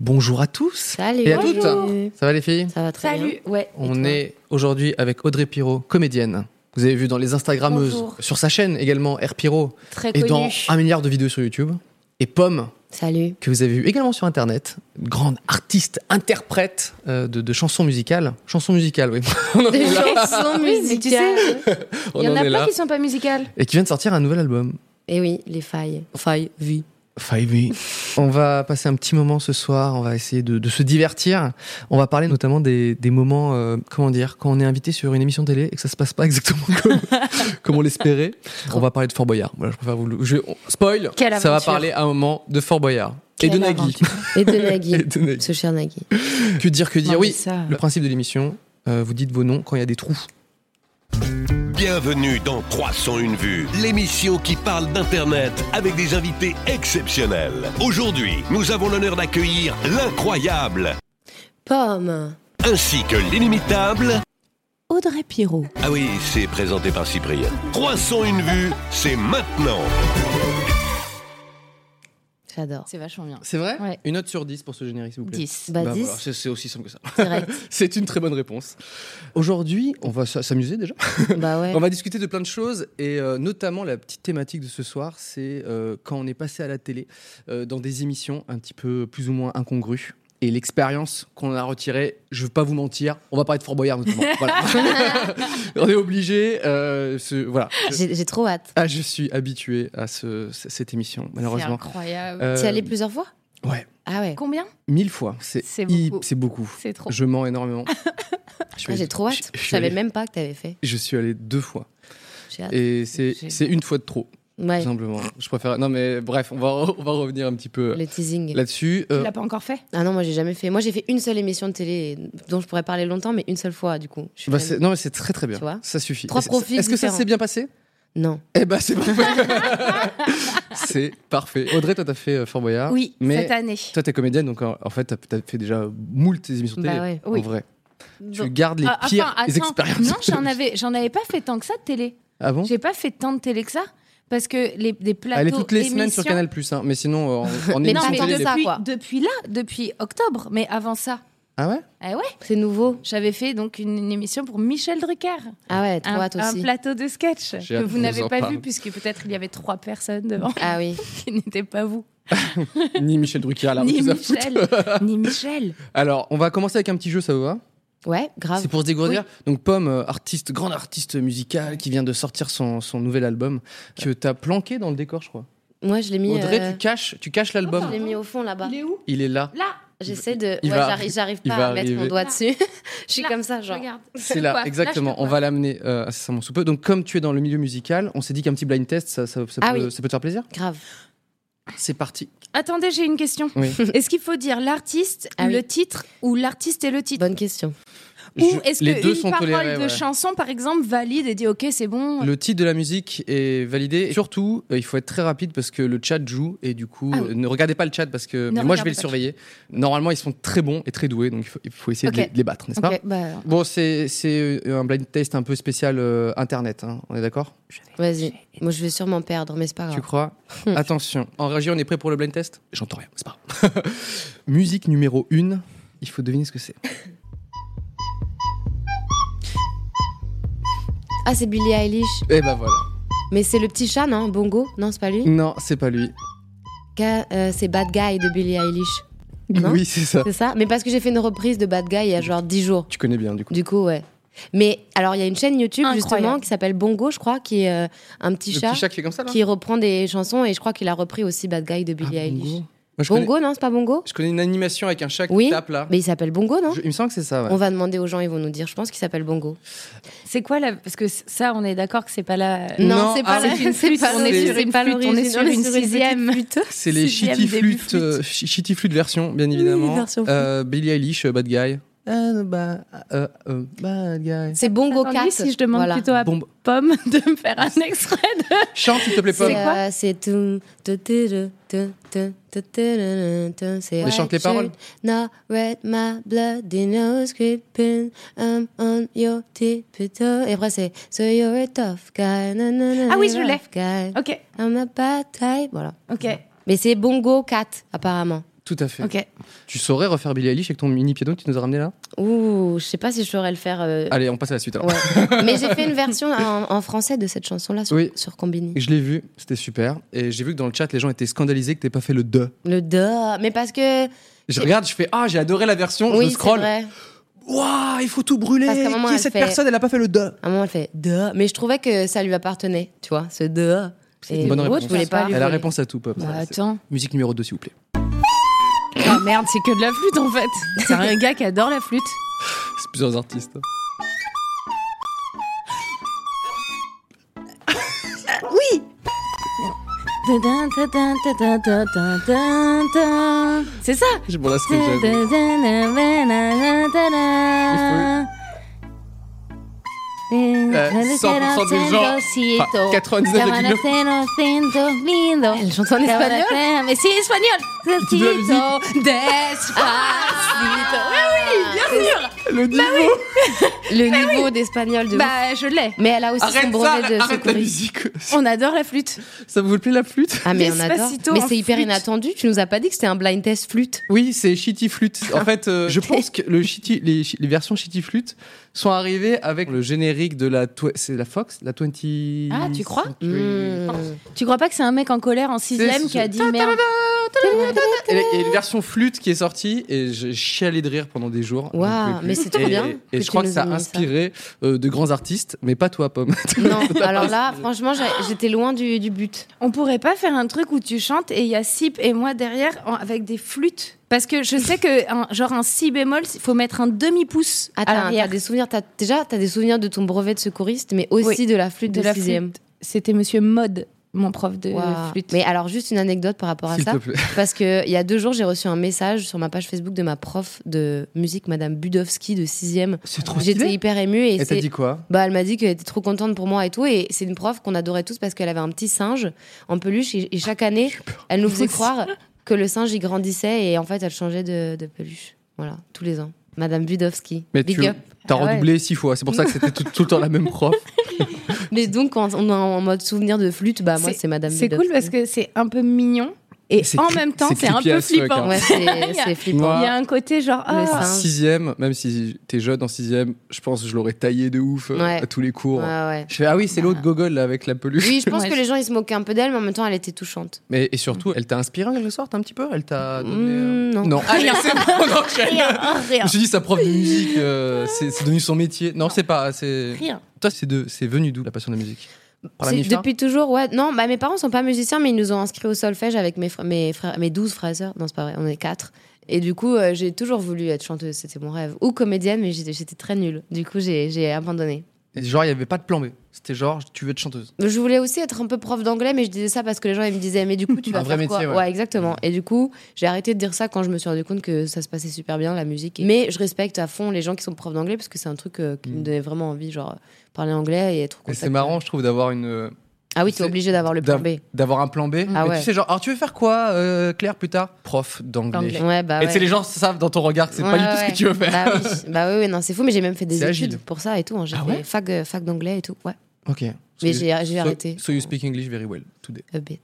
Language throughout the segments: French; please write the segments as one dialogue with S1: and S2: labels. S1: Bonjour à tous
S2: Salut.
S1: et à
S2: Bonjour.
S1: toutes. Ça va les filles
S2: Ça va très
S3: Salut.
S2: bien. Ouais. et
S1: On
S2: toi
S1: est aujourd'hui avec Audrey Pirot, comédienne. Vous avez vu dans les Instagrammeuses,
S3: Bonjour.
S1: sur sa chaîne également, R Pirot,
S2: très
S1: et
S2: connus.
S1: dans un milliard de vidéos sur YouTube. Et Pomme,
S2: Salut.
S1: que vous avez vu également sur Internet, grande artiste, interprète euh, de, de chansons musicales. Chansons musicales, oui. on en
S2: Des
S1: est là.
S2: chansons
S3: Oui, mais tu sais,
S2: musicales.
S1: On
S3: il y en
S1: en
S3: a
S1: est
S3: plein
S1: là.
S3: qui sont pas musicales.
S1: Et qui vient de sortir un nouvel album.
S2: Et Eh oui, les failles. Failles, vie.
S1: Five On va passer un petit moment ce soir, on va essayer de, de se divertir. On va parler notamment des, des moments, euh, comment dire, quand on est invité sur une émission télé et que ça se passe pas exactement comme, comme on l'espérait. On va parler de Fort Boyard. Voilà, je préfère vous le- je- on- spoil,
S3: Quelle
S1: ça va
S3: aventure.
S1: parler à un moment de Fort Boyard. Et de,
S2: Quelle
S1: Nagui.
S2: aventure. Et de
S1: et
S2: Nagui.
S1: de Nagui.
S2: Ce cher Nagui.
S1: Que dire, que dire.
S3: Non, Oh, mais
S1: Oui,
S3: ça-
S1: le principe de l'émission, euh, vous dites vos noms quand il y a des trous.
S4: Bienvenue dans 301 vues, l'émission qui parle d'Internet avec des invités exceptionnels. Aujourd'hui, nous avons l'honneur d'accueillir l'incroyable
S2: Pomme.
S4: ainsi que l'inimitable.
S2: Audrey Pirot.
S4: Ah oui, c'est présenté par Cyprien. 301 vues, c'est maintenant.
S2: J'adore.
S3: C'est vachement bien.
S1: C'est vrai
S3: Ouais.
S1: Une note sur 10 pour ce générique, s'il vous plaît.
S3: 10.
S2: Bah,
S1: Bah
S2: 10.
S1: voilà, c'est- c'est aussi simple que ça.
S2: Direct.
S1: C'est une très bonne réponse. Aujourd'hui, on va s- s'amuser déjà.
S2: bah ouais.
S1: On va discuter de plein de choses et euh, notamment la petite thématique de ce soir, c'est euh, quand on est passé à la télé euh, dans des émissions un petit peu plus ou moins incongrues. Et l'expérience qu'on en a retirée, je ne veux pas vous mentir, on va parler de Fort Boyard notamment. Voilà. on est obligé. euh, ce- voilà. Je,
S2: J'ai j'ai trop hâte.
S1: ah, je suis habitué à ce- c- cette émission, malheureusement.
S3: C'est incroyable.
S1: Euh,
S2: T'y allais plusieurs fois
S1: Ouais,
S2: Ah ouais.
S3: Combien
S1: mille fois. C'est
S3: C'est
S1: hi-
S3: beaucoup.
S1: c'est beaucoup.
S3: C'est trop.
S1: Je mens énormément. Je suis
S2: Ah,
S1: allé-
S2: J'ai trop
S1: je-
S2: hâte.
S1: je
S2: Je
S1: suis
S2: savais
S1: allé-
S2: même pas que t'avais fait.
S1: Je suis allé deux fois.
S2: J'ai hâte.
S1: Et c'est
S3: Ah, J'ai-
S1: c'est une fois de trop.
S2: Ouais.
S1: Tout simplement. Je préfère. Non, mais bref, on va, re- on va revenir un petit peu
S2: Le teasing.
S1: là-dessus. Euh,
S3: Tu l'as pas encore fait
S2: Ah non, moi j'ai jamais fait. Moi j'ai fait une seule émission de télé dont je pourrais parler longtemps, mais une seule fois du coup. Je suis
S1: bah,
S2: vraiment-
S1: c'est- non, mais c'est très très bien.
S2: Tu vois
S1: ça suffit.
S2: Trois
S1: Est-ce-
S2: profils
S1: Est-ce que ça
S2: différents.
S1: s'est bien passé
S2: Non.
S1: Eh ben, c'est parfait. c'est parfait. Audrey, toi, t'as fait euh, Fort Boyard.
S3: Oui,
S1: mais
S3: cette année.
S1: Toi, t'es comédienne, donc en, en fait, t'as- t'as fait déjà moult tes émissions de
S2: Bah
S1: télé.
S2: ouais.
S1: En
S3: Oui.
S1: vrai,
S3: Bon.
S1: tu gardes les
S3: Ah, enfin,
S1: pires
S3: attends.
S1: expériences.
S3: Non, j'en avais, j'en avais pas fait tant que ça de télé.
S1: Ah bon
S3: J'ai pas fait tant de télé que ça parce que les des plateaux.
S1: Elle est toutes les semaines sur
S3: émissions-
S1: Canal Plus, mais sinon, euh, en, en
S3: Mais non,
S1: émission
S3: mais
S1: télé,
S2: de
S1: les-
S2: ça,
S3: depuis,
S2: quoi.
S3: depuis là, depuis octobre, mais avant ça.
S1: Ah ouais
S3: Eh ouais,
S2: C'est nouveau.
S3: j'avais fait donc une, une émission pour Michel Drucker,
S2: Ah ouais, trop
S3: un,
S2: hâte
S3: un
S2: aussi.
S3: plateau de sketch
S1: J'ai
S3: que
S1: hâte
S3: vous
S1: qu'on
S3: n'avez
S1: en
S3: pas
S1: parle.
S3: vu puisque peut-être il y avait trois personnes devant
S2: Ah oui.
S3: qui n'étaient pas vous.
S1: Ni Michel Drucker, elle a
S3: ni
S1: rien à foutre.
S3: Michel, ni Michel.
S1: Alors, on va commencer avec un petit jeu, ça vous va
S2: Ouais, grave.
S1: C'est pour se dégourdir. Donc Pomme, euh, artiste, grande artiste musicale qui vient de sortir son, son nouvel album que t'as planqué dans le décor, je crois.
S2: Moi je l'ai mis.
S1: Audrey,
S2: euh,
S1: tu caches, tu caches
S2: je
S1: l'album.
S2: l'ai mis au fond là-bas.
S3: Il est où
S1: Il est là.
S3: Là,
S2: J'essaie de.
S1: Il
S2: ouais,
S1: va
S2: j'arrive, j'arrive
S1: il
S2: pas
S1: va
S2: à mettre
S1: arriver.
S2: mon doigt dessus. Je suis
S3: Là,
S2: comme ça, genre.
S3: regarde.
S1: C'est là,
S3: Quoi Là, je
S1: exactement.
S3: peux
S1: on
S3: pas.
S1: va l'amener euh, incessamment sous peu. Donc comme tu es dans le milieu musical, on s'est dit qu'un petit blind test, ça, ça- ça
S2: Ah
S1: peut,
S2: oui.
S1: ça peut te faire plaisir.
S2: Grave.
S1: C'est parti.
S3: Attendez, j'ai une question.
S1: Oui.
S3: Est-ce qu'il faut dire l'artiste,
S2: Ah oui.
S3: le titre ou l'artiste et le titre
S2: Bonne question.
S1: Je-
S3: Ou est-ce
S1: les deux
S3: qu'une
S1: sont
S3: parole
S1: tolérées,
S3: de
S1: ouais.
S3: chanson, par exemple, valide et dit ok, c'est bon
S1: Le titre de la musique est validé. Et Surtout, euh, il faut être très rapide parce que le chat joue et du coup,
S3: Ah oui.
S1: euh, ne regardez pas le chat parce que
S3: Ne
S1: mais moi je
S3: regardez
S1: vais le
S3: pas.
S1: surveiller. Normalement, ils sont très bons et très doués, donc il faut, il faut essayer de
S3: Ok.
S1: les, de les battre, n'est-ce pas
S2: Ok, bah,
S1: Bon, c'est c'est euh, un blind test un peu spécial euh, internet, hein, on est d'accord
S2: vas-y. Moi, je vais sûrement perdre, mais c'est pas
S1: Tu
S2: grave.
S1: crois Attention, en régie, on est prêt pour le blind test J'entends rien, c'est pas grave. Musique numéro 1, il faut deviner ce que c'est.
S2: Ah, c'est Billie Eilish.
S1: Et ben voilà.
S2: Mais c'est le petit chat, non Bongo Non, c'est pas lui
S1: Non, c'est pas lui.
S2: Ca- euh, C'est Bad Guy de Billie Eilish. Non
S1: oui, c'est ça.
S2: C'est ça Mais parce que j'ai fait une reprise de Bad Guy il y a genre 10 jours.
S1: Tu connais bien du coup.
S2: Du coup, ouais. Mais alors, il y a une chaîne YouTube justement
S3: Incroyable.
S2: qui s'appelle Bongo, je crois, qui est euh, un petit
S1: le
S2: chat,
S1: petit chat qui fait comme ça là
S2: qui reprend des chansons et je crois qu'il a repris aussi Bad Guy de
S1: Ah,
S2: Billie Eilish.
S1: Bongo. Moi, je, connais,
S2: Bongo, non, c'est pas Bongo
S1: je connais une animation avec un chat qui
S2: Oui,
S1: tape là.
S2: Mais il s'appelle Bongo, non
S1: Je- il me semble que c'est ça. ouais.
S2: On va demander aux gens, ils vont nous dire. Je pense qu'il s'appelle Bongo.
S3: C'est quoi la. Parce que c- ça, on est d'accord que c'est pas la.
S1: Non,
S3: c'est pas
S1: ah,
S3: la.
S1: c'est
S3: une flûte,
S1: pas-
S3: on est
S1: c'est-
S3: sur une
S2: pas
S3: flûte, on est
S2: l'origine,
S3: sur
S2: on est
S3: une
S2: sur une
S3: sixième.
S1: C'est les
S3: Sixième
S1: shitty
S3: début
S1: flûtes, euh, sh- shitty flûtes version, bien
S3: Oui,
S1: évidemment.
S3: version
S1: Euh, Billie Eilish, euh, Bad Guy. Euh, bah, euh, euh, bad Guy.
S2: C'est Bongo
S3: Attendez,
S2: 4.
S3: si je demande
S2: Voilà.
S3: plutôt à
S1: Bombe.
S3: Pomme de me faire un extrait de.
S1: Chante, s'il te plaît,
S2: C'est
S1: Pomme.
S3: quoi
S2: euh, C'est tout. tout, tout, tout, tout, tout, tout, tout, tout, tout, C'est.
S1: Mais chante les
S2: I should
S1: paroles.
S2: Not read my bloody nose creeping. I'm on your tiptoe. Et après, c'est. So you're a tough guy. na, na, na,
S3: Ah oui, je
S2: rough
S3: l'ai.
S2: guy.
S3: Ok,
S2: I'm a bad type. Voilà.
S3: ok,
S2: Mais c'est Bongo 4, apparemment.
S1: Tout à fait.
S3: ok.
S1: Tu saurais refaire Billie Eilish avec ton mini piano que tu nous as ramené là
S2: Ouh, je sais pas si je saurais le faire. euh,
S1: Allez, on passe à la suite. alors.
S2: ouais. Mais j'ai fait une version en, en français de cette chanson-là sur,
S1: Oui.
S2: sur Combini.
S1: Je l'ai vu, c'était super. Et j'ai vu que dans le chat, les gens étaient scandalisés que t'aies pas fait le 2.
S2: Le da, mais parce que.
S1: Je regarde, je fais Ah, j'ai adoré la version,
S2: oui,
S1: je
S2: c'est
S1: scroll.
S2: vrai.
S1: Waouh, il faut tout brûler.
S2: Parce qu'à un
S1: Qui
S2: moment,
S1: est
S2: elle
S1: cette
S2: fait-
S1: personne Elle a pas fait le 2.
S2: À un moment, elle fait da, mais je trouvais que ça lui appartenait, tu vois, ce da. Et
S1: Bonne
S2: moi,
S1: réponse.
S2: je voulais pas.
S1: Elle a la réponse à tout, Pop.
S5: Bah, attends.
S1: Musique numéro 2, s'il vous plaît.
S3: Ah merde, c'est que de la flûte en fait. C'est un gars qui adore la flûte.
S1: C'est plusieurs artistes.
S3: Tadam, tadam, tadam, tadam, tadam. C'est ça
S1: Je me lasse que j'aime.
S3: Tadam,
S1: Euh, 100% des gens- Enfin,
S3: 99,9%.
S2: Elle chante en espagnol.
S3: Mais c'est espagnol
S1: Tu veux la musique
S3: Despacito. Oui, oui, bien sûr
S1: Le niveau
S2: Le niveau d'espagnol de. ouf.
S3: Bah, je l'ai.
S2: Mais elle a aussi son
S1: Arrête ça,
S2: brevet
S1: arrête
S2: de
S1: la
S2: secouriste.
S1: musique.
S3: On adore la flûte.
S1: Ça vous plaît la flûte
S2: Ah mais on adore.
S3: Despacito
S2: Mais
S3: en
S2: c'est hyper
S3: flûte.
S2: inattendu. Tu nous as pas dit que c'était un blind test flûte.
S1: Oui, c'est Shitty Flute. En fait, euh, je pense que le shitty- les, chi- les versions Shitty Flute sont arrivées avec le générique de la. twe- C'est la Fox La 20.
S3: Ah, tu crois
S1: Century-
S2: Mmh.
S3: Tu crois pas que c'est un mec en colère en
S1: C'est-
S3: sixième qui a dit merde
S1: Et et une version flûte qui est sortie et j'ai chialé de rire pendant des jours.
S2: Waouh,
S1: J'en pouvais plus.
S2: mais c'est trop
S1: Et-
S2: bien
S1: Et je
S2: que tu
S1: crois que
S2: nous
S1: ça a
S2: aies mis
S1: inspiré euh, de grands artistes, mais pas toi, Pomme.
S2: Non. Alors là, franchement, j'ai- j'étais loin du, du but.
S5: On pourrait pas faire un truc où tu chantes et il y a Sip et moi derrière en- avec des flûtes
S3: Parce que je sais que, un- genre, un si bémol, il faut mettre un demi-pouce
S2: Ah,
S3: à
S2: t'as t'as
S3: l'arrière.
S2: des souvenirs. t'as- déjà, t'as des souvenirs de ton brevet de secouriste, mais aussi
S3: Oui,
S2: de la flûte de,
S3: de la
S2: sixième.
S3: flûte. C'était monsieur Mode, mon prof de
S2: Waouh.
S3: flûte.
S2: Mais alors, juste une anecdote par rapport à
S1: S'il
S2: ça.
S1: te plaît.
S2: Parce que il y a deux jours, j'ai reçu un message sur ma page Facebook de ma prof de musique, Madame Budowski de 6e.
S1: C'est trop
S2: J'étais
S1: stylé.
S2: hyper émue et,
S1: Et t'as
S2: c'est-
S1: dit quoi
S2: bah, elle m'a dit qu'elle était trop contente pour moi et tout. Et c'est une prof qu'on adorait tous parce qu'elle avait un petit singe en peluche et, et chaque année, elle nous faisait croire que le singe il grandissait et en fait, elle changeait de, de peluche. Voilà, tous les ans. Madame Budowski.
S1: Mais
S2: Big
S1: tu
S2: up.
S1: t'as
S3: Ah ouais.
S1: redoublé six fois. C'est pour ça que c'était tout, tout le temps la même prof.
S2: Mais donc, quand on est en mode souvenir de flûte, bah, moi,
S3: C'est-
S2: c'est Madame
S3: C'est
S2: Budowski.
S3: cool parce que c'est un peu mignon et
S1: C'est
S3: en
S1: cre-
S3: même temps
S1: c'est
S3: c'est un
S1: creepy
S3: peu
S1: as fuck,
S3: flippant.
S1: hein.
S2: Ouais, c'est
S3: Il y a-
S2: c'est flippant.
S3: Il y a un côté genre
S2: Le
S3: ah,
S2: singe.
S1: Sixième, même si t'es jeune en sixième, je pense que je l'aurais taillé de ouf euh,
S2: Ouais.
S1: à tous les cours.
S2: Ouais, ouais.
S1: Je fais, ah oui, c'est l'autre gogole là, avec la peluche.
S2: Oui, je pense
S3: Ouais,
S2: que les gens ils se moquaient un peu d'elle, mais en même temps elle était touchante.
S1: Mais et surtout, elle t'a inspiré en quelque sorte un petit peu Elle t'a donné.
S2: Mm, non.
S1: Allez, c'est bon, on enchaîne.
S3: rien, ah,
S1: Je
S3: rien,
S1: me suis dit, sa prof de musique, euh, c'est c'est devenu son métier. Non, c'est pas. c'est-
S3: rien.
S1: Toi, c'est de- c'est venu d'où la passion de la musique Par la
S2: C'est-
S1: Mifa
S2: Depuis toujours, ouais. Non, bah, mes parents sont pas musiciens, mais ils nous ont inscrits au solfège avec mes, frères, mes, frères, mes 12 frères et sœurs. Non, c'est pas vrai, on est 4. Et du coup, euh, j'ai toujours voulu être chanteuse, c'était mon rêve. Ou comédienne, mais j'étais j'étais très nulle. Du coup, j'ai j'ai abandonné.
S1: Et Genre, il n'y avait pas de plan B. C'était genre, tu veux être chanteuse.
S2: Je voulais aussi être un peu prof d'anglais, mais je disais ça parce que les gens ils me disaient, mais du coup, tu
S1: Un
S2: vas
S1: vrai
S2: faire quoi
S1: métier, ouais.
S2: ouais. exactement. Et du coup, j'ai arrêté de dire ça quand je me suis rendu compte que ça se passait super bien la musique. Mais je respecte à fond les gens qui sont profs d'anglais parce que c'est un truc euh, qui
S1: Mm.
S2: me donnait vraiment envie, genre euh, parler anglais et être au
S1: Et
S2: contact.
S1: c'est marrant, je trouve, d'avoir une. euh,
S2: Ah oui, t'es
S1: C'est-
S2: obligé d'avoir le plan B.
S1: D'avoir un plan B.
S2: Ah
S1: Mais
S2: ouais.
S1: tu sais, genre, alors tu veux faire quoi, euh, Claire, plus tard Prof d'anglais.
S3: D'anglais.
S2: Ouais, bah
S1: Et tu sais,
S2: ouais.
S1: les gens savent dans ton regard que c'est pas
S2: Ouais,
S1: du tout ce
S2: ouais.
S1: que tu veux faire.
S2: Bah oui, bah oui, oui, non, c'est fou, mais j'ai même fait des
S1: C'est
S2: études
S1: agile.
S2: pour ça et tout. hein. J'ai
S1: Ah
S2: fait
S1: ouais
S2: fac, euh, fac d'anglais et tout, ouais,
S1: Ok.
S2: Mais
S1: So-
S2: j'ai- j'ai
S1: so-
S2: arrêté.
S1: So you speak English very well today.
S2: a bit.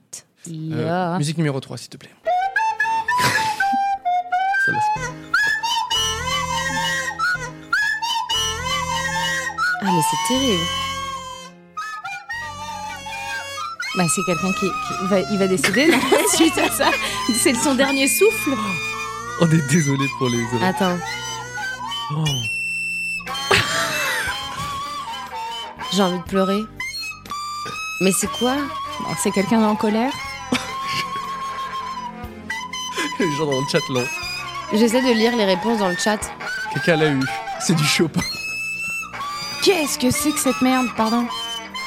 S1: Euh,
S3: Yeah.
S1: musique numéro 3, s'il te plaît. Ça laisse pas.
S2: Ah, mais c'est terrible.
S3: Bah, c'est quelqu'un qui, qui va, il va décéder non suite à ça. C'est son dernier souffle.
S1: On est désolé pour les autres.
S2: Attends.
S1: Oh.
S2: J'ai envie de pleurer. Mais c'est quoi
S3: Bon, c'est quelqu'un en colère.
S1: Les gens dans le chat l'ont.
S2: J'essaie de lire les réponses dans le chat.
S1: Quelqu'un l'a eu. C'est du Chopin.
S3: Qu'est-ce que c'est que cette merde, pardon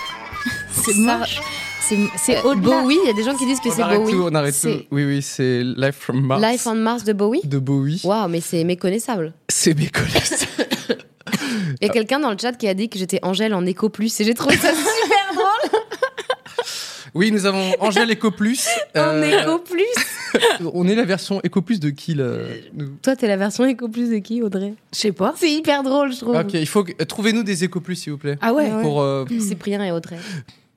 S3: C'est
S2: Ça-
S3: moche. C'est- C'est
S2: Euh,
S3: au-delà.
S2: Bowie, il y a des gens qui disent que
S1: On
S2: c'est
S1: arrête
S2: Bowie.
S1: tout, on arrête
S2: C'est
S1: tout. Oui, oui, c'est Life from Mars
S2: Life on Mars de Bowie
S1: de Bowie.
S2: Waouh, mais c'est méconnaissable.
S1: C'est mes collègues.
S2: Il y
S1: Euh.
S2: a quelqu'un dans le chat qui a dit que j'étais Angèle en écho plus et j'ai trouvé ça super drôle.
S1: oui, nous avons Angèle Eco Plus.
S2: En
S1: Euh,
S2: écho plus
S1: on est la version Eco Plus de qui là Nous-
S2: Toi, t'es la version écho plus de qui, Audrey
S3: Je sais pas.
S2: C'est hyper drôle, je trouve.
S1: Ok, il faut que- euh, trouvez-nous des Eco Plus s'il vous plaît.
S3: Oh. Ah ouais.
S2: Ah ouais.
S1: Pour euh,
S2: Cyprien et Audrey.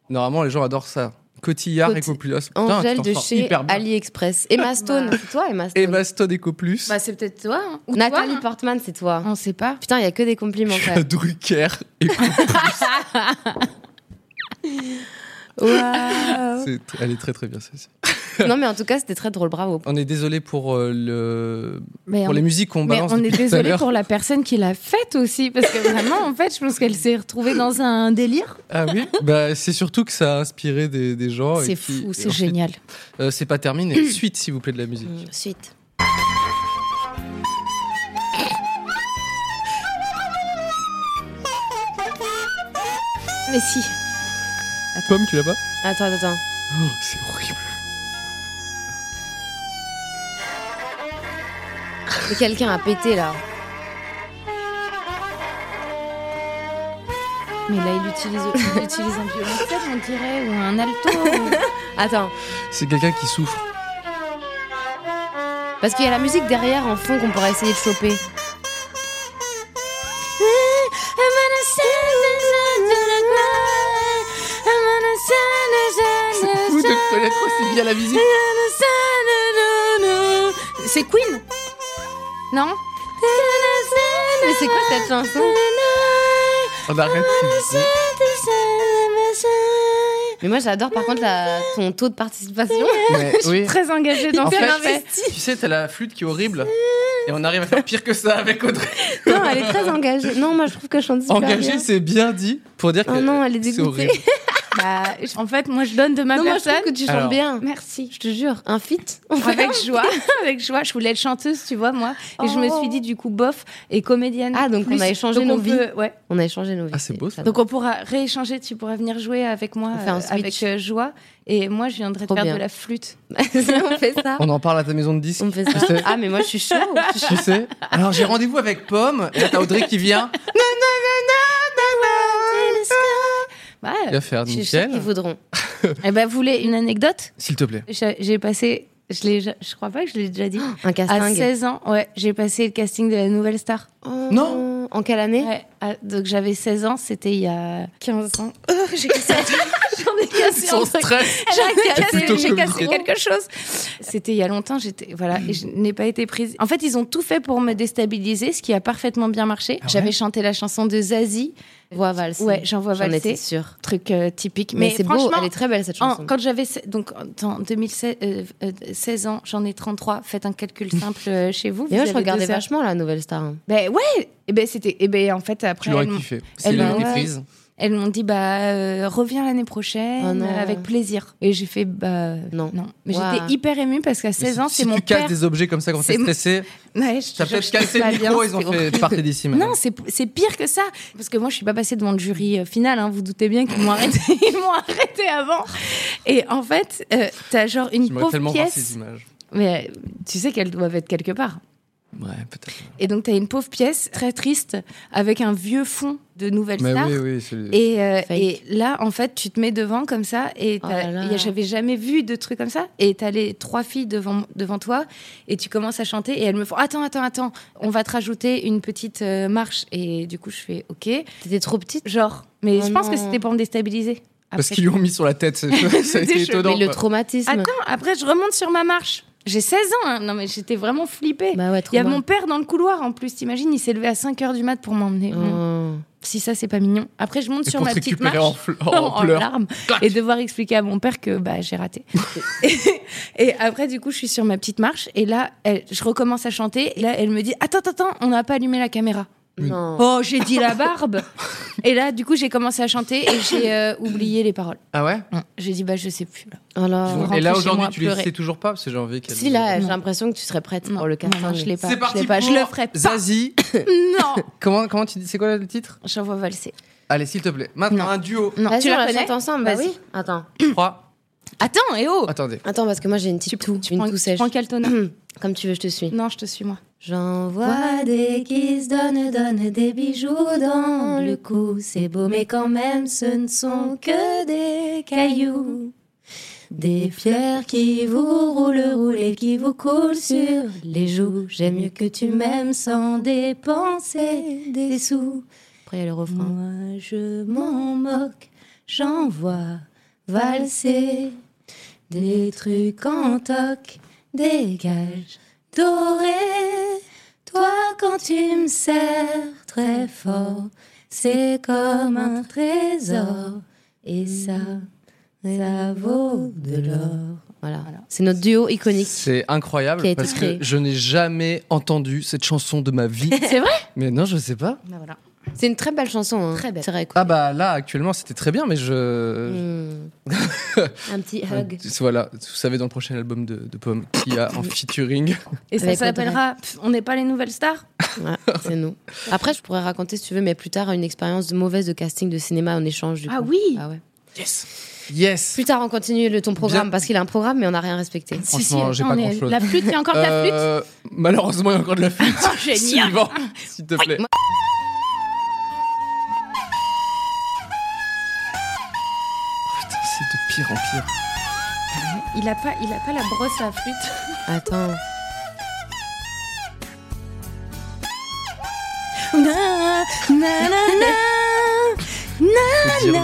S1: normalement les gens adorent ça. Cotillard
S2: Coti-
S1: Eco Plus. Ah, putain, tu
S2: Angèle
S1: t'en
S2: de
S1: sors
S2: chez
S1: hyper bien.
S2: AliExpress. Emma Stone, c'est toi Emma Stone.
S1: Emma Stone Eco Plus.
S6: Bah, c'est peut-être toi. hein. Ou toi,
S2: Nathalie
S6: hein.
S2: Portman, c'est toi.
S3: On sait pas.
S2: Putain, il y a que des compliments quand même.
S1: Drucker
S3: Ah.
S1: Eco
S2: Waouh.
S1: C'est tr- Elle est très très bien celle-ci.
S2: non, mais en tout cas, c'était très drôle, bravo.
S1: On est désolé pour euh, le
S3: Mais
S1: pour
S3: on,
S1: les musiques qu'on
S3: mais
S1: balance.
S3: on est
S1: depuis tout à
S3: désolé
S1: l'heure.
S3: pour la personne qui l'a faite aussi, parce que vraiment, en fait, je pense qu'elle s'est retrouvée dans un délire.
S1: Ah oui. Bah c'est surtout que ça a inspiré des, des gens. Oh, et
S3: C'est
S1: qui-
S3: fou,
S1: et
S3: c'est Euh,
S1: ensuite-
S3: génial.
S1: Euh, c'est pas terminé. Suite s'il vous plaît de la musique.
S2: Suite.
S3: Mais si.
S1: Pomme, tu l'as pas
S2: Attends, attends, attends.
S1: Oh, C'est horrible.
S2: Mais quelqu'un a pété là.
S3: Mais là, il utilise, il utilise un violoncelle, on dirait, ou un alto. ou-
S2: Attends,
S1: C'est quelqu'un qui souffre.
S2: parce qu'il y a la musique derrière en fond qu'on pourrait essayer de choper.
S1: Vous de connaître aussi bien la musique.
S3: C'est Queen Non
S2: Mais c'est quoi cette chanson
S1: On arrête. s'il vous plaît.
S2: Mais moi j'adore par contre la... ton taux de participation.
S1: Mais oui.
S3: Très engagée dans
S1: En
S3: ce
S1: fait,
S3: qu'elle fait.
S1: Tu sais, t'as la flûte qui est horrible. Et on arrive à faire pire que ça avec Audrey.
S2: Non, elle est très engagée. Non, moi je trouve qu'elle chante super
S1: Engagée,
S2: bien.
S1: c'est bien dit pour dire
S2: Oh
S1: que
S2: non, elle est
S1: c'est
S2: dégoûtée.
S1: horrible.
S3: Bah, en fait, moi, je donne de ma
S2: Non, moi je
S3: personne.
S2: trouve que tu chantes
S1: Alors.
S2: bien.
S3: Merci.
S2: Je te jure, un feat. On fait
S3: Avec joie, avec joie. Je voulais être chanteuse, tu vois, moi. Et je me
S2: Oh.
S3: suis dit, du coup, bof, et comédienne.
S2: Ah, donc on
S3: plus.
S2: a échangé
S3: Donc
S2: nos
S3: on
S2: vies.
S3: peut- ouais.
S2: On a échangé nos vies.
S1: Ah, c'est beau, ça.
S3: Donc on pourra rééchanger, tu pourras venir jouer avec moi,
S2: On fait un
S3: euh,
S2: switch.
S3: avec euh, joie. Et moi, je viendrai te
S2: Trop
S3: faire
S2: bien.
S3: de la flûte.
S2: on fait ça.
S1: On en parle à ta maison de disques.
S2: On fait ça.
S1: Tu sais,
S2: Ah, mais moi je suis chaud. Je suis chaud.
S1: tu sais Alors j'ai rendez-vous avec Pomme. Et là, t'as Audrey qui vient.
S3: Ouais.
S1: Bien faire,
S2: Je suis sûre qu'ils
S1: nickel.
S2: voudront.
S3: Eh ben, vous voulez une anecdote
S1: S'il te plaît.
S3: J'ai j'ai passé, je, l'ai- je crois pas que je l'ai déjà dit.
S2: Un
S3: À
S2: casting.
S3: 16 ans, ouais, j'ai passé le casting de la Nouvelle Star.
S2: Oh,
S1: Non.
S2: En quelle année
S3: Ouais, ah, donc j'avais 16 ans, c'était il y a 15 ans. Oh, j'ai cassé un truc. J'en ai cassé un
S1: Sans
S3: truc.
S1: stress.
S3: J'ai
S1: plutôt
S3: cassé, j'ai
S1: que le
S3: cassé
S1: micro.
S3: quelque chose. C'était il y a longtemps, j'étais voilà, et je n'ai pas été prise. En fait, ils ont tout fait pour me déstabiliser, ce qui a parfaitement bien marché.
S1: Ah ouais
S3: J'avais chanté la chanson de Zazie.
S2: Voix valse.
S3: Ouais, j'en vois
S2: J'en étais
S3: valser.
S2: sûre.
S3: Truc euh, typique,
S2: Mais,
S3: mais,
S2: c'est beau,
S3: franchement,
S2: elle est très belle cette
S3: en-
S2: chanson.
S3: quand j'avais se- donc en 2016 euh, euh, 16 ans, j'en ai 33. Faites un calcul simple euh, chez vous.
S2: Mais moi
S3: vous
S2: je
S3: avez
S2: regardais
S3: deux heures.
S2: vachement la nouvelle star. hein.
S3: Ben ouais, et ben c'était et ben en fait après
S1: Tu l'aurais
S3: elles m'ont-
S1: kiffé. C'est la
S3: ben ouais.
S1: prise.
S3: Elles m'ont dit bah euh, reviens l'année prochaine
S2: Oh non.
S3: euh, avec plaisir. Et j'ai fait bah
S2: Non.
S3: non. Mais
S2: Waouh.
S3: j'étais hyper émue parce qu'à
S1: Mais
S3: 16
S1: si-
S3: ans,
S1: si
S3: c'est mon
S1: tu
S3: père.
S1: casses des objets comme ça quand t'es
S3: C'est mon-
S1: stressé,
S3: Ouais, je te
S1: t'as
S3: jure,
S1: peut-être
S3: je trouve
S1: cassé
S3: pas
S1: le
S3: bien,
S1: micro, ils ont
S3: c'était
S1: fait
S3: horrible.
S1: partir d'ici maintenant.
S3: Non, c'est c'est pire que ça parce que moi je suis pas passée devant le jury euh, final. hein, vous doutez bien qu'ils m'ont arrêté, ils m'ont arrêté avant. Et en fait, euh, t'as genre une
S1: J'aimerais
S3: pauvre
S1: tellement voir ces
S3: pièce.
S1: images.
S3: Mais euh, tu sais qu'elles doivent être quelque part.
S1: Ouais, peut-être.
S3: Et donc t'as une pauvre pièce très triste avec un vieux fond de nouvelles
S1: Mais
S3: stars.
S1: oui, oui, c'est.
S3: Et, euh,
S2: Fake.
S3: et là, en fait, tu te mets devant comme ça, et
S2: Oh
S3: t'as-
S2: là là.
S3: y a- j'avais jamais vu de trucs comme ça. Et t'as les trois filles devant, devant toi, et tu commences à chanter, et elles me font Attends, attends, attends, on va te rajouter une petite euh, marche. Et du coup, je fais Ok.
S2: T'étais trop petite.
S3: Genre, mais
S2: Oh
S3: je pense que
S2: non.
S3: c'était pour me déstabiliser.
S1: Parce
S3: Après,
S1: qu'ils lui ont mis sur la tête, c'est- ça a été
S3: C'était
S1: étonnant.
S2: mais le
S1: quoi.
S2: traumatisme.
S3: Attends, après, je remonte sur ma marche. J'ai 16 ans, hein. non mais j'étais vraiment flippée. Il
S2: Bah ouais,
S3: y a
S2: trauma.
S3: mon père dans le couloir en plus, t'imagines, il s'est levé à 5 h du mat pour m'emmener.
S2: Oh.
S3: Si ça, c'est pas mignon. Après, je monte
S1: Et
S3: sur
S1: pour
S3: ma
S1: te
S3: petite
S1: récupérer
S3: marche.
S1: en, fle- en pleurs.
S3: larmes
S1: Clac.
S3: et devoir expliquer à mon père que bah, j'ai raté. et, et après, du coup, je suis sur ma petite marche et là, elle- je recommence à chanter. Et là, elle me dit Attends, attends, attends, on n'a pas allumé la caméra.
S2: Non.
S3: Oh, j'ai dit la barbe Et là, du coup, j'ai commencé à chanter et j'ai euh, oublié les paroles.
S7: Ah ouais
S3: J'ai dit, bah, je sais plus. Là.
S2: Oh là.
S3: Je vous
S7: Et
S3: rentrez
S7: là
S3: chez
S7: aujourd'hui,
S3: moi,
S7: tu les
S3: pleurer.
S7: sais toujours pas parce que j'ai envie qu'elle.
S2: Si là, j'ai
S3: Non.
S2: l'impression que tu serais prête pour le
S3: Non, non,
S2: casting.
S3: je l'ai pas.
S7: C'est
S3: je
S7: parti
S3: l'ai pas. Je
S7: pour-
S3: le ferai pas.
S7: Zazie,
S3: Non
S7: comment, comment tu dis C'est quoi le titre
S3: J'envoie valser.
S7: Allez, s'il te plaît. Maintenant,
S3: Non.
S7: un duo.
S3: Non,
S2: Vas-y,
S3: tu
S2: on
S3: la
S2: la
S3: connais
S2: chante ensemble,
S3: Vas-y.
S2: vas-y. Attends.
S7: 3.
S3: Attends, et oh
S7: Attendez.
S2: Attends, parce que moi j'ai une petite toux, une
S3: prends,
S2: toux
S3: tu
S2: sèche. Hmm.
S3: prends quel tonneau
S2: Comme tu veux, je te suis.
S3: Non, je te suis, moi.
S2: J'envoie des kisses, donne, donne des bijoux dans le cou. C'est beau, mais quand même, ce ne sont que des cailloux. Des pierres qui vous roulent, roulent et qui vous coulent sur les joues. J'aime mieux que tu m'aimes sans dépenser des sous. Après, il y a le refrain. Moi, je m'en moque, j'envoie valser des trucs en toc, dégage doré. Toi, quand tu me serres très fort, c'est comme un trésor. Et ça, ça vaut de l'or. Voilà. C'est notre duo iconique.
S1: C'est
S2: Qui a
S1: incroyable
S2: été
S1: parce que
S2: créé.
S1: je n'ai jamais entendu cette chanson de ma vie.
S2: C'est vrai
S1: mais non, je sais pas.
S2: C'est une très belle chanson. hein.
S3: Très belle.
S2: C'est vrai, écoute.
S1: Ah bah là, actuellement, c'était très bien, mais je.
S2: Hmm. un petit
S1: Euh,
S2: hug.
S1: Voilà, vous savez dans le prochain album de, de Pomme qui a en featuring.
S3: Et ça
S2: Avec
S3: s'appellera Pff, On n'est pas les nouvelles stars
S2: Ouais, c'est nous. Après, je pourrais raconter, si tu veux, mais plus tard, une expérience mauvaise de casting de cinéma en échange. Du
S3: Ah
S2: coup.
S3: oui
S2: Ah ouais.
S1: Yes.
S2: Plus tard, on continue le, ton programme
S1: Bien.
S2: parce qu'il a un programme, mais on n'a rien respecté.
S1: Franchement, j'ai
S3: attends,
S1: pas
S3: on est-
S1: grand-chose.
S3: La flûte, il y a encore de la flûte
S1: Euh, malheureusement, il y a encore de la flûte.
S3: Oh, génial
S1: Suivant, s'il te plaît. Putain, c'est de pire en pire.
S3: Il a pas, il a pas la brosse à flûte.
S2: Attends.
S1: Faut dire-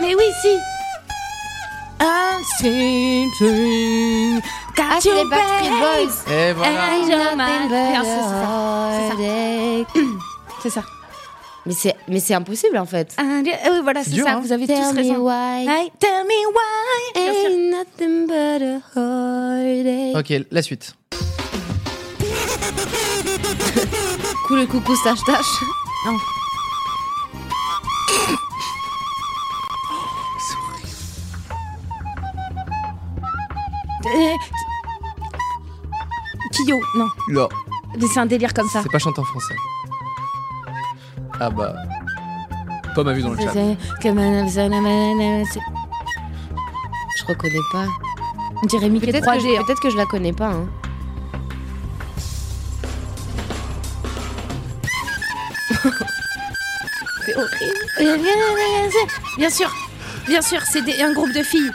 S3: Mais oui, si. Ah, I'm singing.
S2: Ah, c'est les Backstreet
S3: Ah,
S2: Boys.
S1: Et voilà.
S3: C'est ça.
S2: Mais c'est, mais c'est impossible en fait.
S3: Ah, oui, voilà, c'est
S1: dur,
S3: ça.
S1: hein.
S3: Vous avez tous raison.
S2: why
S3: Hey, tell me why. Bien sûr.
S2: ain't nothing but a
S3: Ah,
S2: heartache.
S1: Ok, la suite.
S2: Coup le coucou, stache tache.
S3: Euh, Kyo, non.
S1: Là,
S3: Mais C'est un délire comme ça.
S1: c'est pas chanté en français. Ah bah. Pomme a vu dans le chat.
S3: On
S2: Je reconnais pas.
S3: dirait Mickey
S2: Peut-être que,
S3: 3D.
S2: je,
S3: hein.
S2: peut-être que je la connais pas. hein.
S3: Bien sûr, bien sûr, c'est des- un groupe de filles.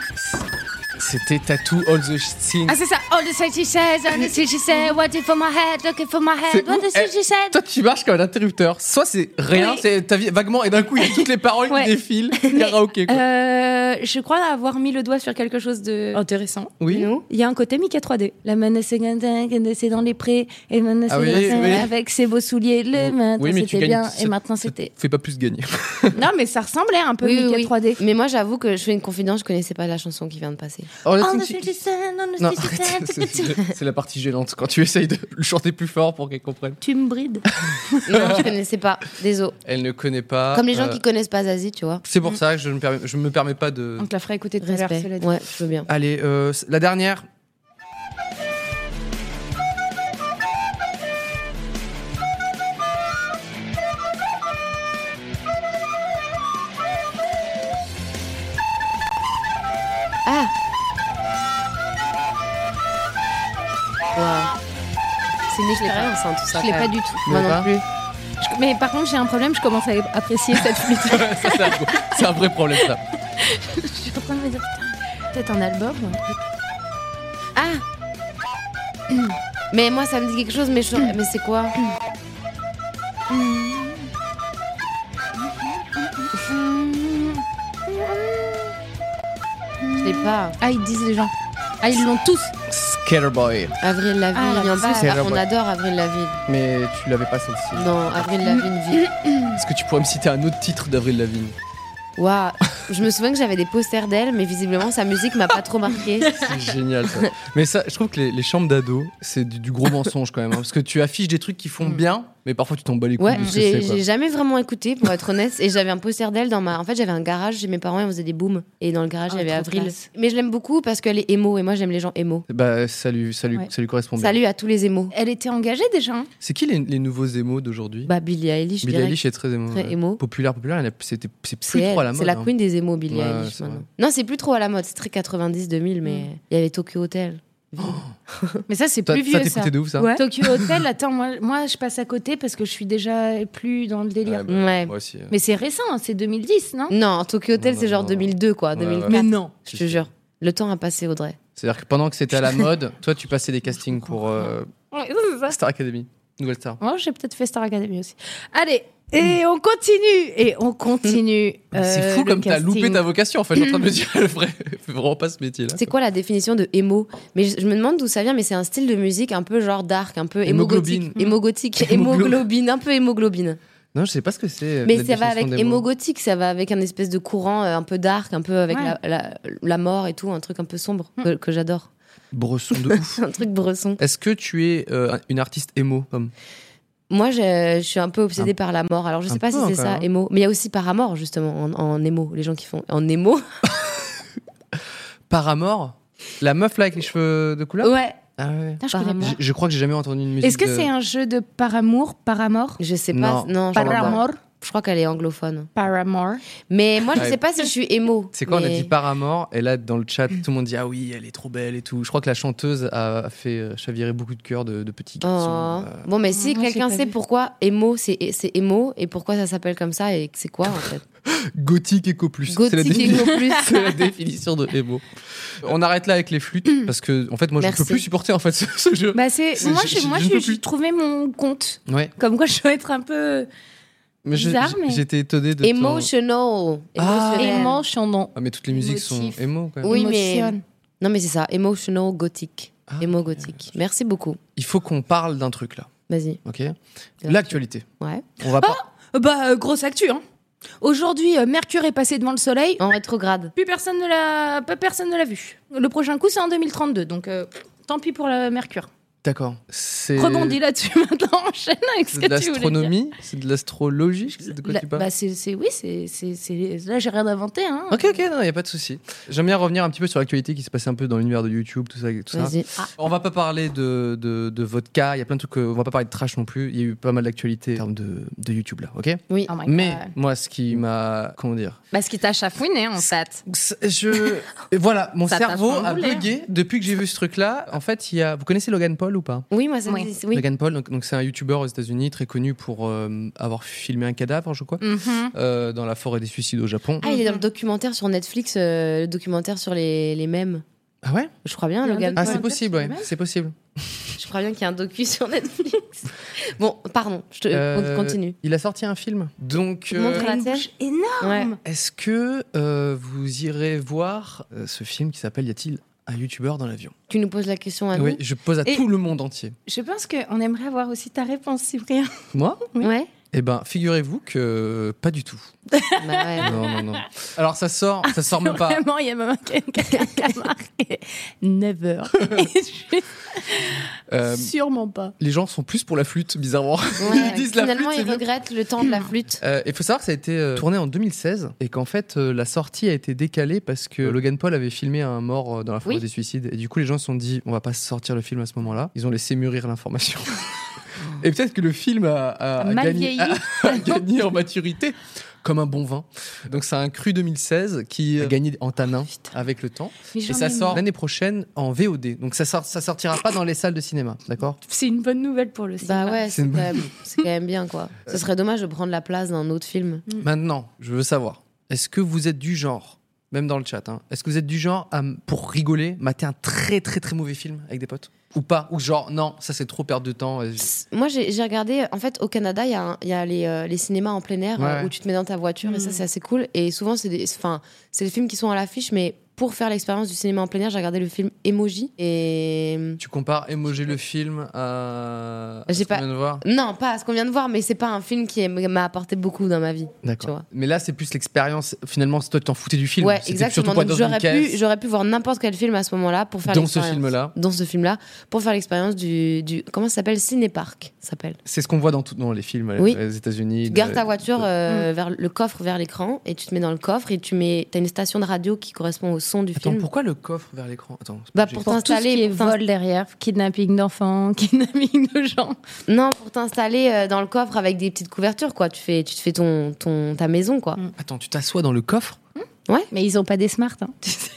S1: C'était Tattoo All the Things.
S3: Ah, c'est ça. All the things she says, all the things she says, what if for my head, looking for my head,
S1: C'est
S3: what
S1: ouf,
S3: the things
S1: eh,
S3: she said.
S1: Toi, tu marches comme un interrupteur. Soit c'est rien,
S3: Oui.
S1: c'est ta vie vaguement, et d'un coup, il y a toutes les paroles
S3: Ouais.
S1: qui défilent. Karaoké, quoi.
S3: Euh, je crois avoir mis le doigt sur quelque chose de intéressant.
S1: oui.
S3: Il y a un côté Mickey 3D. La menace c'est dans les prés et menace
S1: Ah oui, oui.
S3: avec ses beaux souliers. Le matin
S1: Oui, mais tu
S3: c'était
S1: gagnes-
S3: bien
S1: c'est-
S3: et maintenant c'était.
S1: Fais pas plus gagner.
S3: non mais ça ressemblait un peu
S2: Oui, oui,
S3: Mickey
S2: oui.
S3: 3D.
S2: Mais moi, j'avoue que je fais une confidence, je connaissais pas la chanson qui vient de passer.
S1: Oh, la
S3: All the
S1: thing,
S3: things
S1: she-
S3: she said, all the
S1: Non,
S3: things she
S1: arrête,
S3: said.
S1: c'est- c'est c'est la partie gênante quand tu essayes de le chanter plus fort pour qu'elle comprenne.
S3: Tu me brides.
S2: Non, je connaissais pas. Désolé.
S1: Elle ne connaît pas.
S2: Comme les gens
S1: euh,
S2: qui connaissent pas Zazie, tu vois.
S1: C'est pour ça que je ne me permets, je me permets pas de.
S3: On te la fera écouter tout à l'heure.
S2: Respect.
S3: cela dit.
S2: Ouais, je veux bien.
S1: Allez, euh, la dernière.
S2: Ah Waouh. C'est une expérience, hein, tout ça.
S3: Je l'ai
S2: quand
S3: pas
S2: même.
S3: du tout.
S2: Moi
S1: Mais pas.
S2: non plus.
S3: Je- Mais par contre j'ai un problème, je commence à apprécier cette flûte.
S1: Ça, c'est un- c'est un vrai problème, ça.
S3: je suis en train de me dire putain, peut-être un album.
S2: Ah Mais moi, ça me dit quelque chose, mais, je... mais c'est quoi Je l'ai pas.
S3: Ah ils disent les gens. Ah ils l'ont tous.
S1: Skaterboy.
S2: Avril Lavigne,
S3: Ah, la
S2: en plus,
S1: vache.
S2: on adore Avril Lavigne.
S1: Mais tu l'avais pas celle-ci.
S2: Non, Avril Lavigne vit.
S1: Est-ce que tu pourrais me citer un autre titre d'Avril Lavigne
S2: Waouh, je me souviens que j'avais des posters d'elle, mais visiblement sa musique m'a pas trop marqué.
S1: C'est génial ça. Mais ça, je trouve que les, les chambres d'ados, c'est du, du gros mensonge quand même. hein, parce que tu affiches des trucs qui font bien, mais parfois tu t'en bats les couilles
S2: Ouais,
S1: de ce que
S2: j'ai
S1: c'est, quoi.
S2: j'ai jamais vraiment écouté, pour être honnête. Et j'avais un poster d'elle dans ma. En fait, j'avais un garage chez mes parents et on faisait des booms. Et dans le garage,
S8: Oh,
S3: Ah,
S2: il y avait
S8: trop
S2: Avril.
S8: classe.
S2: Mais je l'aime beaucoup parce qu'elle est émo et moi, j'aime les gens émo.
S1: Bah, ça lui, ça lui-
S8: Ouais.
S1: ça lui correspond bien.
S2: Salut à tous les émos.
S8: Elle était engagée déjà. hein.
S1: C'est qui les, les nouveaux émos d'aujourd'hui
S2: Bah, Billie Eilish, je
S1: Billie
S2: dirais.
S1: Eilish est très émo.
S2: très
S1: ouais.
S2: émo.
S1: Populaire, populaire, elle a- c'était- c'est
S2: C'est
S1: plus trop à la
S2: elle,
S1: mode.
S2: c'est la
S1: hein.
S2: queen des émos, Billie
S1: Ouais,
S2: Eilish.
S1: c'est vrai. Mm.
S2: maintenant. Non, c'est plus trop à la mode, c'est très 90-2000, mais il y avait Tokyo Hotel.
S8: Mais ça, c'est
S1: T'as
S8: plus vieux,
S1: t'as
S8: ça.
S1: t'écouté de ouf ça
S8: Ouais.
S3: Tokyo Hotel, attends, moi, moi je passe à côté parce que je suis déjà plus dans le délire.
S1: Ouais, bah,
S2: Ouais.
S1: Moi aussi. euh.
S3: Mais c'est récent, hein, c'est 2010, non
S2: Non, Tokyo Hotel,
S1: Non,
S2: c'est genre
S1: non.
S2: 2002, quoi,
S1: Ouais,
S2: 2004.
S1: ouais. Mais
S8: non.
S2: Je te jure. Le temps a passé, Audrey.
S1: C'est-à-dire que pendant que c'était à la mode, toi tu passais des castings pour euh, Star Academy, Nouvelle Star.
S3: Moi, Oh, j'ai peut-être fait Star Academy aussi. Allez, et on continue Et on continue.
S1: Bah, c'est
S3: euh,
S1: fou
S3: le
S1: comme t'as loupé
S3: casting.
S1: ta vocation en fait. Je suis en train de me dire, elle vrai, fait vraiment pas ce métier là.
S2: C'est quoi la définition de émo Mais je, je me demande d'où ça vient, mais c'est un style de musique un peu genre dark, un peu
S1: Hémoglobine.
S2: hémogothique. Hémogothique,
S1: Hémoglo-
S2: hémoglobine, un peu hémoglobine.
S1: Non, je sais pas ce que c'est. euh,
S2: Mais
S1: la
S2: ça va
S1: définition
S2: avec
S1: des mots.
S2: hémogothique, ça va avec un espèce de courant euh, un peu dark, un peu avec
S3: Ouais.
S2: la, la- la mort et tout, un truc un peu sombre que, que j'adore.
S1: Bresson de ouf.
S2: un truc bresson.
S1: Est-ce que tu es euh, une artiste émo comme
S2: Moi, je, je suis un peu obsédée
S1: Un-
S2: par la mort. Alors, je
S1: un
S2: sais pas
S1: peu
S2: si c'est
S1: encore,
S2: ça,
S1: hein.
S2: émo. Mais il y a aussi paramore, justement, en, en émo. Les gens qui font en émo.
S1: Paramore La meuf là avec les cheveux de couleur
S2: Ouais.
S1: Ah ouais.
S3: Putain, je connais
S2: Apparemment.
S1: J-
S3: pas.
S1: Je crois que j'ai jamais entendu une musique.
S3: Est-ce que
S1: de-
S3: c'est un jeu de paramour, paramore
S2: Je sais
S1: Non.
S2: pas. Non, je crois pas.
S3: Paramore
S2: Je crois qu'elle est anglophone.
S3: Paramore.
S2: Mais moi, je
S1: Ouais.
S2: sais pas si je suis émo.
S1: C'est quoi On a
S2: mais-
S1: dit Paramore et là dans le chat tout le monde dit ah oui elle est trop belle et tout. Je crois que la chanteuse a fait euh, chavirer beaucoup de cœurs de, de petits
S2: Oh.
S1: garçons. euh,
S2: Bon, mais si
S3: Non, Ah, j'ai
S2: quelqu'un
S3: pas
S2: sait
S3: vu.
S2: pourquoi émo, c'est c'est émo et pourquoi ça s'appelle comme ça et que c'est quoi en fait.
S1: Gothique éco plus. C'est la
S2: Gothique
S1: définition.
S2: émo plus.
S1: C'est la définition de émo. On arrête là avec les flûtes parce que en fait moi je
S2: Merci.
S1: peux plus supporter en fait ce, ce jeu.
S3: Bah c'est
S1: C'est-
S3: moi,
S1: je-
S3: j'ai
S1: je-
S3: moi,
S1: je ne peux
S3: j'ai- j'ai
S1: plus.
S3: trouvé mon compte.
S1: Ouais.
S3: Comme quoi, je dois être un peu
S1: Mais je-
S3: Bizarre,
S1: j-
S3: mais-
S1: j'étais étonné de. ton-
S2: Emotional.
S1: Ah.
S2: Émotionnel.
S3: émotionnant.
S1: Ah mais toutes les musiques sont
S3: Émotif.
S1: émo quand même.
S2: Oui, mais- Non, mais c'est ça. Emotional gothique.
S1: Ah,
S2: émo gothique. Merci beaucoup.
S1: Il faut qu'on parle d'un truc là,
S2: Vas-y.
S1: ok L'actualité.
S2: Ouais.
S1: On va pas.
S3: Bah, euh, grosse actu, hein. Aujourd'hui, euh, Mercure est passé devant le Soleil.
S1: Oh.
S2: En rétrograde.
S3: Plus personne ne l'a, pas personne ne l'a vu. Le prochain coup, c'est en 2032, donc euh, tant pis pour la Mercure.
S1: D'accord. C'est.
S3: Rebondis là-dessus maintenant, enchaîne avec ce
S1: C'est
S3: que
S1: de
S3: tu voulais dire.
S1: l'astronomie, c'est de l'astrologie, c'est de quoi
S3: La-
S1: tu parles
S3: bah c'est, c'est- oui, c'est, c'est, c'est- là j'ai rien inventé. Hein.
S1: Ok, ok, non, y a pas de souci. J'aime bien revenir un petit peu sur l'actualité qui se passait un peu dans l'univers de YouTube, tout ça, tout ça.
S2: Vas-y.
S3: Ah.
S1: On va pas parler de, de, de vodka, il y a plein de trucs, euh, on va pas parler de trash non plus. Il y a eu pas mal d'actualités en termes de, de YouTube là, ok
S2: Oui.
S3: Oh my
S1: Mais
S3: God.
S1: moi, ce qui m'a. Comment dire
S8: Bah, ce qui t'a chafouiné, en fait.
S1: C'est- Je. Et voilà, mon
S8: Ça t'a
S1: cerveau a
S8: chamboulé.
S1: bugué depuis que j'ai vu ce truc là. En fait, il y a. Vous connaissez Logan Paul ou pas
S2: Oui, moi, ça me
S8: Oui.
S2: dit- Oui.
S1: Logan Paul, donc donc c'est un YouTuber aux États-Unis très connu pour euh, avoir filmé un cadavre, je crois,
S3: Mm-hmm. Mm.
S1: euh, dans la forêt des suicides au Japon.
S2: Ah, il est dans le documentaire sur Netflix, euh, le documentaire sur les, les mèmes.
S1: Ah ouais
S2: Je crois bien,
S3: Il y a un
S2: Logan.
S1: Ah,
S3: Ouais,
S1: c'est
S3: en
S1: possible,
S3: fait,
S1: ouais,
S3: c'est
S1: c'est possible.
S2: Je crois bien qu'il y a un docu sur Netflix. bon, pardon, je te
S1: Euh,
S2: continue.
S1: Il a sorti un film. Donc, euh,
S2: Montre la
S3: Une
S2: tienne.
S3: bouche énorme.
S2: Ouais.
S1: est-ce que euh, vous irez voir euh, ce film qui s'appelle Y a-t-il un youtubeur dans l'avion
S2: Tu nous poses la question à
S1: Oui, je pose à
S3: Et-
S1: tout le monde entier.
S3: Je pense qu'on aimerait avoir aussi ta réponse, Cyprien.
S1: Moi
S2: nous. Ouais.
S1: Eh ben, figurez-vous que euh, pas du tout.
S2: Bah ouais.
S1: Non, non, non. Alors, ça sort, ça sort même pas.
S3: Vraiment, il y a même quelqu'un qui a marqué 9 heures. Et je suis
S1: Euh,
S3: sûrement pas.
S1: les gens sont plus pour la flûte, bizarrement.
S2: Ouais.
S1: Ils disent la
S2: Finalement,
S1: flûte, c'est
S2: ils
S1: bien.
S2: regrettent le temps de la flûte.
S1: Euh, Il faut savoir que ça a été euh, tourné en 2016 et qu'en fait euh, la sortie a été décalée parce que Logan Paul avait filmé un mort euh, dans la forêt
S2: Oui.
S1: des suicides et du coup les gens se sont dit on va pas sortir le film à ce moment-là. Ils ont laissé mûrir l'information. et peut-être que le film a, a-
S3: A
S1: a
S3: mal
S1: gagné, Ah,
S3: vieilli.
S1: a- a gagné en maturité comme un bon vin. Donc c'est un cru 2016 qui a gagné en tanin avec le temps
S3: Mais
S1: et
S3: Oh, j'en
S1: ça
S3: ai
S1: sort
S3: marre.
S1: l'année prochaine en VOD. Donc ça sort, ça sortira pas dans les salles de cinéma, d'accord
S3: C'est une bonne nouvelle pour le cinéma.
S2: Bah ouais,
S1: C'est
S2: c'est
S1: une
S2: quand, même- c'est quand même bien quoi. Ce serait dommage de prendre la place d'un autre film.
S1: Maintenant, je veux savoir, est-ce que vous êtes du genre, même dans le chat, hein, est-ce que vous êtes du genre à, m- pour rigoler, mater un très très très mauvais film avec des potes Ou pas Ou genre, non, ça c'est trop perdre de temps. et-
S2: Psst, Moi j'ai j'ai regardé, en fait au Canada il y a, un- il y a les, euh, les cinémas en plein air
S1: Ouais,
S2: euh,
S1: ouais.
S2: où tu te mets dans ta voiture et ça
S3: Mm.
S2: c'est assez cool. Et souvent c'est des, enfin, c'est des films qui sont à l'affiche mais pour faire l'expérience du cinéma en plein air, j'ai regardé le film Emoji. Et.
S1: Tu compares Emoji le film à.
S2: J'ai
S1: à ce qu'on
S2: pas-
S1: vient de voir.
S2: Non, pas à ce qu'on vient de voir, mais c'est pas un film qui m'a apporté beaucoup dans ma vie. Tu
S1: D'accord.
S2: vois.
S1: Mais là, c'est plus l'expérience. Finalement, c'est toi, tu t'en foutais du film.
S2: Ouais,
S1: C'était
S2: exactement.
S1: surtout quoi
S2: Donc
S1: dans une
S2: j'aurais pu,
S1: caisse,
S2: j'aurais pu voir n'importe quel film à ce moment-là pour faire
S1: dans ce
S2: l'expérience-
S1: film-là.
S2: Dans ce film-là, pour faire l'expérience du, du. Comment ça s'appelle Cinépark, ça s'appelle.
S1: C'est ce qu'on voit dans tout, dans les films
S2: Oui.
S1: les États-Unis.
S2: Tu
S1: de-
S2: gardes ta voiture
S3: Mm.
S2: euh, vers le coffre vers l'écran et tu te mets dans le coffre et tu mets. T'as une station de radio qui correspond au son du
S1: Attends,
S2: film.
S1: pourquoi le coffre vers l'écran Attends. c'est
S2: Bah,
S1: pas
S2: pour
S1: logique.
S3: Pour tout ce
S2: t'installer,
S3: qui est
S2: pour t'inst-
S3: vol derrière, kidnapping d'enfants, kidnapping de gens.
S2: Non, pour t'installer euh, dans le coffre avec des petites couvertures, quoi. Tu fais, tu te fais ton, ton, ta maison, quoi.
S3: Mm.
S1: Attends, tu t'assois dans le coffre
S3: Mais ils ont pas des smarts. Hein.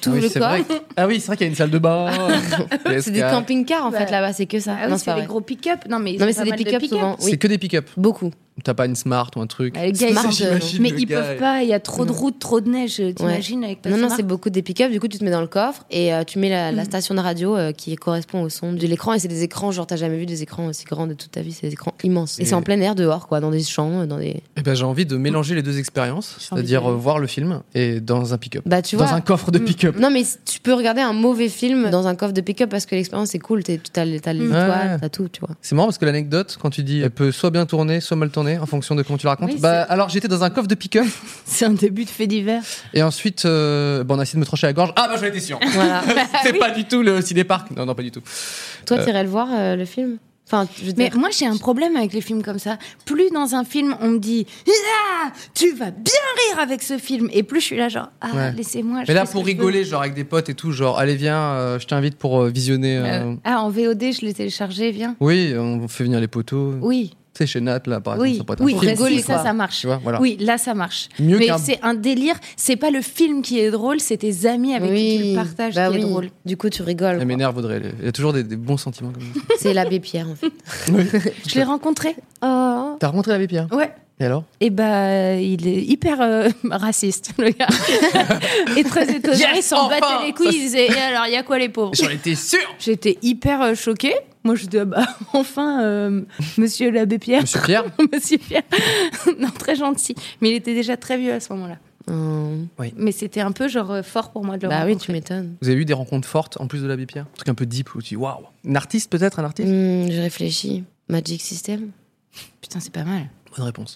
S2: Tout
S1: Ah oui,
S2: le
S1: c'est
S2: corps.
S1: vrai que- Ah oui, c'est vrai qu'il y a une salle de bain.
S2: C'est des camping-cars, en
S3: Ouais.
S2: fait, là-bas, c'est que ça.
S3: Ah oui,
S2: non, c'est
S3: c'est
S2: pas
S3: des
S2: vrai.
S3: gros pick-up. Non, mais, ils
S2: Non,
S3: ont
S2: mais
S3: pas
S2: c'est des
S3: mal de
S2: pick-up
S3: pick-up.
S2: souvent.
S1: C'est
S2: Oui,
S1: que des pick-up.
S2: beaucoup.
S1: T'as pas une Smart ou un truc.
S3: Bah, les gars, ils
S2: Smart,
S3: sont-
S2: euh, non.
S3: mais
S1: le
S3: ils
S1: gars,
S3: peuvent
S1: il-
S3: pas, il y a trop de routes, trop de neige, euh, t'imagines, avec pas Mm. de
S2: Non, non,
S3: smart.
S2: c'est beaucoup des pick-up. Du coup, tu te mets dans le coffre et euh, tu mets la, la station de radio euh, qui correspond au son de l'écran. Et c'est des écrans, genre, t'as jamais vu des écrans aussi grands de toute ta vie. C'est des écrans immenses. Et,
S1: Et-
S2: c'est en plein air, dehors, quoi, dans des champs, euh, dans des.
S1: Eh ben, j'ai envie de mélanger les deux expériences,
S3: envie
S1: c'est-à-dire
S3: d'y aller.
S1: euh, voir le film et dans un pick-up.
S2: Bah, tu
S1: dans
S2: vois.
S1: un coffre
S3: Mm,
S1: de pick-up.
S2: Non, mais c- tu peux regarder un mauvais film dans un coffre de pick-up parce que l'expérience est cool. T'es- T'as les- t'as les
S1: Ouais.
S2: étoiles, t'as tout, tu vois.
S1: C'est marrant parce que l'anecdote, quand tu dis elle peut soit bien tourner, soit mal tourner, en fonction de comment tu la racontes.
S3: Oui,
S1: bah, alors j'étais dans un coffre de pick-up
S3: C'est un début de fait divers.
S1: et ensuite euh, bah, on a essayé de me trancher la gorge. Ah bah j'en étais sûr
S2: Voilà.
S3: Ah
S1: C'est pas du tout le ciné-parc. Non, non, pas du tout.
S2: Toi,
S1: Euh.
S2: t'irais le voir, euh, le film Enfin, je veux
S3: Mais
S2: dire.
S3: moi, j'ai un problème avec les films comme ça. Plus dans un film, on me dit Ah, tu vas bien rire avec ce film. Et plus je suis là, genre Ah,
S1: Ouais.
S3: laissez-moi. je
S1: Mais là,
S3: fais ce
S1: pour
S3: que je veux.
S1: rigoler, genre avec des potes et tout, genre allez, viens, euh, je t'invite pour euh, visionner. euh,
S3: Euh, Ah, en VOD, je l'ai téléchargé, viens.
S1: Oui, on fait venir les poteaux.
S3: Oui,
S1: C'est chez Nat, là, par
S3: oui,
S1: exemple. ça pourrait être un
S3: oui,
S1: film.
S2: rigoler,
S3: si, ça,
S2: quoi.
S3: ça marche.
S1: Tu vois, voilà.
S3: Oui, là, ça marche.
S1: Mieux
S3: Mais
S1: qu'un-
S3: c'est un délire. C'est pas le film qui est drôle, c'est tes amis avec qui tu
S2: Oui,
S3: le partages
S2: bah
S3: qui
S2: oui.
S3: est drôle.
S2: Du coup, tu rigoles.
S1: Elle
S2: quoi.
S1: m'énerve, Audrey. elle- Il y a toujours des, des bons sentiments comme ça.
S2: C'est l'abbé Pierre, en fait.
S3: Je l'ai rencontré. Oh.
S1: T'as rencontré la Pierre
S3: Ouais.
S1: Et alors
S3: Et bah, il est hyper euh, raciste, le gars. et très étonnant.
S1: Yes,
S3: ils s'en
S1: enfin
S3: battaient les couilles. Ils disaient, et alors, il y a quoi les pauvres
S1: J'en étais sûr
S3: J'étais hyper euh, choquée. Moi, je dis, ah bah, enfin, euh, monsieur l'abbé Pierre.
S1: Monsieur Pierre
S3: Monsieur Pierre. non, très gentil. Mais il était déjà très vieux à ce moment-là.
S2: Hum,
S3: Mais c'était un peu, genre, euh, fort pour moi de le
S2: Bah oui,
S3: rencontrer.
S2: tu m'étonnes.
S1: Vous avez eu des rencontres fortes en plus de la Pierre Un truc un peu deep où tu dis waouh Un artiste peut-être Un artiste
S2: Hum, je réfléchis. Magic System
S3: Putain, c'est pas mal.
S1: Bonne réponse.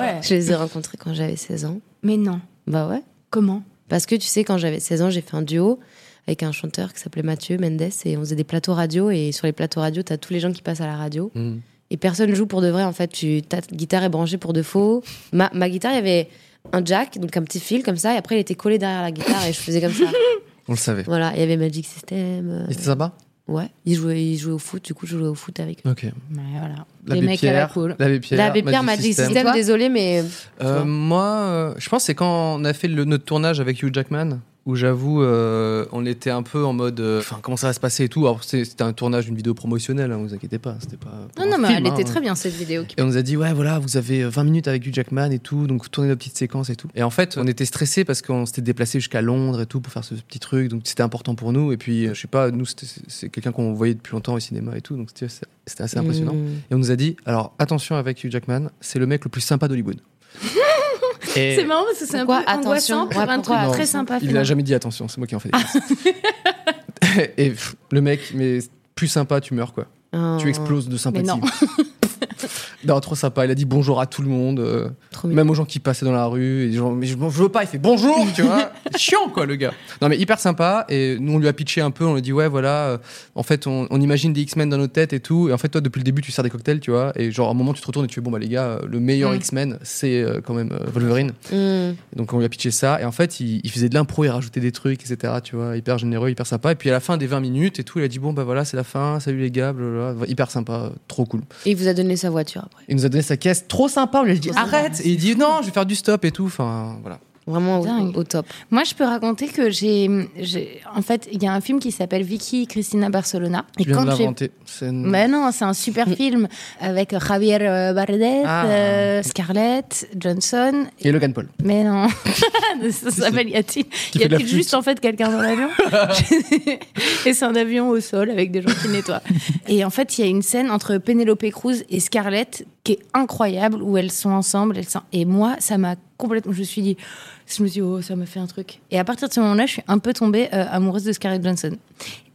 S3: ouais.
S2: Je les ai rencontrés quand j'avais 16 ans.
S3: Mais non.
S2: Bah ouais.
S3: Comment
S2: Parce que tu sais, quand j'avais 16 ans, j'ai fait un duo avec un chanteur qui s'appelait Mathieu Mendes et on faisait des plateaux radio. Et sur les plateaux radio, t'as tous les gens qui passent à la radio.
S1: Mm.
S2: Et personne joue pour de vrai, en fait. Tu, ta guitare est branchée pour de faux. Ma, ma guitare, il y avait un jack, donc un petit fil comme ça. Et après, il était collé derrière la guitare et je faisais comme ça.
S1: On le savait.
S2: Voilà, il y avait Magic System. euh,
S1: Et C'était sympa
S2: ouais, ils jouaient, ils jouaient au foot, du coup, je jouais au foot avec eux.
S1: Ok.
S3: Ouais, voilà. Les
S1: L'abbé
S3: mecs à la
S1: Pierre.
S3: cool.
S1: L'abbé Pierre.
S2: L'abbé Pierre Magic System,
S1: System.
S9: toi
S2: désolé, mais.
S1: Euh,
S2: vois.
S1: moi, euh, je pense que c'est quand on a fait le, notre tournage avec Hugh Jackman, où j'avoue, euh, on était un peu en mode, euh, enfin, comment ça va se passer et tout. Alors, c'est- c'était un tournage d'une vidéo promotionnelle, hein, vous inquiétez pas, c'était pas. pour
S3: Non, non,
S1: un
S3: mais
S1: film,
S3: elle était
S1: hein.
S3: très bien, cette vidéo.
S1: Et on nous a dit, ouais, voilà, vous avez 20 minutes avec Hugh Jackman et tout, donc tournez la petite séquence et tout. Et en fait, on était stressés parce qu'on s'était déplacé jusqu'à Londres et tout pour faire ce petit truc, donc c'était important pour nous. Et puis, euh, je sais pas, nous, c'était- c'est c'est quelqu'un qu'on voyait depuis longtemps au cinéma et tout, donc c'était c'était
S3: Mmh.
S1: assez impressionnant.
S2: Hmm.
S1: Et on nous a dit, alors attention avec Hugh Jackman, c'est le mec le plus sympa d'Hollywood. Et
S3: C'est marrant parce que c'est un peu
S2: Pourquoi
S3: angoissant
S2: Attention.
S3: pour
S2: Ouais,
S3: un
S2: pourquoi
S3: truc très
S2: Attention.
S1: il
S3: sympa.
S1: n'a
S3: finalement.
S1: jamais dit attention, c'est moi qui en fais des
S3: Ah.
S1: passes. Et pff, le mec, mais plus sympa, tu meurs quoi.
S2: Ah,
S1: Tu exploses de sympathie.
S3: non.
S1: Non, trop sympa. Il a dit bonjour à tout le monde, euh,
S2: Trop mignon.
S1: même aux gens qui passaient dans la rue. Et des gens, mais je, m'en- je veux pas, il fait bonjour, tu vois. Chiant quoi, le gars. Non, mais hyper sympa. Et nous, on lui a pitché un peu. On lui a dit, ouais, voilà, euh, en fait, on, on imagine des X-Men dans nos têtes et tout. Et en fait, toi, depuis le début, tu sers des cocktails, tu vois. Et genre, à un moment, tu te retournes et tu fais, bon, bah, les gars, euh, le meilleur
S3: Mm.
S1: X-Men, c'est euh, quand même euh, Wolverine.
S2: Hmm.
S1: Et Donc on lui a pitché ça et en fait il, il faisait de l'impro, il rajoutait des trucs, etc. Tu vois, hyper généreux, hyper sympa. Et puis à la fin des 20 minutes et tout, il a dit bon bah voilà c'est la fin, salut les gars, blablabla. hyper sympa, trop cool.
S2: Et il vous a donné sa voiture après.
S1: Il nous a donné sa caisse, trop sympa. On lui a dit
S2: Trop sympa.
S1: arrête et il dit non je vais faire du stop et tout. Enfin voilà.
S2: Vraiment au,
S3: Dingue.
S2: au top.
S3: Moi, je peux raconter que j'ai. j'ai- En fait, il y a un film qui s'appelle Vicky et Christina Barcelona. Et
S1: Je viens de
S3: quand j'ai.
S1: l'inventer. C'est une-
S3: Mais non, c'est un super film avec Javier euh, Bardem,
S1: Ah.
S3: euh, Scarlett Johnson.
S1: Et Logan Paul.
S3: Mais non, ça s'appelle Y a-t-il y
S1: fait de la
S3: a-t-il juste en fait quelqu'un dans l'avion Et c'est un avion au sol avec des gens qui nettoient. Et en fait, il y a une scène entre Penelope Cruz et Scarlett qui est incroyable où elles sont ensemble. Elles sont... Et moi, ça m'a complètement. Je me suis dit, je me suis dit, oh, ça m'a fait un truc. Et à partir de ce moment-là, je suis un peu tombée euh, amoureuse de Scarlett Johansson.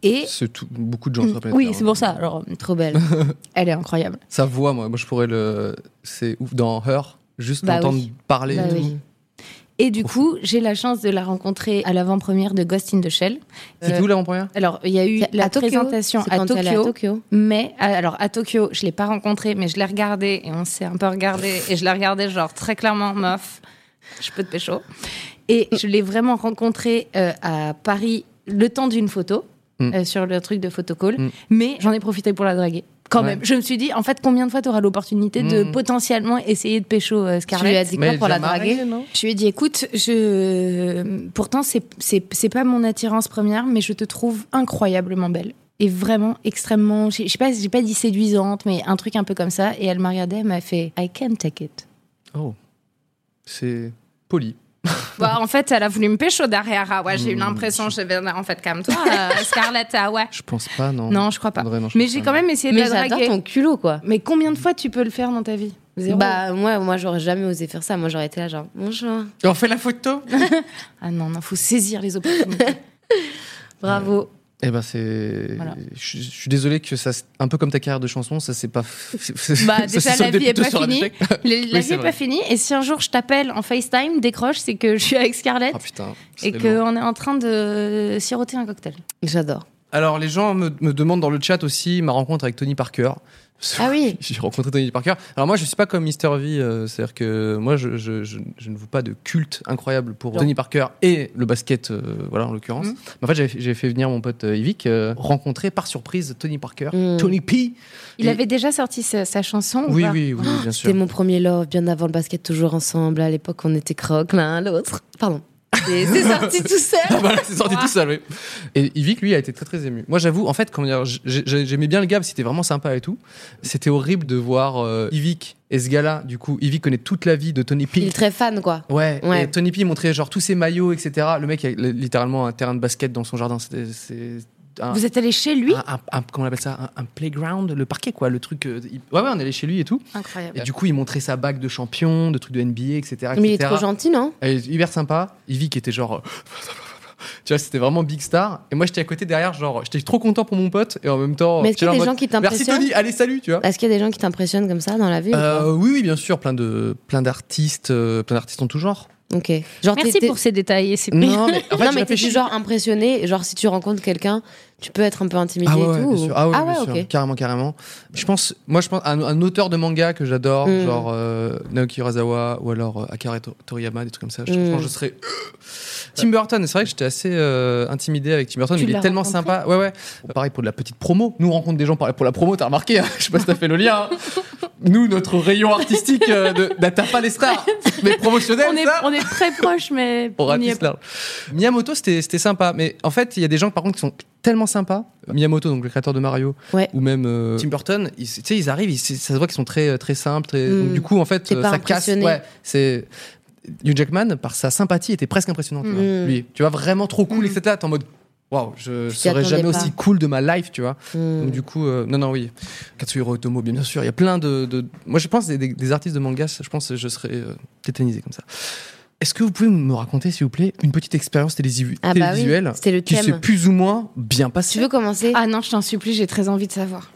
S3: Et.
S1: C'est tout- beaucoup de gens sur la planète
S3: Oui,
S1: Terre,
S3: c'est
S1: hein.
S3: pour ça. Alors,
S2: Trop belle.
S3: elle est incroyable.
S1: Sa voix, moi, moi je pourrais le. C'est ouf. Dans Her, juste
S3: Bah
S1: l'entendre
S3: oui.
S1: parler. et
S2: Bah
S1: tout.
S2: oui.
S3: Et du coup, j'ai la chance de la rencontrer à l'avant-première de Ghost in the Shell.
S1: C'est
S3: Euh,
S1: tout là en première
S3: Alors, il y a eu
S2: C'est
S3: la
S2: à Tokyo.
S3: présentation
S2: C'est
S3: à
S2: quand elle est à
S3: Tokyo.
S2: Tokyo.
S3: Mais à- alors à Tokyo, je l'ai pas rencontrée, mais je l'ai regardée et on s'est un peu regardé et je l'ai regardée genre très clairement meuf, je peux te pécho. Et
S2: Mm.
S3: je l'ai vraiment rencontrée euh, à Paris le temps d'une photo
S1: Mm.
S3: euh, sur le truc de photocall,
S1: Mm.
S3: mais j'en ai profité pour la draguer. Quand
S1: Ouais.
S3: même, je me suis dit en fait combien de fois tu auras l'opportunité de
S1: Mm.
S3: potentiellement essayer de pécho euh,
S2: Tu lui as
S3: Scarlett
S2: dit
S1: Mais
S2: quoi
S1: elle
S2: pour la
S1: est déjà
S2: draguer
S1: mariée, non
S3: je lui ai dit, écoute, je... pourtant, c'est- c'est c'est pas mon attirance première, mais je te trouve incroyablement belle. Et vraiment extrêmement. Je je sais pas, j'ai pas dit séduisante, mais un truc un peu comme ça. Et elle m'a regardée, elle m'a fait I can take it.
S1: C'est poli.
S3: Bah, en fait, elle a voulu me pécho derrière. Ah ouais, j'ai
S1: Hmm.
S3: eu l'impression, je vais. En fait, comme toi, euh, Scarlett, ah ouais.
S1: Je pense pas, non.
S3: Non, je crois pas.
S1: Vraiment, je
S3: Mais
S1: pense
S3: j'ai
S1: pas,
S3: quand
S1: non.
S3: même essayé de
S2: Mais
S3: la
S2: j'adore
S3: draguer.
S2: ton culot, quoi.
S3: Mais combien de fois tu peux le faire dans ta vie Zéro.
S2: Bah, moi, moi j'aurais jamais osé faire ça. Moi, j'aurais été là, genre, bonjour,
S1: On fait la photo
S3: Ah non, non, faut saisir les opportunités.
S2: bravo.
S1: Eh ben, c'est.
S3: Voilà.
S1: Je je suis désolé que ça. s- Un peu comme ta carrière de chanson, ça, c'est pas. ça
S3: Bah,
S1: se
S3: déjà, la
S1: soldait
S3: vie est
S1: plutôt
S3: pas
S1: sur un
S3: finie.
S1: échec.
S3: Les- la vie
S1: c'est
S3: n'est
S1: vrai.
S3: pas finie. Et si un jour je t'appelle en FaceTime, décroche, c'est que je suis avec Scarlett
S1: Ah putain.
S3: et
S1: c'est lourd.
S3: qu'on est en train de siroter un cocktail.
S2: J'adore.
S1: Alors, les gens me, me demandent dans le chat aussi ma rencontre avec Tony Parker.
S2: Ah oui.
S1: J'ai rencontré Tony Parker. Alors, moi, je suis pas comme Mister V. euh, C'est-à-dire que moi, je, je- je- je ne veux pas de culte incroyable pour Tony Parker et le basket, euh, voilà, en l'occurrence.
S2: Mhm.
S1: Mais en fait, j'avais- j'ai fait venir mon pote euh, Yvick euh, rencontrer par surprise Tony Parker.
S2: Mm.
S1: Tony P.
S3: Il
S1: Et-
S3: avait déjà sorti sa, sa chanson ou
S1: Oui,
S3: pas
S1: oui, oui, bien sûr.
S2: C'était mon premier love, bien avant le basket, toujours ensemble. À l'époque, on était croque l'un à l'autre. Pardon. C'est c'est sorti tout seul.
S1: Ah bah là, c'est sorti tout seul, oui. Et Yvick, lui, a été très très ému. Moi, j'avoue, en fait, comment dire, j'ai- j'ai- j'aimais bien le gars, parce qu'il était vraiment sympa et tout. C'était horrible de voir euh, Yvick et ce gars-là. Du coup, Yvick connaît toute la vie de Tony
S2: Il est
S1: P.
S2: très fan, quoi.
S1: Ouais,
S2: Ouais.
S1: et Tony P montrait genre tous ses maillots, etc. Le mec a li- littéralement un terrain de basket dans son jardin. C'était- C'est un,
S3: Vous êtes allé chez lui
S1: un- un- un- comment on appelle ça un, un playground, le parquet, quoi. Le truc. euh, il- Ouais, ouais, on est allé chez lui et tout.
S3: Incroyable.
S1: Et du coup, il montrait sa bague de champion, de trucs de NBA, etc.
S2: Mais il est
S1: Ah, etc..
S2: trop gentil, non
S1: Elle est hyper sympa. Ivy qui était genre. euh, Tu vois, c'était vraiment big star. Et moi, j'étais à côté derrière, genre, j'étais trop content pour mon pote. Et en même temps.
S2: Mais est-ce qu'il y a
S1: j'étais
S2: des
S1: là Oh, en
S2: gens qui
S1: mode, Merci
S2: t'impressionnent Ah
S1: Tony, allez, salut, tu vois.
S2: Est-ce qu'il y a des gens qui t'impressionnent comme ça dans la vie ou
S1: Euh, oui, oui, bien sûr, plein de, plein d'artistes, euh, plein d'artistes en tout genre.
S2: pas Ok. Genre,
S3: Merci
S2: t'es- t'es-
S3: pour ces détails et ces
S1: Non, mais en fait,
S2: non,
S1: je
S2: mais t'es
S1: réfléchis.
S2: du genre impressionné. Genre, si tu rencontres quelqu'un, tu peux être un peu intimidé
S1: Ah ouais,
S2: et
S1: ouais,
S2: tout.
S1: bien
S2: ou-
S1: sûr. Ah ouais,
S2: ah
S1: bien
S2: ouais,
S1: sûr.
S2: ok.
S1: carrément, carrément. Je pense, moi, je pense à un, un auteur de manga que j'adore,
S2: Mm.
S1: genre euh, Naoki Urasawa ou alors euh, Akira Tor- Toriyama, des trucs comme ça. Je,
S2: Mm.
S1: je pense que je serais euh, Tim Burton. C'est vrai que j'étais assez euh, intimidé avec Tim Burton.
S3: Tu
S1: mais il est
S3: l'as
S1: tellement
S3: rencontré
S1: sympa. Ouais, ouais. Euh, Pareil pour de la petite promo. Nous on rencontre des gens par- pour la promo. T'as remarqué hein Je sais pas si t'as fait le lien. hein. Nous, notre rayon artistique, euh, de, de- t'as pas les stars, mais promotionnel.
S3: on, est,
S1: ça
S3: on est très proches, mais
S1: on
S3: on n'y est
S1: ratisse large. Miyamoto, c'était c'était sympa. Mais en fait, il y a des gens, par contre, qui sont tellement sympas. Miyamoto, donc le créateur de Mario,
S2: Ouais.
S1: ou même euh, Tim Burton, ils, tu sais, ils arrivent, ils- ça se voit qu'ils sont très, très simples. Très...
S2: Mm.
S1: donc, du coup, en fait,
S2: T'es
S1: euh,
S2: pas
S1: ça casse.
S2: impressionné.
S1: Ouais, c'est. Hugh Jackman, par sa sympathie, était presque impressionnant. tu vois.
S2: Mm.
S1: Lui, tu vois, vraiment trop cool, etc. T'es en mode, waouh, je,
S2: Tu t'y
S1: serais jamais
S2: attendais pas.
S1: aussi cool de ma life, tu vois.
S2: Hmm.
S1: Donc, du coup, euh, non, non, oui. Katsuhiro Otomo, bien, bien sûr. Il y a plein de. de- Moi, je pense des, des- des artistes de manga, je pense que je serais euh, tétanisé comme ça. Est-ce que vous pouvez me raconter, s'il vous plaît, une petite expérience télésivu-
S2: Ah bah oui,
S1: télévisuelle
S2: c'était le
S1: qui s'est
S2: thème.
S1: plus ou moins bien passée
S2: Tu veux commencer
S3: Ah non, je t'en supplie, j'ai très envie de savoir.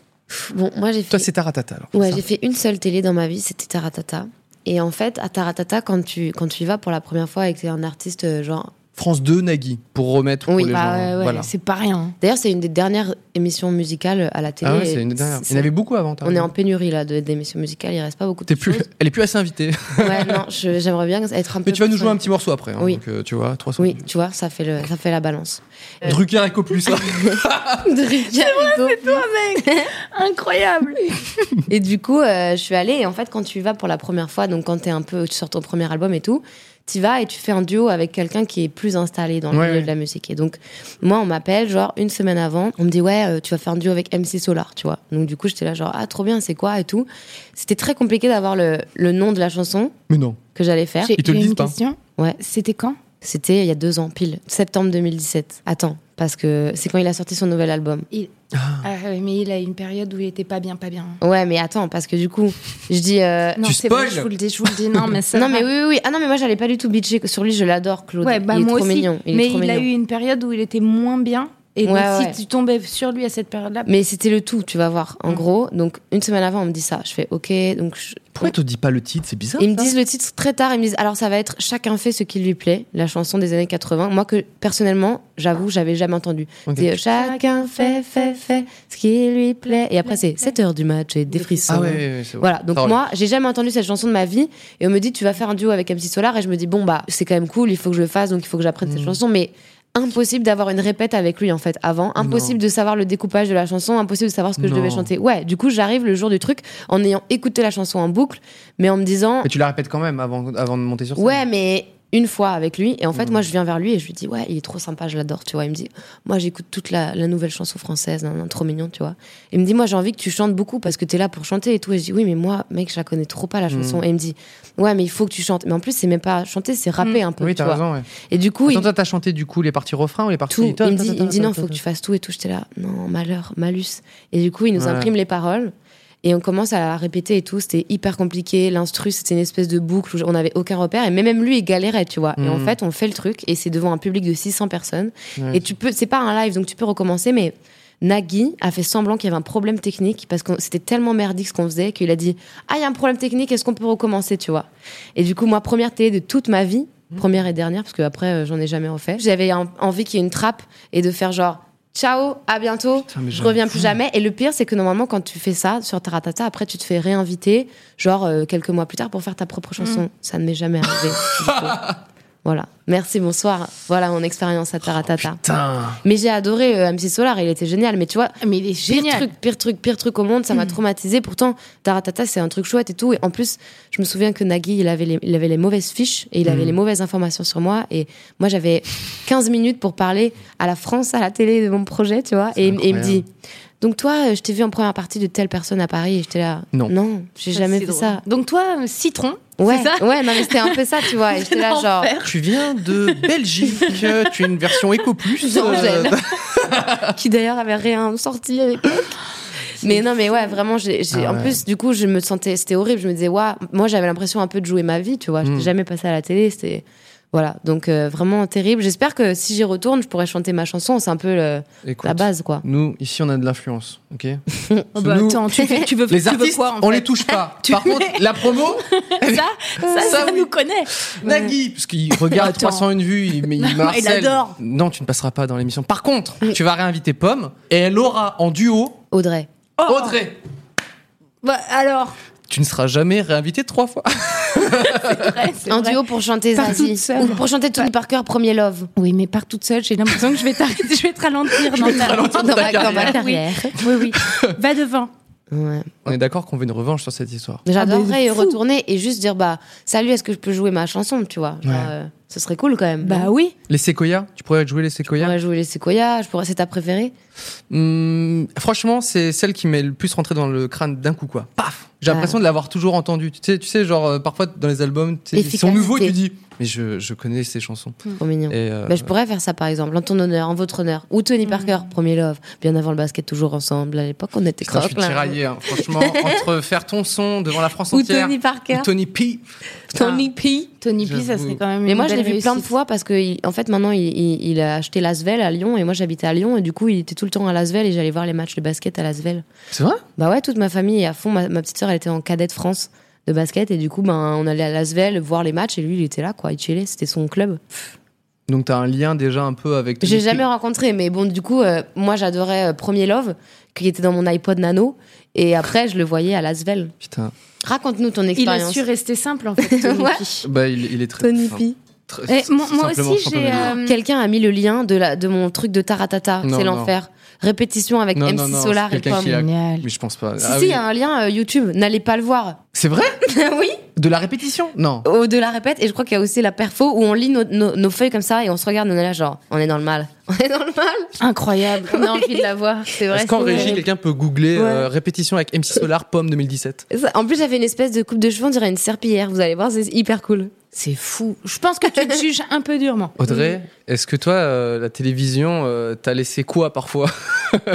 S2: Bon, moi, j'ai fait...
S1: Toi, c'est Taratata. Alors,
S2: Ouais,
S1: c'est
S2: j'ai fait une seule télé dans ma vie, c'était Taratata. Et en fait, à Taratata, quand tu, quand tu y vas pour la première fois et que t'es un artiste, euh, genre.
S1: ça France 2, Nagui, pour remettre pour
S2: Oui, Ah,
S1: les
S3: Bah
S1: gens.
S3: ouais, ouais,
S1: voilà.
S3: c'est pas rien.
S2: D'ailleurs, c'est une des dernières émissions musicales euh, à la télé.
S1: Ah ouais, c'est une des dernières. Il y en avait beaucoup avant. t'as
S2: On est
S1: raison.
S2: en pénurie là de- d'émissions musicales, il reste pas beaucoup de
S1: T'es plus...
S2: choses.
S1: Elle est plus assez invitée.
S2: Ouais, non, je- j'aimerais bien être un peu.
S1: Mais tu vas nous
S2: plus
S1: jouer un
S2: sur-
S1: petit morceau après. hein,
S2: Oui.
S1: Donc, euh, tu vois, 300.
S2: Oui, Euh. tu vois, ça fait, le, ça fait la balance.
S1: Drucker hein. Eco Plus.
S3: Incroyable
S2: Et du coup, euh, je suis allée. Et en fait, quand tu y vas pour la première fois, donc quand t'es un peu, tu sors ton premier album et tout, tu vas et tu fais un duo avec quelqu'un qui est plus installé dans le
S1: Ouais,
S2: milieu
S1: ouais.
S2: de la musique. Et donc, moi, on m'appelle genre une semaine avant. On me dit ouais, euh, tu vas faire un duo avec MC Solar, tu vois. Donc du coup, j'étais là genre ah trop bien, c'est quoi et tout. C'était très compliqué d'avoir le, le nom de la chanson
S1: Mais non.
S2: que j'allais faire.
S3: J'ai
S1: Ils te le
S3: j'ai
S1: disent
S3: une
S1: pas.
S3: question.
S2: Ouais.
S3: C'était quand
S2: C'était il y a deux ans pile, septembre 2017. Attends, parce que c'est quand il a sorti son nouvel album.
S3: Il- Ah, ouais, mais il a une période où il était pas bien, pas bien.
S2: Ouais, mais attends, parce que du coup, je dis. euh,
S3: Non,
S1: Tu
S3: c'est vrai,
S1: spoil
S3: je vous le dis, je vous le dis. Non, mais ça
S2: Non,
S3: va.
S2: mais oui, oui, oui. Ah non, mais moi, j'allais pas du tout bitcher sur lui, je l'adore, Claude.
S3: Ouais, bah
S2: il est
S3: moi
S2: trop
S3: aussi.
S2: mignon. Il est
S3: mais
S2: trop
S3: il a
S2: mignon.
S3: eu une période où il était moins bien. Et donc,
S2: Ouais,
S3: si
S2: ouais.
S3: tu tombais sur lui à cette période-là,
S2: Mais c'était le tout, tu vas voir. En
S3: Mm.
S2: gros, donc une semaine avant, on me dit ça. Je fais OK. Donc je-
S1: Pourquoi tu dis pas le titre C'est bizarre.
S2: ils me
S1: ça.
S2: disent le titre très tard. Ils me disent alors ça va être chacun fait ce qui lui plaît, la chanson des années 80. Moi que personnellement, j'avoue, j'avais jamais entendu.
S1: Ok.
S2: C'est, euh, chacun fait fait fait ce qui lui plaît. Et après c'est 7 heures du match et des frissons.
S1: Ah ouais, ouais, ouais, c'est vrai.
S2: Voilà, donc
S1: Ça revient.
S2: moi, j'ai jamais entendu cette chanson de ma vie, et on me dit, tu vas faire un duo avec MC Solar, et je me dis, bon, bah, c'est quand même cool, il faut que je le fasse, donc il faut que j'apprenne
S1: Mm.
S2: cette chanson, mais impossible d'avoir une répète avec lui, en fait, avant, impossible de savoir le découpage de la chanson, impossible de savoir ce que
S1: Non.
S2: je devais chanter. Ouais, du coup, j'arrive le jour du truc, en ayant écouté la chanson en boucle, mais en me disant,
S1: Mais tu la répètes quand même avant, avant de monter sur scène.
S2: ouais, mais une fois avec lui, et en fait, moi, je viens vers lui, et je lui dis, ouais, il est trop sympa, je l'adore, tu vois, il me dit, moi, j'écoute toute la, la nouvelle chanson française, nan, nan, trop mignon, tu vois. Il me dit, moi, j'ai envie que tu chantes beaucoup parce que t'es là pour chanter et tout. Et je dis, oui, mais moi, mec, je la connais trop
S1: Mm.
S2: pas, la chanson. Et il me dit, ouais, mais il faut que tu chantes. Mais en plus, c'est même pas chanter, c'est rapper un peu.
S1: Mm. Oui,
S2: tu
S1: t'as
S2: vois.
S1: raison. Ouais.
S2: Et du coup,
S1: Attends,
S2: il,
S1: toi, t'as chanté du coup les parties refrains ou les parties.
S2: tout, il me dit, il me dit, non,
S1: ta-
S2: faut que
S1: ta-
S2: tu fasses tout et tout. J'étais là, non, malheur, malus. Et du coup, il nous
S1: Ouais.
S2: imprime les paroles. Et on commence à répéter et tout. C'était hyper compliqué. L'instru, c'était une espèce de boucle où on n'avait aucun repère. Et même lui, il galérait, tu vois. Et en
S1: Mhm.
S2: fait, on fait le truc. Et c'est devant un public de 600 personnes.
S1: Ouais.
S2: Et tu peux, Mm. c'est pas un live, donc tu peux recommencer, mais Nagui a fait semblant qu'il y avait un problème technique parce que c'était tellement merdique ce qu'on faisait qu'il a dit Ah, il y a un problème technique, est-ce qu'on peut recommencer, tu vois Et du coup, moi, première télé de toute ma vie,
S1: Mmh.
S2: première et dernière, parce que après, euh, j'en ai jamais refait, j'avais en- envie qu'il y ait une trappe et de faire genre. Ciao, à bientôt,
S1: mais
S2: je
S1: j'avoue.
S2: reviens plus jamais. Et le pire, c'est que normalement, quand tu fais ça sur Taratata, après, tu te fais réinviter, genre euh, quelques mois plus tard, pour faire ta propre
S1: Mmh.
S2: chanson. Ça ne m'est jamais arrivé. du tout. voilà. Merci, bonsoir. Voilà mon expérience à Taratata.
S1: Putain.
S2: Mais j'ai adoré euh, MC Solar, il était génial. Mais tu vois,
S3: Ah, mais il est
S2: pire
S3: génial. Hmm.
S2: truc, pire truc, pire truc au monde, ça m'a traumatisé. Pourtant, Taratata, c'est un truc chouette et tout. Et en plus, je me souviens que Nagui, il avait les, il avait les mauvaises fiches et il
S3: Hmm.
S2: avait les mauvaises informations sur moi. Et moi, j'avais 15 minutes pour parler à la France, à la télé de mon projet, tu vois. Et, il- et il me dit. Donc toi, euh, je t'ai vu en première partie de telle personne à Paris et j'étais là.
S1: Non.
S2: Non, j'ai jamais
S3: C'est
S2: fait
S3: drôle.
S2: ça.
S3: Donc, toi, euh, citron.
S2: Ouais,
S3: c'est ça
S2: ouais, non mais c'était un peu ça, tu vois. Et j'étais là genre.
S3: L'enfer.
S1: Tu viens de Belgique, tu es une version éco plus. euh,
S2: Jean Gène. qui d'ailleurs avait rien sorti à l'époque. Mais non, mais ouais, vraiment, j'ai, j'ai-
S1: Ah
S2: en
S1: ouais.
S2: plus, du coup, je me sentais, c'était horrible. Je me disais, waouh, moi j'avais l'impression un peu de jouer ma vie, tu vois. Je
S1: Mm.
S2: n'étais jamais passé à la télé, c'était. Voilà, donc euh, vraiment terrible. J'espère que si j'y retourne, je pourrais chanter ma chanson. C'est un peu le- la base, quoi.
S1: Nous, ici, on a de l'influence, ok
S3: Oh, bah,
S1: Nous,
S3: attends, tu, tu veux,
S1: Les
S3: tu veux
S1: artistes,
S3: quoi, en
S1: on
S3: fait
S1: les touche pas. Par contre, la promo,
S3: ça, ça,
S1: Ça,
S3: ça
S1: oui.
S3: nous connaît.
S1: Nagui, parce qu'il regarde
S3: Attends.
S1: 301 vues, il, mais il, me
S3: il
S1: harcèle.
S3: adore.
S1: Non, tu ne passeras pas dans l'émission. Par contre, tu vas réinviter Pomme et elle aura en duo
S2: Audrey.
S3: Oh.
S1: Audrey.
S3: Bah, alors,
S1: Tu ne seras jamais réinvité trois fois.
S3: ouais, c'est
S2: Un
S3: vrai.
S2: duo pour chanter
S3: Par toute
S2: Zazie.
S3: seule.
S2: Ou pour chanter Tony Parker, Premier Love.
S3: Oui, mais par toute seule, j'ai l'impression que je vais, t'arrêter- je vais te ralentir dans ta,
S1: ralentir dans ta
S2: dans ma
S3: Oui.
S2: carrière.
S3: Oui, oui. Va devant.
S2: Ouais.
S1: On est d'accord qu'on veut une revanche sur cette histoire.
S2: J'adorerais y
S3: Ah, fou.
S2: retourner et juste dire, bah, salut, est-ce que je peux jouer ma chanson, tu vois Genre,
S1: Ouais.
S2: euh, Ce serait cool quand même.
S3: Bah oui.
S1: Les séquoias, tu pourrais jouer les
S2: Je
S1: séquoias
S2: pourrais jouer les séquoias, je pourrais... c'est ta préférée
S1: Hum, Franchement, c'est celle qui m'est le plus rentrée dans le crâne d'un coup, quoi. Paf J'ai
S2: Ouais.
S1: l'impression de l'avoir toujours entendue. Tu sais, tu sais, genre, euh, parfois dans les albums, tu sais, ils sont
S2: Efficacité.
S1: nouveaux, tu dis, mais je, je connais ces chansons.
S3: Mm.
S2: Trop mignon.
S1: Et, euh,
S2: Bah, je pourrais faire ça par exemple, en ton honneur, en votre honneur. Ou Tony Parker, premier love, bien avant le basket, toujours ensemble. À l'époque, on était
S1: putain, je suis
S2: croque, là.
S1: tiraillé, hein. franchement, entre faire ton son devant la France
S2: Ou
S1: entière
S2: Tony Parker.
S1: ou Tony P.
S2: Tony P.
S3: Tony P, ça
S1: J'avoue.
S3: serait quand même.
S2: Mais
S3: une
S2: moi, je
S3: belle
S2: l'ai vu plein de
S3: réussite.
S2: fois parce que, il- en fait, maintenant, il, il- il a acheté Lasvel à Lyon et moi, j'habitais à Lyon et du coup, il était tout le temps à Lasvel et j'allais voir les matchs de basket à Lasvel.
S1: C'est vrai
S2: Bah ouais, toute ma famille est à fond. Ma, ma petite sœur, elle était en cadette France de basket et du coup, ben, on allait à Lasvel voir les matchs et lui, il était là, quoi. Il chillait, c'était son club.
S1: Donc t'as un lien déjà un peu avec.
S2: J'ai
S1: Tony
S2: jamais
S1: P.
S2: rencontré, mais bon, du coup, euh, moi j'adorais euh, Premier Love, qui était dans mon iPod Nano, et après je le voyais à Lasvel.
S1: Putain.
S2: Raconte-nous ton
S3: Il a
S2: expérience.
S3: su rester simple, en fait. Tony
S2: Ouais.
S3: P.
S1: Bah il, il est très.
S2: Tony
S1: enfin,
S2: P.
S1: très-
S3: Eh, moi, moi
S1: simplement
S3: aussi,
S1: championnat
S3: j'ai.
S1: du monde.
S3: euh,
S2: Quelqu'un a mis le lien de, la, de mon truc de Taratata,
S1: Non,
S2: c'est
S1: non.
S2: l'enfer. Répétition avec
S1: Non,
S2: MC
S1: non, non,
S2: Solar
S1: c'est
S2: et
S1: quelqu'un
S2: Pomme.
S1: qui a-
S3: Génial.
S1: Mais je pense pas.
S2: Si,
S1: Ah
S2: si, il
S1: oui.
S2: y a un lien euh, YouTube, n'allez pas le voir.
S1: C'est vrai
S2: oui,
S1: De la répétition Non.
S2: au de la répète, et je crois qu'il y a aussi la perfo où on lit nos, nos- nos feuilles comme ça et on se regarde, on est là genre, on est dans le mal. On est dans le mal.
S3: Incroyable.
S2: On a envie de la voir, c'est vrai.
S1: Est-ce qu'en
S2: c'est
S1: régie
S2: vrai.
S1: quelqu'un peut googler euh, répétition avec MC Solar Pomme 2017
S2: Ça- En plus, j'avais une espèce de coupe de cheveux, on dirait une serpillière. Vous allez voir, c'est hyper cool.
S3: C'est fou. Je pense que tu te juges un peu durement.
S1: Audrey, est-ce que toi, euh, la télévision, euh, t'as laissé quoi parfois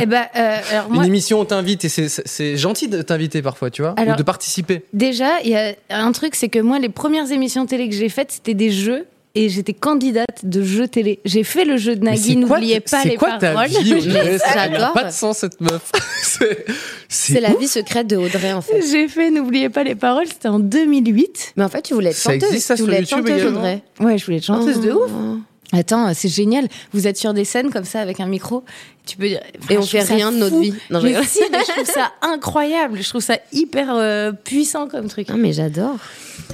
S3: Eh ben, euh, alors moi,
S1: Une émission, on t'invite et c'est- c'est c'est gentil de t'inviter parfois, tu vois,
S3: Alors-
S1: ou de participer.
S3: déjà, il y a un truc, c'est que moi, les premières émissions télé que j'ai faites, c'était des jeux. Et j'étais candidate de jeux télé. J'ai fait le jeu de
S1: Mais c'est
S3: Nagui,
S1: quoi
S3: n'oubliez
S1: ta-
S3: pas
S1: c'est
S3: les
S1: quoi ta
S3: paroles.
S1: vie, Audrey Ça n'a
S2: J'adore.
S1: pas de sens, cette meuf. c'est
S2: C'est la vie secrète de Audrey, en fait.
S3: J'ai fait N'oubliez pas les paroles, c'était en 2008.
S2: Mais en fait, tu voulais être
S1: Ça
S2: chanteuse.
S1: existe, ça,
S2: tu
S1: sur
S2: voulais être
S1: YouTube
S2: chanteuse,
S1: également
S2: Audrey.
S3: Ouais, je voulais être chanteuse de ouf.
S2: Oh.
S3: Attends, c'est génial. Vous êtes sur des scènes comme ça avec un micro. Tu peux dire.
S2: Et
S3: Enfin,
S2: on
S3: je
S2: fait
S3: trouve ça
S2: rien de notre
S3: fou.
S2: vie. Non, je
S3: mais
S2: rigole.
S3: si, mais je trouve ça incroyable. Je trouve ça hyper euh, puissant comme truc.
S2: Non, mais j'adore.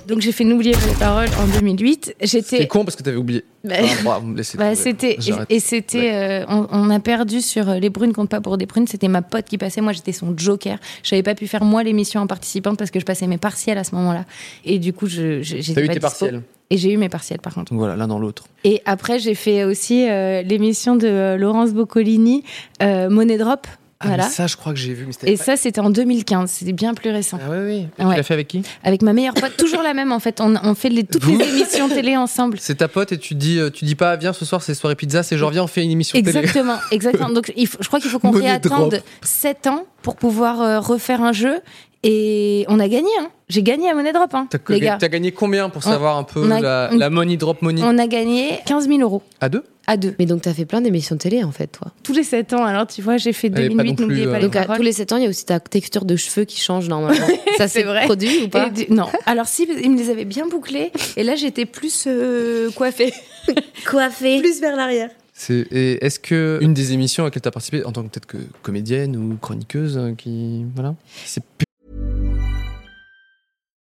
S3: Donc j'ai fait N'oubliez pas les paroles en 2008.
S1: C'est
S3: J'étais.
S1: con parce que t'avais oublié.
S3: Bah,
S1: Ah, bah, vous me laissez
S3: bah,
S1: tomber.
S3: c'était
S1: J'arrête.
S3: et, et c'était euh, on, on a perdu sur euh, les brunes comptent pas pour des prunes c'était ma pote qui passait moi j'étais son joker j'avais pas pu faire moi l'émission en participante parce que je passais mes partiels à ce moment-là et du coup je je- j'étais
S1: T'as eu
S3: pas
S1: tes
S3: dispo.
S1: partiels.
S3: et j'ai eu mes partiels par contre
S1: Donc voilà, l'un dans l'autre.
S3: Et après, j'ai fait aussi euh, l'émission de euh, Laurence Boccolini, euh, Money Drop.
S1: Ah,
S3: voilà.
S1: mais ça, je crois que j'ai vu. Mais c'était
S3: Et
S1: pas-
S3: ça, c'était en 2015. C'était bien plus récent.
S1: Ah oui, oui. Et
S3: Ouais.
S1: Tu l'as fait avec qui
S3: Avec ma meilleure pote, toujours la même en fait. On, on fait les, toutes les émissions télé ensemble.
S1: C'est ta pote et tu dis, euh, tu dis pas, viens ce soir, c'est soirée pizza, c'est genre, viens, on fait une émission télé.
S3: Exactement, exactement. Donc, il faut- je crois qu'il faut qu'on
S1: Money
S3: réattende
S1: Drop.
S3: 7 ans pour pouvoir euh, refaire un jeu. Et on a gagné. Hein. J'ai gagné à Money Drop, hein,
S1: T'as
S3: les
S1: gagné-
S3: gars.
S1: t'as gagné combien pour
S3: On-
S1: savoir un peu
S3: on a-
S1: la,
S3: on-
S1: la money drop money
S3: On a gagné 15 000 euros
S1: À deux
S3: à deux.
S2: Mais donc, t'as fait plein d'émissions de télé, en fait, toi.
S3: Tous les 7 ans, alors tu vois, j'ai fait
S1: Elle est pas
S3: 2008,
S1: non plus,
S3: n'oubliez pas
S1: euh,
S3: les
S2: Donc, à
S3: paroles.
S2: tous les 7 ans, il y a aussi ta texture de cheveux qui change normalement. ça,
S3: C'est
S2: c'est
S3: vrai.
S2: produit ou pas
S3: Et du- Non. Alors si, ils me les avaient bien bouclés. Et là, j'étais plus euh, coiffée.
S2: Coiffé.
S3: plus vers l'arrière.
S1: C'est- et Est-ce que une des émissions à laquelle t'as participé, en tant que peut-être que comédienne ou chroniqueuse, euh, qui. Voilà. C'est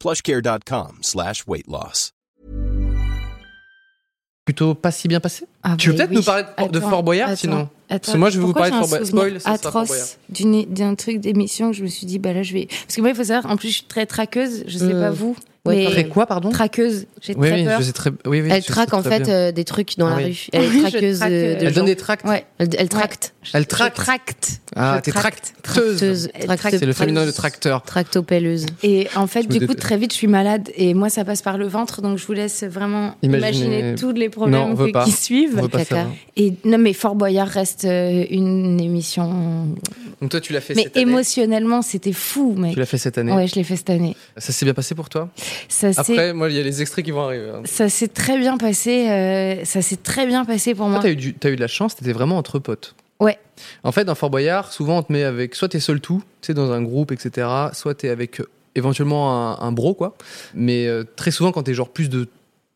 S10: Plushcare.com slash weight loss.
S1: plutôt pas si bien passé
S3: Ah
S1: Tu
S3: bah
S1: veux peut-être nous parler de Fort- de Fort Boyard, sinon Parce que moi, je vais vous parler de Fort Boyard. Spoil, ça sera Fort Boyard.
S3: atroce d'une- d'un truc d'émission que je me suis dit, bah là, je vais. Parce que moi, il faut savoir, en plus, je suis très traqueuse. Je sais
S2: Euh,
S3: pas vous.
S2: ouais,
S3: mais
S2: pareil.
S1: Après quoi, pardon
S3: Traqueuse. J'ai
S1: Oui,
S3: très
S1: oui,
S3: peur.
S1: je sais très. Oui, oui,
S2: Elle
S1: je sais
S2: traque, en
S1: très
S2: fait,
S1: bien.
S2: euh, des trucs dans
S1: Ah
S2: la
S1: oui.
S2: rue. Elle
S3: Oui,
S2: est
S3: je
S2: traqueuse
S3: traque,
S2: de,
S3: euh,
S2: de
S1: Elle
S2: gens.
S1: donne des tracts.
S3: Ouais.
S2: Elle, elle
S3: Ouais.
S2: tracte.
S1: Elle
S3: Je
S1: tracte.
S3: tracte.
S1: Ah,
S3: Je
S1: t'es
S3: tracte.
S1: tracteuse.
S2: Tracteuse.
S1: C'est le féminin de
S2: tracteuse.
S1: tracteur.
S2: Tractopelleuse.
S3: Et en fait,
S1: Je me
S3: du coup,
S1: déteste.
S3: très vite, je suis malade. Et moi, ça passe par le ventre. Donc, je vous laisse vraiment
S1: Imaginez-
S3: imaginer tous les
S1: Non, on
S3: problèmes
S1: veut
S3: que-
S1: pas.
S3: qui suivent.
S1: On veut pas
S2: Caca.
S1: savoir.
S3: Et non, mais Fort Boyard reste euh, une émission.
S1: Donc toi, tu l'as fait
S3: Mais
S1: cette année.
S3: émotionnellement, c'était fou, mec.
S1: Tu l'as fait cette année.
S3: Ouais, je l'ai fait cette année.
S1: Ça s'est bien passé pour toi
S3: Ça s'est
S1: Après, moi, il y a les extraits qui vont arriver. hein.
S3: ça s'est très bien passé. euh, ça s'est très bien passé pour
S1: Toi,
S3: moi.
S1: t'as eu, du- t'as eu de la chance, t'étais vraiment entre potes.
S3: Ouais.
S1: En fait, dans Fort Boyard, souvent, on te met avec soit t'es seul tout, tu sais, dans un groupe, etc. Soit t'es avec euh, éventuellement un, un bro, quoi. Mais euh, très souvent, quand t'es genre plus de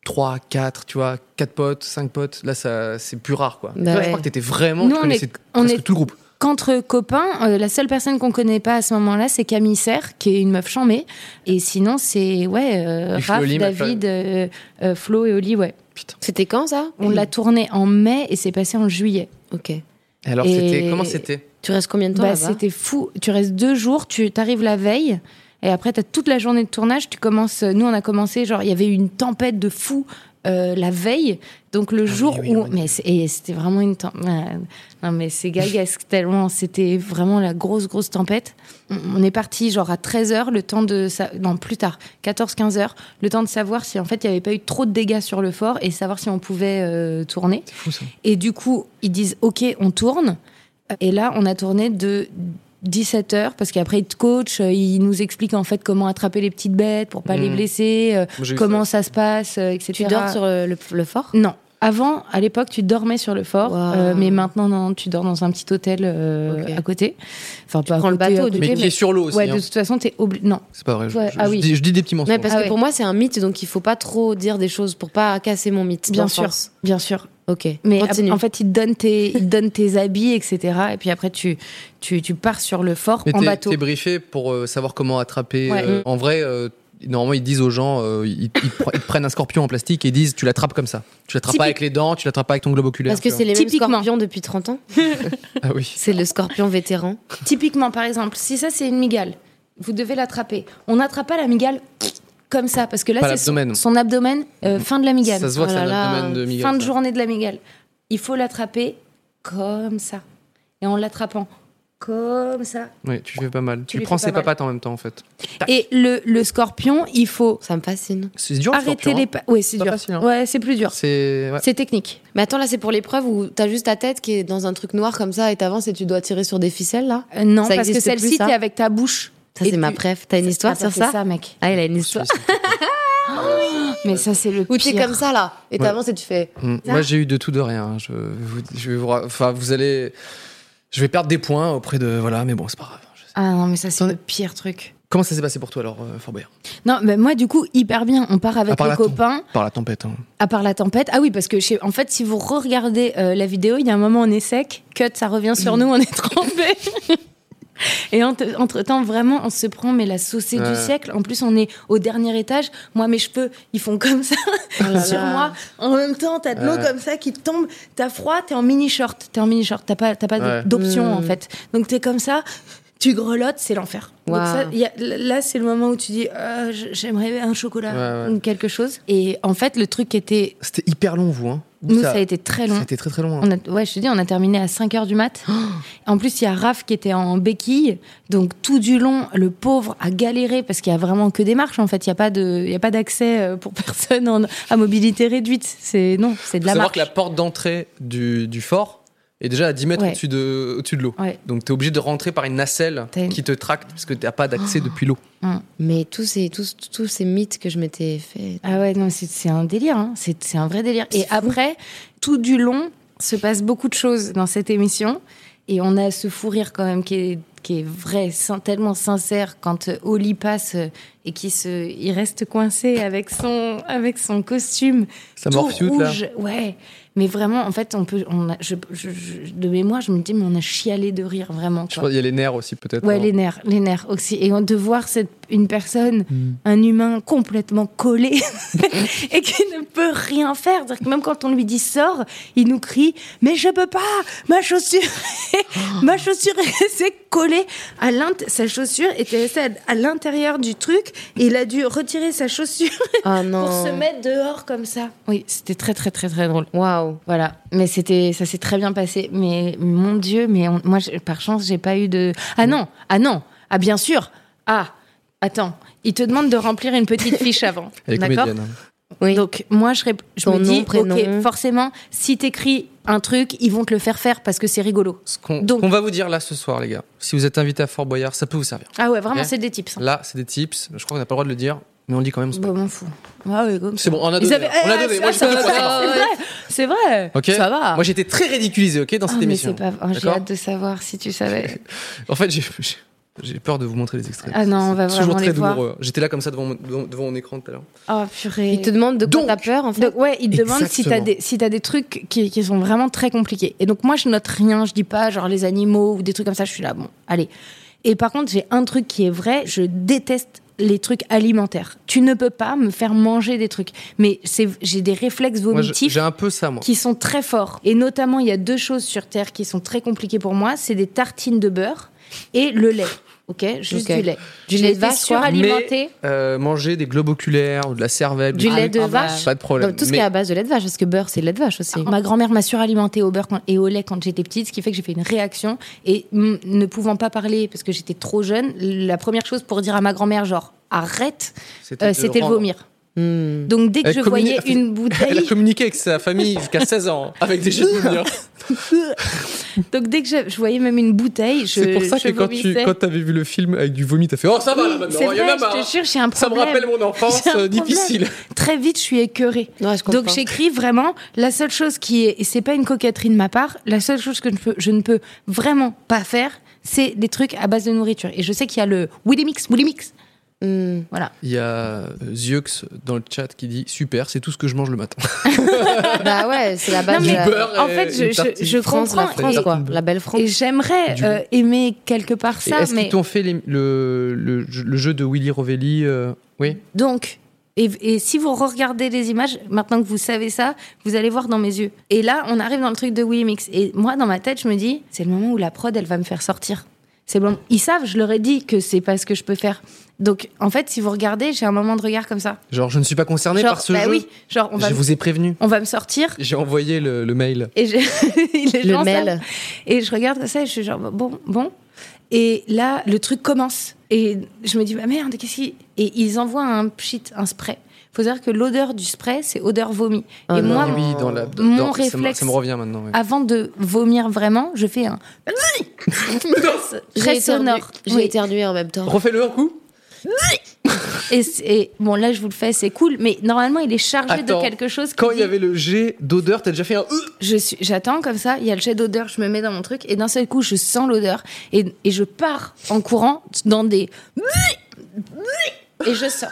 S1: 3, 4, tu vois, 4 potes, 5 potes, là, ça, c'est plus rare, quoi.
S2: Bah
S1: Toi, Je
S2: ouais.
S1: crois que t'étais vraiment.
S3: Nous,
S1: tu
S3: on
S1: connaissais
S3: est, on
S1: presque
S3: est
S1: tout le groupe.
S3: qu'entre copains. euh, la seule personne qu'on connaît pas à ce moment-là, c'est Camille Serre, qui est une meuf chambée. Et sinon, c'est ouais, euh,
S1: Et Flo et
S3: Raph,
S1: Oli, ma
S3: David, euh, euh, Flo et Oli. Ouais.
S2: C'était quand ça
S3: On l'a tourné en mai et c'est passé en juillet.
S2: Ok.
S1: Et alors,
S3: et-
S1: c'était- comment c'était
S2: Tu restes combien de temps
S3: Bah,
S2: là-bas
S3: c'était fou. Tu restes deux jours, tu t'arrives la veille. Et après, tu as toute la journée de tournage. Tu commences. Nous, on a commencé, genre, il y avait une tempête de fou euh, la veille. Donc, le jour
S1: Ah oui, oui,
S3: où.
S1: oui.
S3: Mais c'est- et c'était vraiment une tempête. Non, mais c'est gagasque tellement. C'était vraiment la grosse, grosse tempête. On- On est parti, genre, à 13h, le temps de. sa- Non, plus tard, 14-15 heures, le temps de savoir si, en fait, il n'y avait pas eu trop de dégâts sur le fort et savoir si on pouvait euh, tourner.
S1: C'est fou, ça.
S3: Et du coup, ils disent OK, on tourne. Et là, on a tourné de 17h parce qu'après ils te coachent, euh, ils nous expliquent en fait comment attraper les petites bêtes pour pas les
S1: Mhm.
S3: blesser, euh,
S1: Moi, j'ai eu
S3: comment ça se passe, euh, etc.
S2: Tu dors sur euh, le, le fort
S3: Non. Avant, à l'époque, tu dormais sur le fort,
S2: Wow.
S3: euh, mais maintenant, non, tu dors dans un petit hôtel euh,
S2: Ok.
S3: à côté. Enfin, pas à
S2: prends le
S3: côté,
S2: bateau,
S3: à
S2: du
S1: Mais
S3: côté,
S1: qui est sur l'eau aussi.
S3: Ouais, de
S1: hein.
S3: toute façon, t'es obligé. Non,
S1: C'est pas vrai. Je,
S3: Ouais,
S1: je-
S3: ah
S1: je
S3: oui.
S1: dis, je dis des petits mensonges.
S2: Ouais, parce
S3: Ah
S2: que
S3: ouais.
S2: pour moi, c'est un mythe, donc il faut pas trop dire des choses pour pas casser mon mythe.
S3: bien sûr,
S2: d'enfance.
S3: bien sûr.
S2: Ok.
S3: Mais
S2: Continue.
S3: en fait, ils te donnent tes, ils te donnent tes habits, etc. Et puis après, tu, tu, tu pars sur le fort
S1: Mais
S3: en
S1: t'es-
S3: bateau.
S1: T'es briefé pour euh, savoir comment attraper.
S3: Ouais.
S1: euh, en vrai, euh, normalement ils disent aux gens, euh, ils, ils pre- ils prennent un scorpion en plastique et ils disent tu l'attrapes comme ça. Tu l'attrapes pas
S2: Typique.
S1: avec les dents, tu l'attrapes pas avec ton globe oculaire.
S2: Parce que
S1: tu
S2: c'est
S1: vois.
S2: les mêmes
S3: Typiquement.
S2: scorpions depuis 30 ans.
S1: Ah oui.
S2: C'est le scorpion vétéran.
S3: Typiquement, par exemple, si ça c'est une migale, vous devez l'attraper. On n'attrape pas la migale comme ça, parce que là
S1: Pas
S3: c'est son,
S1: l'abdomen. Mhm.
S3: son abdomen, euh, fin de la migale,
S1: Ça se voit
S2: Oh
S1: que c'est
S2: là
S1: un
S2: là,
S1: abdomen de Miguel.
S3: fin de
S1: ça.
S3: journée de la migale. Il faut l'attraper comme ça. Et en l'attrapant comme ça.
S1: Oui, tu fais pas mal. Tu,
S3: lui
S1: prends
S3: fais pas
S1: ses
S3: mal.
S1: papates en même temps en fait.
S3: Et le, le scorpion, il faut
S2: Ça me fascine.
S1: C'est dur. le
S3: arrêter
S1: scorpion,
S3: les
S1: hein.
S3: pas. Oui, c'est
S1: Pas
S3: dur.
S1: facile, hein.
S3: Ouais, c'est plus dur.
S1: C'est ouais.
S3: C'est technique.
S2: Mais attends, là, c'est pour l'épreuve où t'as juste ta tête qui est dans un truc noir comme ça et t'avances et tu dois tirer sur des ficelles, là
S3: Euh, non,
S2: Ça
S3: parce que
S2: existe plus,
S3: celle-ci,
S2: ça
S3: t'es avec ta bouche.
S2: Ça,
S3: Et
S2: c'est ma
S3: tu-
S2: préf. T'as une histoire
S3: Ah,
S2: sur
S3: c'est
S2: ça
S3: mec.
S2: Ah, il a une histoire.
S3: Mais ça, c'est le
S2: Où t'es
S3: pire.
S2: comme ça, là, et t'avances et tu fais.
S1: Mm. Moi, j'ai eu de tout de rien. hein. Je, vous, je vais vous, ra- enfin, vous allez, je vais perdre des points auprès de voilà, mais bon, c'est pas grave. Je sais.
S3: Ah non, mais ça, c'est le pire truc.
S1: Comment ça s'est passé pour toi alors, euh, Fort Boyard
S3: Non, mais moi, du coup, hyper bien. On part
S1: À
S3: avec
S1: part
S3: les
S1: la tom-
S3: copains,
S1: Par la tempête. hein.
S3: à part la tempête. Ah oui, parce que, chez- en fait, si vous regardez euh, la vidéo, il y a un moment, on est sec, cut, ça revient
S1: Mm.
S3: sur nous, on est trempé. Et ent- entre-temps, vraiment, on se prend, mais la saucée
S1: Ouais.
S3: du siècle. En plus, on est au dernier étage. Moi, mes cheveux, ils font comme ça sur moi. En même temps, t'as de l'eau
S1: Oh Ouais.
S3: comme ça qui te tombe. T'as froid, t'es en mini-short. T'es en mini-short. T'as pas, t'as pas
S1: Ouais.
S3: d'option, en fait. Donc, t'es comme ça. Tu grelottes, c'est l'enfer. Donc
S2: Waouh.
S3: ça, y a- là, c'est le moment où tu dis Euh, j- j'aimerais un chocolat
S1: Ouais, ouais.
S3: ou quelque chose. Et en fait, le truc qui était.
S1: C'était hyper long, vous. Hein.
S3: Nous, ça, a été très long.
S1: Ça a été très très long. hein.
S3: On a, ouais, je te dis, on a terminé à 5 heures du mat. En plus, il y a Raph qui était en béquille. Donc, tout du long, le pauvre a galéré parce qu'il y a vraiment que des marches, en fait. Il n'y a pas de- il y a pas d'accès euh, pour personne en- à mobilité réduite. C'est, non, c'est de
S1: Faut
S3: la
S1: savoir
S3: marche.
S1: que la porte d'entrée du, du fort est déjà à 10 mètres
S3: Ouais.
S1: au-dessus de, au-dessus de l'eau.
S3: Ouais.
S1: Donc t'es obligé de rentrer par une nacelle
S3: T'as une- Oh.
S1: qui te tracte parce que t'as pas d'accès depuis l'eau.
S2: Mais tous ces, tous, tous ces mythes que je m'étais fait.
S3: Ah ouais, non, c'est, c'est un délire. hein. C'est, c'est un vrai délire. Et après, tout du long, se passe beaucoup de choses dans cette émission. Et on a ce fou rire quand même qui est, qui est vrai, sin- tellement sincère quand euh, Oli passe euh, et qui se, il reste coincé avec son, avec son costume
S1: Ça
S3: tout
S1: morfioute, là.
S3: rouge. Ouais. Mais vraiment, en fait, on peut, on a- je, je- je- de mémoire, je me dis, mais on a chialé de rire vraiment.
S1: Je
S3: quoi.
S1: pense qu'il y a les nerfs aussi peut-être.
S3: Ouais,
S1: hein.
S3: les nerfs, les nerfs aussi. Et de voir cette, une personne,
S1: Hmm.
S3: un humain complètement collé et qui ne peut rien faire. C'est-à-dire que même quand on lui dit sors, il nous crie Mais je peux pas Ma chaussure est- Ma chaussure est restée collée à l'int- Sa chaussure était restée à- à l'intérieur du truc et il a dû retirer sa chaussure
S2: Ah non.
S3: pour se mettre dehors comme ça. Oui, c'était très, très, très, très drôle.
S2: Waouh.
S3: Voilà, mais c'était ça s'est très bien passé. Mais mon Dieu, mais on- moi je- par chance j'ai pas eu de ah non ah non ah bien sûr ah attends il te demande de remplir une petite fiche avant
S1: Elle est
S3: d'accord
S1: comédienne. hein.
S2: Oui.
S3: donc moi je, rép- je
S2: Ton
S3: me dis
S2: nom, prénom.
S3: ok forcément si t'écris un truc ils vont te le faire faire parce que c'est rigolo
S1: Ce qu'on ce
S3: Donc-
S1: qu'on va vous dire là ce soir, les gars, si vous êtes invité à Fort Boyard, ça peut vous servir.
S3: ah ouais vraiment
S1: Ouais.
S3: c'est des tips hein.
S1: Là, c'est des tips. Je crois qu'on n'a pas le droit de le dire, mais on le dit quand même. c'est pas-
S3: Bon, m'en fous. Ah ouais, comme
S1: C'est bon, on a
S3: Ils
S1: donné.
S3: avaient-
S1: On a
S3: Eh,
S1: donné.
S3: ah,
S1: Moi, j'ai
S3: ça
S1: pas
S3: va,
S1: le droit.
S3: c'est vrai, c'est vrai
S1: Ok.
S3: ça va
S1: Moi, j'ai été très ridiculisé, ok, dans
S3: Ah,
S1: cette
S3: mais
S1: émission.
S3: c'est pas ah, j'ai
S1: D'accord
S3: hâte de savoir si tu savais
S1: En fait, j'ai- j'ai j'ai peur de vous montrer les extraits.
S3: Ah non, on va
S1: C'est toujours
S3: vraiment
S1: très
S3: les voir.
S1: douloureux. J'étais là comme ça devant mon, devant- devant mon écran tout à l'heure.
S3: oh purée
S2: Il te demande de quoi
S1: Donc-
S2: t'as peur, en fait.
S3: Donc, ouais, il te demande si t'as
S1: Exactement.
S3: des, si t'as des trucs qui, qui sont vraiment très compliqués. Et donc, moi, je note rien, je dis pas genre les animaux ou des trucs comme ça, je suis là, bon, allez. Et par contre, j'ai un truc qui est vrai, je déteste les trucs alimentaires. Tu ne peux pas me faire manger des trucs. Mais c'est, j'ai des réflexes
S1: Moi, je-
S3: vomitifs
S1: j'ai un peu ça, moi.
S3: qui sont très forts. Et notamment, il y a deux choses sur Terre qui sont très compliquées pour moi. C'est des tartines de beurre et le lait. Ok, juste
S2: Ok.
S3: du lait.
S2: Du
S3: J'ai
S2: lait de
S3: été
S2: vache, quoi.
S3: suralimentée.
S1: Mais, euh, manger des globes oculaires ou de la cervelle.
S2: Du
S1: des-
S2: lait bah, de
S1: Ah,
S2: vache.
S1: Pas de problème.
S2: Donc, tout ce
S1: Mais
S2: qui est à base de lait de vache, parce que beurre, c'est de lait de vache aussi.
S3: Ma grand-mère m'a suralimentée au beurre quand- et au lait quand j'étais petite, ce qui fait que j'ai fait une réaction. Et mm, ne pouvant pas parler parce que j'étais trop jeune, la première chose pour dire à ma grand-mère, genre arrête,
S1: C'était
S3: euh,
S1: de
S3: c'était le
S1: rendre-
S3: vomir.
S2: Hmm.
S3: Donc dès que
S1: Elle
S3: je
S1: communi-
S3: voyais une
S1: Elle a
S3: bouteille,
S1: communiqué avec sa famille jusqu'à 16 ans, avec des jeux de vomir.
S3: donc dès que je, je voyais même une bouteille, je
S1: C'est pour ça
S3: je
S1: que quand tu
S3: vomissais.
S1: quand t'avais vu le film avec du vomi, t'as fait Oh, ça va là
S3: Oui, c'est
S1: maintenant, il y en
S3: vrai,
S1: a marre.
S3: je te jure, j'ai un
S1: Ça me
S3: problème.
S1: rappelle mon enfance
S3: J'ai un
S1: euh,
S3: problème.
S1: difficile.
S3: Très vite, je suis écœurée.
S2: Ouais, je comprends.
S3: Donc j'écris vraiment la seule chose qui est et c'est pas une coquetterie de ma part, la seule chose que je peux je ne peux vraiment pas faire, c'est des trucs à base de nourriture et je sais qu'il y a le Willy Mix, Willy Mix.
S2: Hmm.
S3: Voilà.
S1: Il y a Zieux dans le chat qui dit Super, c'est tout ce que je mange le matin.
S2: bah euh, ouais, c'est la base.
S3: Non,
S2: de
S3: mais
S2: la...
S1: beurre
S3: en
S1: et
S3: fait, je-
S1: une
S3: je-
S1: tartine.
S3: je
S2: France, la
S3: comprends,
S2: France,
S3: et-
S2: quoi. La belle France.
S3: Et j'aimerais
S1: Du-
S3: euh, aimer quelque part
S1: Et
S3: ça,
S1: Est-ce
S3: mais
S1: qu'ils t'ont fait les- le, le, le jeu de Willy Rovelli euh, Oui.
S3: donc. Et, et si vous regardez les images, maintenant que vous savez ça, vous allez voir dans mes yeux. Et là, on arrive dans le truc de Willy Mix. Et moi, dans ma tête, je me dis, c'est le moment où la prod, elle va me faire sortir. C'est bon. Ils savent, je leur ai dit que c'est pas ce que je peux faire. Donc, en fait, si vous regardez, j'ai un moment de regard comme ça.
S1: Genre, je ne suis pas concerné
S3: Genre,
S1: par ce
S3: bah
S1: jeu.
S3: oui, genre, on va,
S1: Je vous ai prévenu.
S3: on va me sortir.
S1: J'ai envoyé le, le mail.
S3: Et je, les
S2: Le
S3: gens
S2: mail.
S3: savent. Et je regarde comme ça et je suis genre, bon, bon. Et là, le truc commence. Et je me dis, ah merde, qu'est-ce qui. Et ils envoient un pchit, un spray. Faut savoir que l'odeur du spray, c'est odeur vomi.
S2: Oh
S3: et
S2: non.
S3: moi,
S1: Oui, oui, dans la.
S3: mon
S1: dans- ça me-
S3: réflexe- Ah,
S1: Ça me revient maintenant. oui.
S3: avant de vomir vraiment, je fais un.
S2: J'ai
S3: très
S2: éternué-
S3: sonore.
S2: J'ai
S3: Oui.
S2: éternué en même temps.
S1: Refais-le un coup.
S3: Et, c'est- et bon, là, je vous le fais, c'est cool. Mais normalement, il est chargé
S1: Attends.
S3: de quelque chose. qui
S1: Quand il y
S3: dit-
S1: avait le jet d'odeur, t'as déjà fait un. E.
S3: je suis, j'attends comme ça, il y a le jet d'odeur, je me mets dans mon truc, et d'un seul coup, je sens l'odeur, et, et je pars en courant dans des. Et je sors.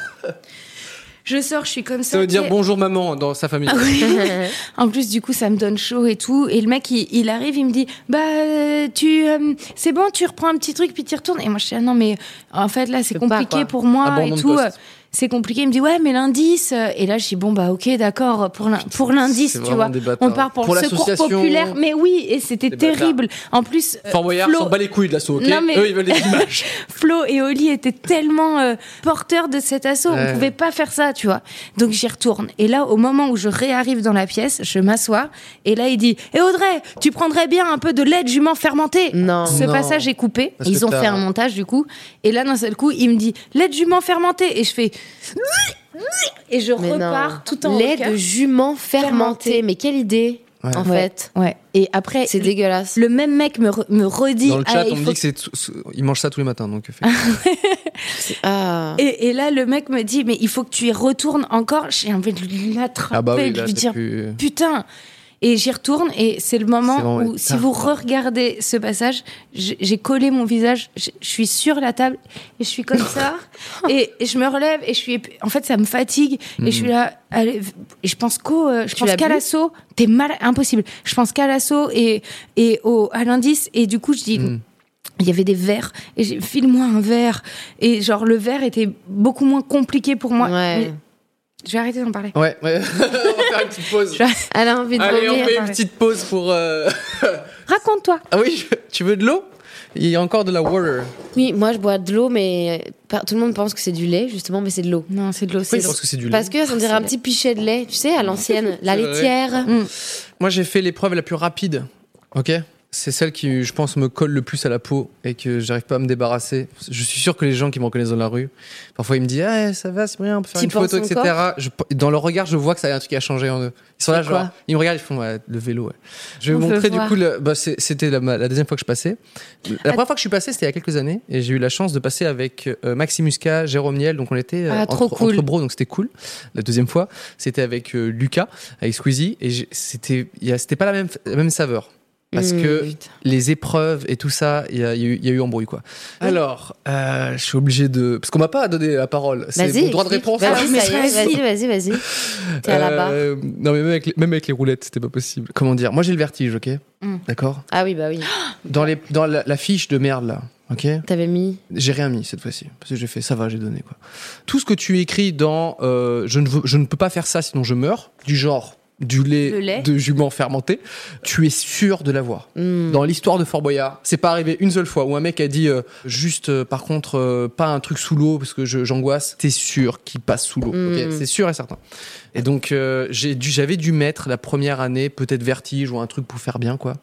S3: Je sors, je suis comme ça.
S1: Ça veut dire
S3: tu sais.
S1: bonjour maman dans sa
S3: Ah
S1: famille.
S3: En plus, du coup, ça me donne chaud et tout. Et le mec, il, il arrive, il me dit Bah, euh, tu. euh, c'est bon, tu reprends un petit truc, puis tu retournes. Et moi, je dis Ah non, mais en fait, là, c'est
S2: Je peux pas,
S3: compliqué
S2: quoi.
S3: pour moi
S1: Abandon
S3: et
S1: de
S3: tout.
S1: poste.
S3: euh, C'est compliqué. Il me dit Ouais, mais l'indice. euh, Et là, je dis Bon, bah, ok, d'accord, pour l'in- pour l'indice,
S1: c'est
S3: tu
S1: vraiment
S3: vois.
S1: des bâtards.
S3: On part pour,
S1: Pour
S3: le secours
S1: l'association.
S3: populaire. Mais oui, et c'était
S1: Des bâtards.
S3: terrible. En plus, euh,
S1: Fort Boyard
S3: Flo-
S1: s'en bat les couilles de l'assaut, ok
S3: Non, mais-
S1: Eux, ils veulent des images.
S3: Flo et Oli étaient tellement euh, porteurs de cet assaut,
S1: Ouais.
S3: on pouvait pas faire ça, tu vois. Donc j'y retourne. Et là, au moment où je réarrive dans la pièce, je m'assois. Et là, il dit Et Audrey, tu prendrais bien un peu de lait de jument fermenté
S2: Non.
S3: Ce
S1: Non.
S3: passage est coupé.
S1: Parce que
S3: Ils ont
S1: t'as-
S3: fait un montage, du coup. Et là, d'un seul coup, il me dit Lait de jument fermenté. Et je fais Et je
S2: Mais non.
S3: repars tout en
S2: Lait
S3: hauteur.
S2: de jument fermenté.
S3: Fermenté.
S2: Mais quelle idée,
S1: Ouais.
S2: en
S3: Ouais,
S2: fait.
S3: Ouais. Et après,
S2: C'est dégueulasse.
S3: le même mec me, re- me redit
S1: Dans le
S3: Ah,
S1: chat,
S3: il
S1: on me
S3: faut
S1: dit que c'est. Ils mangent ça tous les matins, donc. euh, fais-
S2: Ah.
S3: Et, et là, le mec me dit, mais il faut que tu y retournes encore. J'ai envie de l'attraper,
S1: Ah bah oui,
S3: de
S1: là,
S3: lui
S1: t'as
S3: dire,
S1: plus-
S3: putain. Et j'y retourne, et c'est le moment
S1: C'est vraiment
S3: où, si
S1: tard.
S3: vous regardez ce passage, j'ai j'ai collé mon visage, je je suis sur la table, et je suis comme ça, et, et je me relève, et je suis. épu- En fait, ça me fatigue, et
S1: Mhm.
S3: je suis là, allez, et je pense qu'au. euh, Je
S2: Tu
S3: pense
S2: l'as
S3: qu'à
S2: bu
S3: l'assaut, t'es mal. Impossible. Je pense qu'à l'assaut, et, et au, à l'indice, et du coup, je dis
S1: Mhm.
S3: il y avait des verres et j'ai file-moi un verre et genre le verre était beaucoup moins compliqué pour moi.
S2: Ouais.
S3: Mais- Je vais arrêter d'en parler.
S1: Ouais, ouais. on va faire une petite pause.
S2: Elle a envie de
S1: Allez, on
S2: vomir.
S1: fait une petite pause pour. euh,
S3: Raconte-toi.
S1: Ah oui, je- tu veux de l'eau Il y a encore de la water.
S2: Oui, moi je bois de l'eau, mais par- tout le monde pense que c'est du lait, justement, mais c'est de l'eau.
S3: Non, c'est de l'eau.
S1: Oui,
S3: c'est
S1: je pense que c'est du lait.
S2: Parce que ça me dirait un petit pichet de lait, tu sais, à l'ancienne, la
S1: C'est vrai.
S2: laitière.
S1: Moi, j'ai fait l'épreuve la plus rapide. Ok C'est celle qui, je pense, me colle le plus à la peau et que j'arrive pas à me débarrasser. Je suis sûr que les gens qui me reconnaissent dans la rue, parfois ils me disent Ah, ça va, c'est bien, on peut faire
S2: Tu
S1: une photo,
S2: penses
S1: etc. Je- dans leur regard, je vois que ça a un truc à changer en eux. Ils sont là,
S2: C'est
S1: genre,
S2: quoi
S1: ils me regardent, ils font Ouais, le vélo. ouais. Je vais
S3: On
S1: vous
S3: veut
S1: montrer du
S3: voir.
S1: coup, le- bah, c'est- c'était la, ma- la deuxième fois que je passais. La première fois que je suis passé, c'était il y a quelques années et j'ai eu la chance de passer avec euh, Maxime Muscat, Jérôme Niel, donc on était euh,
S3: Ah,
S1: entre,
S3: trop cool.
S1: entre bros, donc c'était cool. La deuxième fois, c'était avec euh, Lucas, avec Squeezie, et j'ai- c'était, il y a- c'était pas la même, la même saveur. Parce
S2: Mmh,
S1: que
S2: putain.
S1: les épreuves et tout ça, il y a, il y a eu- il y a eu embrouille, quoi.
S2: Ah.
S1: Alors, euh, je suis obligé de. Parce qu'on m'a pas donné la parole. C'est
S2: Vas-y.
S1: mon droit de
S2: explique.
S1: réponse. hein.
S2: Vas-y,
S3: là.
S2: ça y est, vas-y, vas-y, vas-y. T'es à la barre.
S1: Euh, non, mais même avec, les, même avec les roulettes, c'était pas possible. Comment dire Moi, j'ai le vertige, ok D'accord
S2: Ah oui, bah oui.
S1: Dans, les, dans la, la fiche de merde, là, ok
S2: T'avais mis.
S1: J'ai rien mis cette fois-ci. Parce que j'ai fait, ça va, j'ai donné, quoi. Tout ce que tu écris dans euh, je, ne veux- je ne peux pas faire ça sinon je meurs, du genre du lait,
S3: Le lait.
S1: de jument fermenté, tu es sûr de l'avoir.
S3: Hmm.
S1: Dans l'histoire de Fort Boyard, c'est pas arrivé une seule fois où un mec a dit euh, juste euh, par contre euh, pas un truc sous l'eau parce que je- j'angoisse, t'es sûr qu'il passe sous l'eau. ok
S3: Hmm.
S2: Mm.
S1: c'est sûr et certain. Et donc euh, j'ai dû- j'avais dû mettre la première année peut-être vertige ou un truc pour faire bien quoi.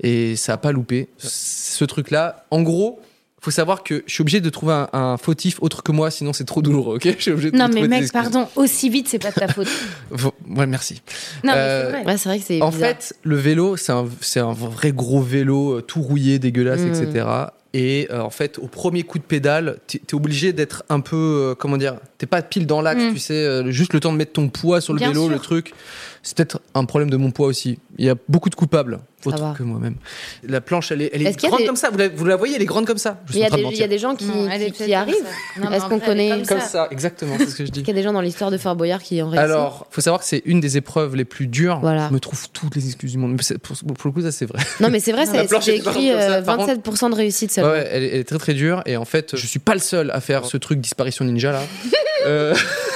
S1: Et ça a pas loupé. Ce truc là, en gros. Faut savoir que je suis obligé de trouver un, un fautif autre que moi, sinon c'est trop douloureux, ok Je suis obligé de
S3: Non,
S1: trouver
S3: mais
S1: des
S3: mec,
S1: excuses.
S3: pardon, aussi vite, c'est pas de ta faute.
S1: Vo- Ouais, merci.
S3: Non,
S1: Euh,
S3: mais c'est vrai.
S2: Ouais, c'est vrai que c'est
S1: En
S2: bizarre.
S1: fait, le vélo, c'est un, c'est un vrai gros vélo euh, tout rouillé, dégueulasse,
S2: Mm.
S1: etc. Et euh, en fait, au premier coup de pédale, t'es t'es obligé d'être un peu, euh, comment dire, t'es- t'es pas pile dans l'axe,
S3: Mm.
S1: tu sais, euh, juste le temps de mettre ton poids sur le
S3: Bien
S1: vélo,
S3: sûr.
S1: le truc. C'est peut-être un problème de mon poids aussi. Il y a beaucoup de coupables, autre
S2: va.
S1: que moi-même. La planche, elle est, elle est
S2: Est-ce qu'il y a
S1: grande
S2: des-
S1: comme ça. Vous la, vous la voyez, elle est grande comme ça. Je
S2: Mais
S1: suis
S2: il y,
S1: en
S2: a
S1: train
S2: des-
S1: de
S2: il y a
S1: mentir.
S2: des gens qui,
S3: Non, elle est
S2: qui- qui
S3: peut-être comme
S2: arrivent.
S3: Non, mais
S2: Est-ce qu'on
S3: après, elle est
S2: connaît-
S3: comme
S1: Comme
S3: ça.
S1: ça, exactement, c'est ce que je dis.
S2: Il y a des gens dans l'histoire de Fort Boyard qui ont réussi.
S1: Alors, faut savoir que c'est une des épreuves les plus dures.
S2: Voilà.
S1: Je me trouve toutes les excuses du monde. Mais c'est- pour, pour le coup, ça c'est vrai.
S2: non, mais c'est vrai,
S1: La
S2: c'est
S1: planche
S2: c'est
S1: était par
S2: écrit
S1: contre comme ça,
S2: euh,
S1: par contre.
S2: 27% de réussite
S1: Ouais,
S2: seulement.
S1: ouais, elle, est- elle est très très dure. Et en fait, euh, je suis pas le seul à faire ce truc disparition ninja là. Euh,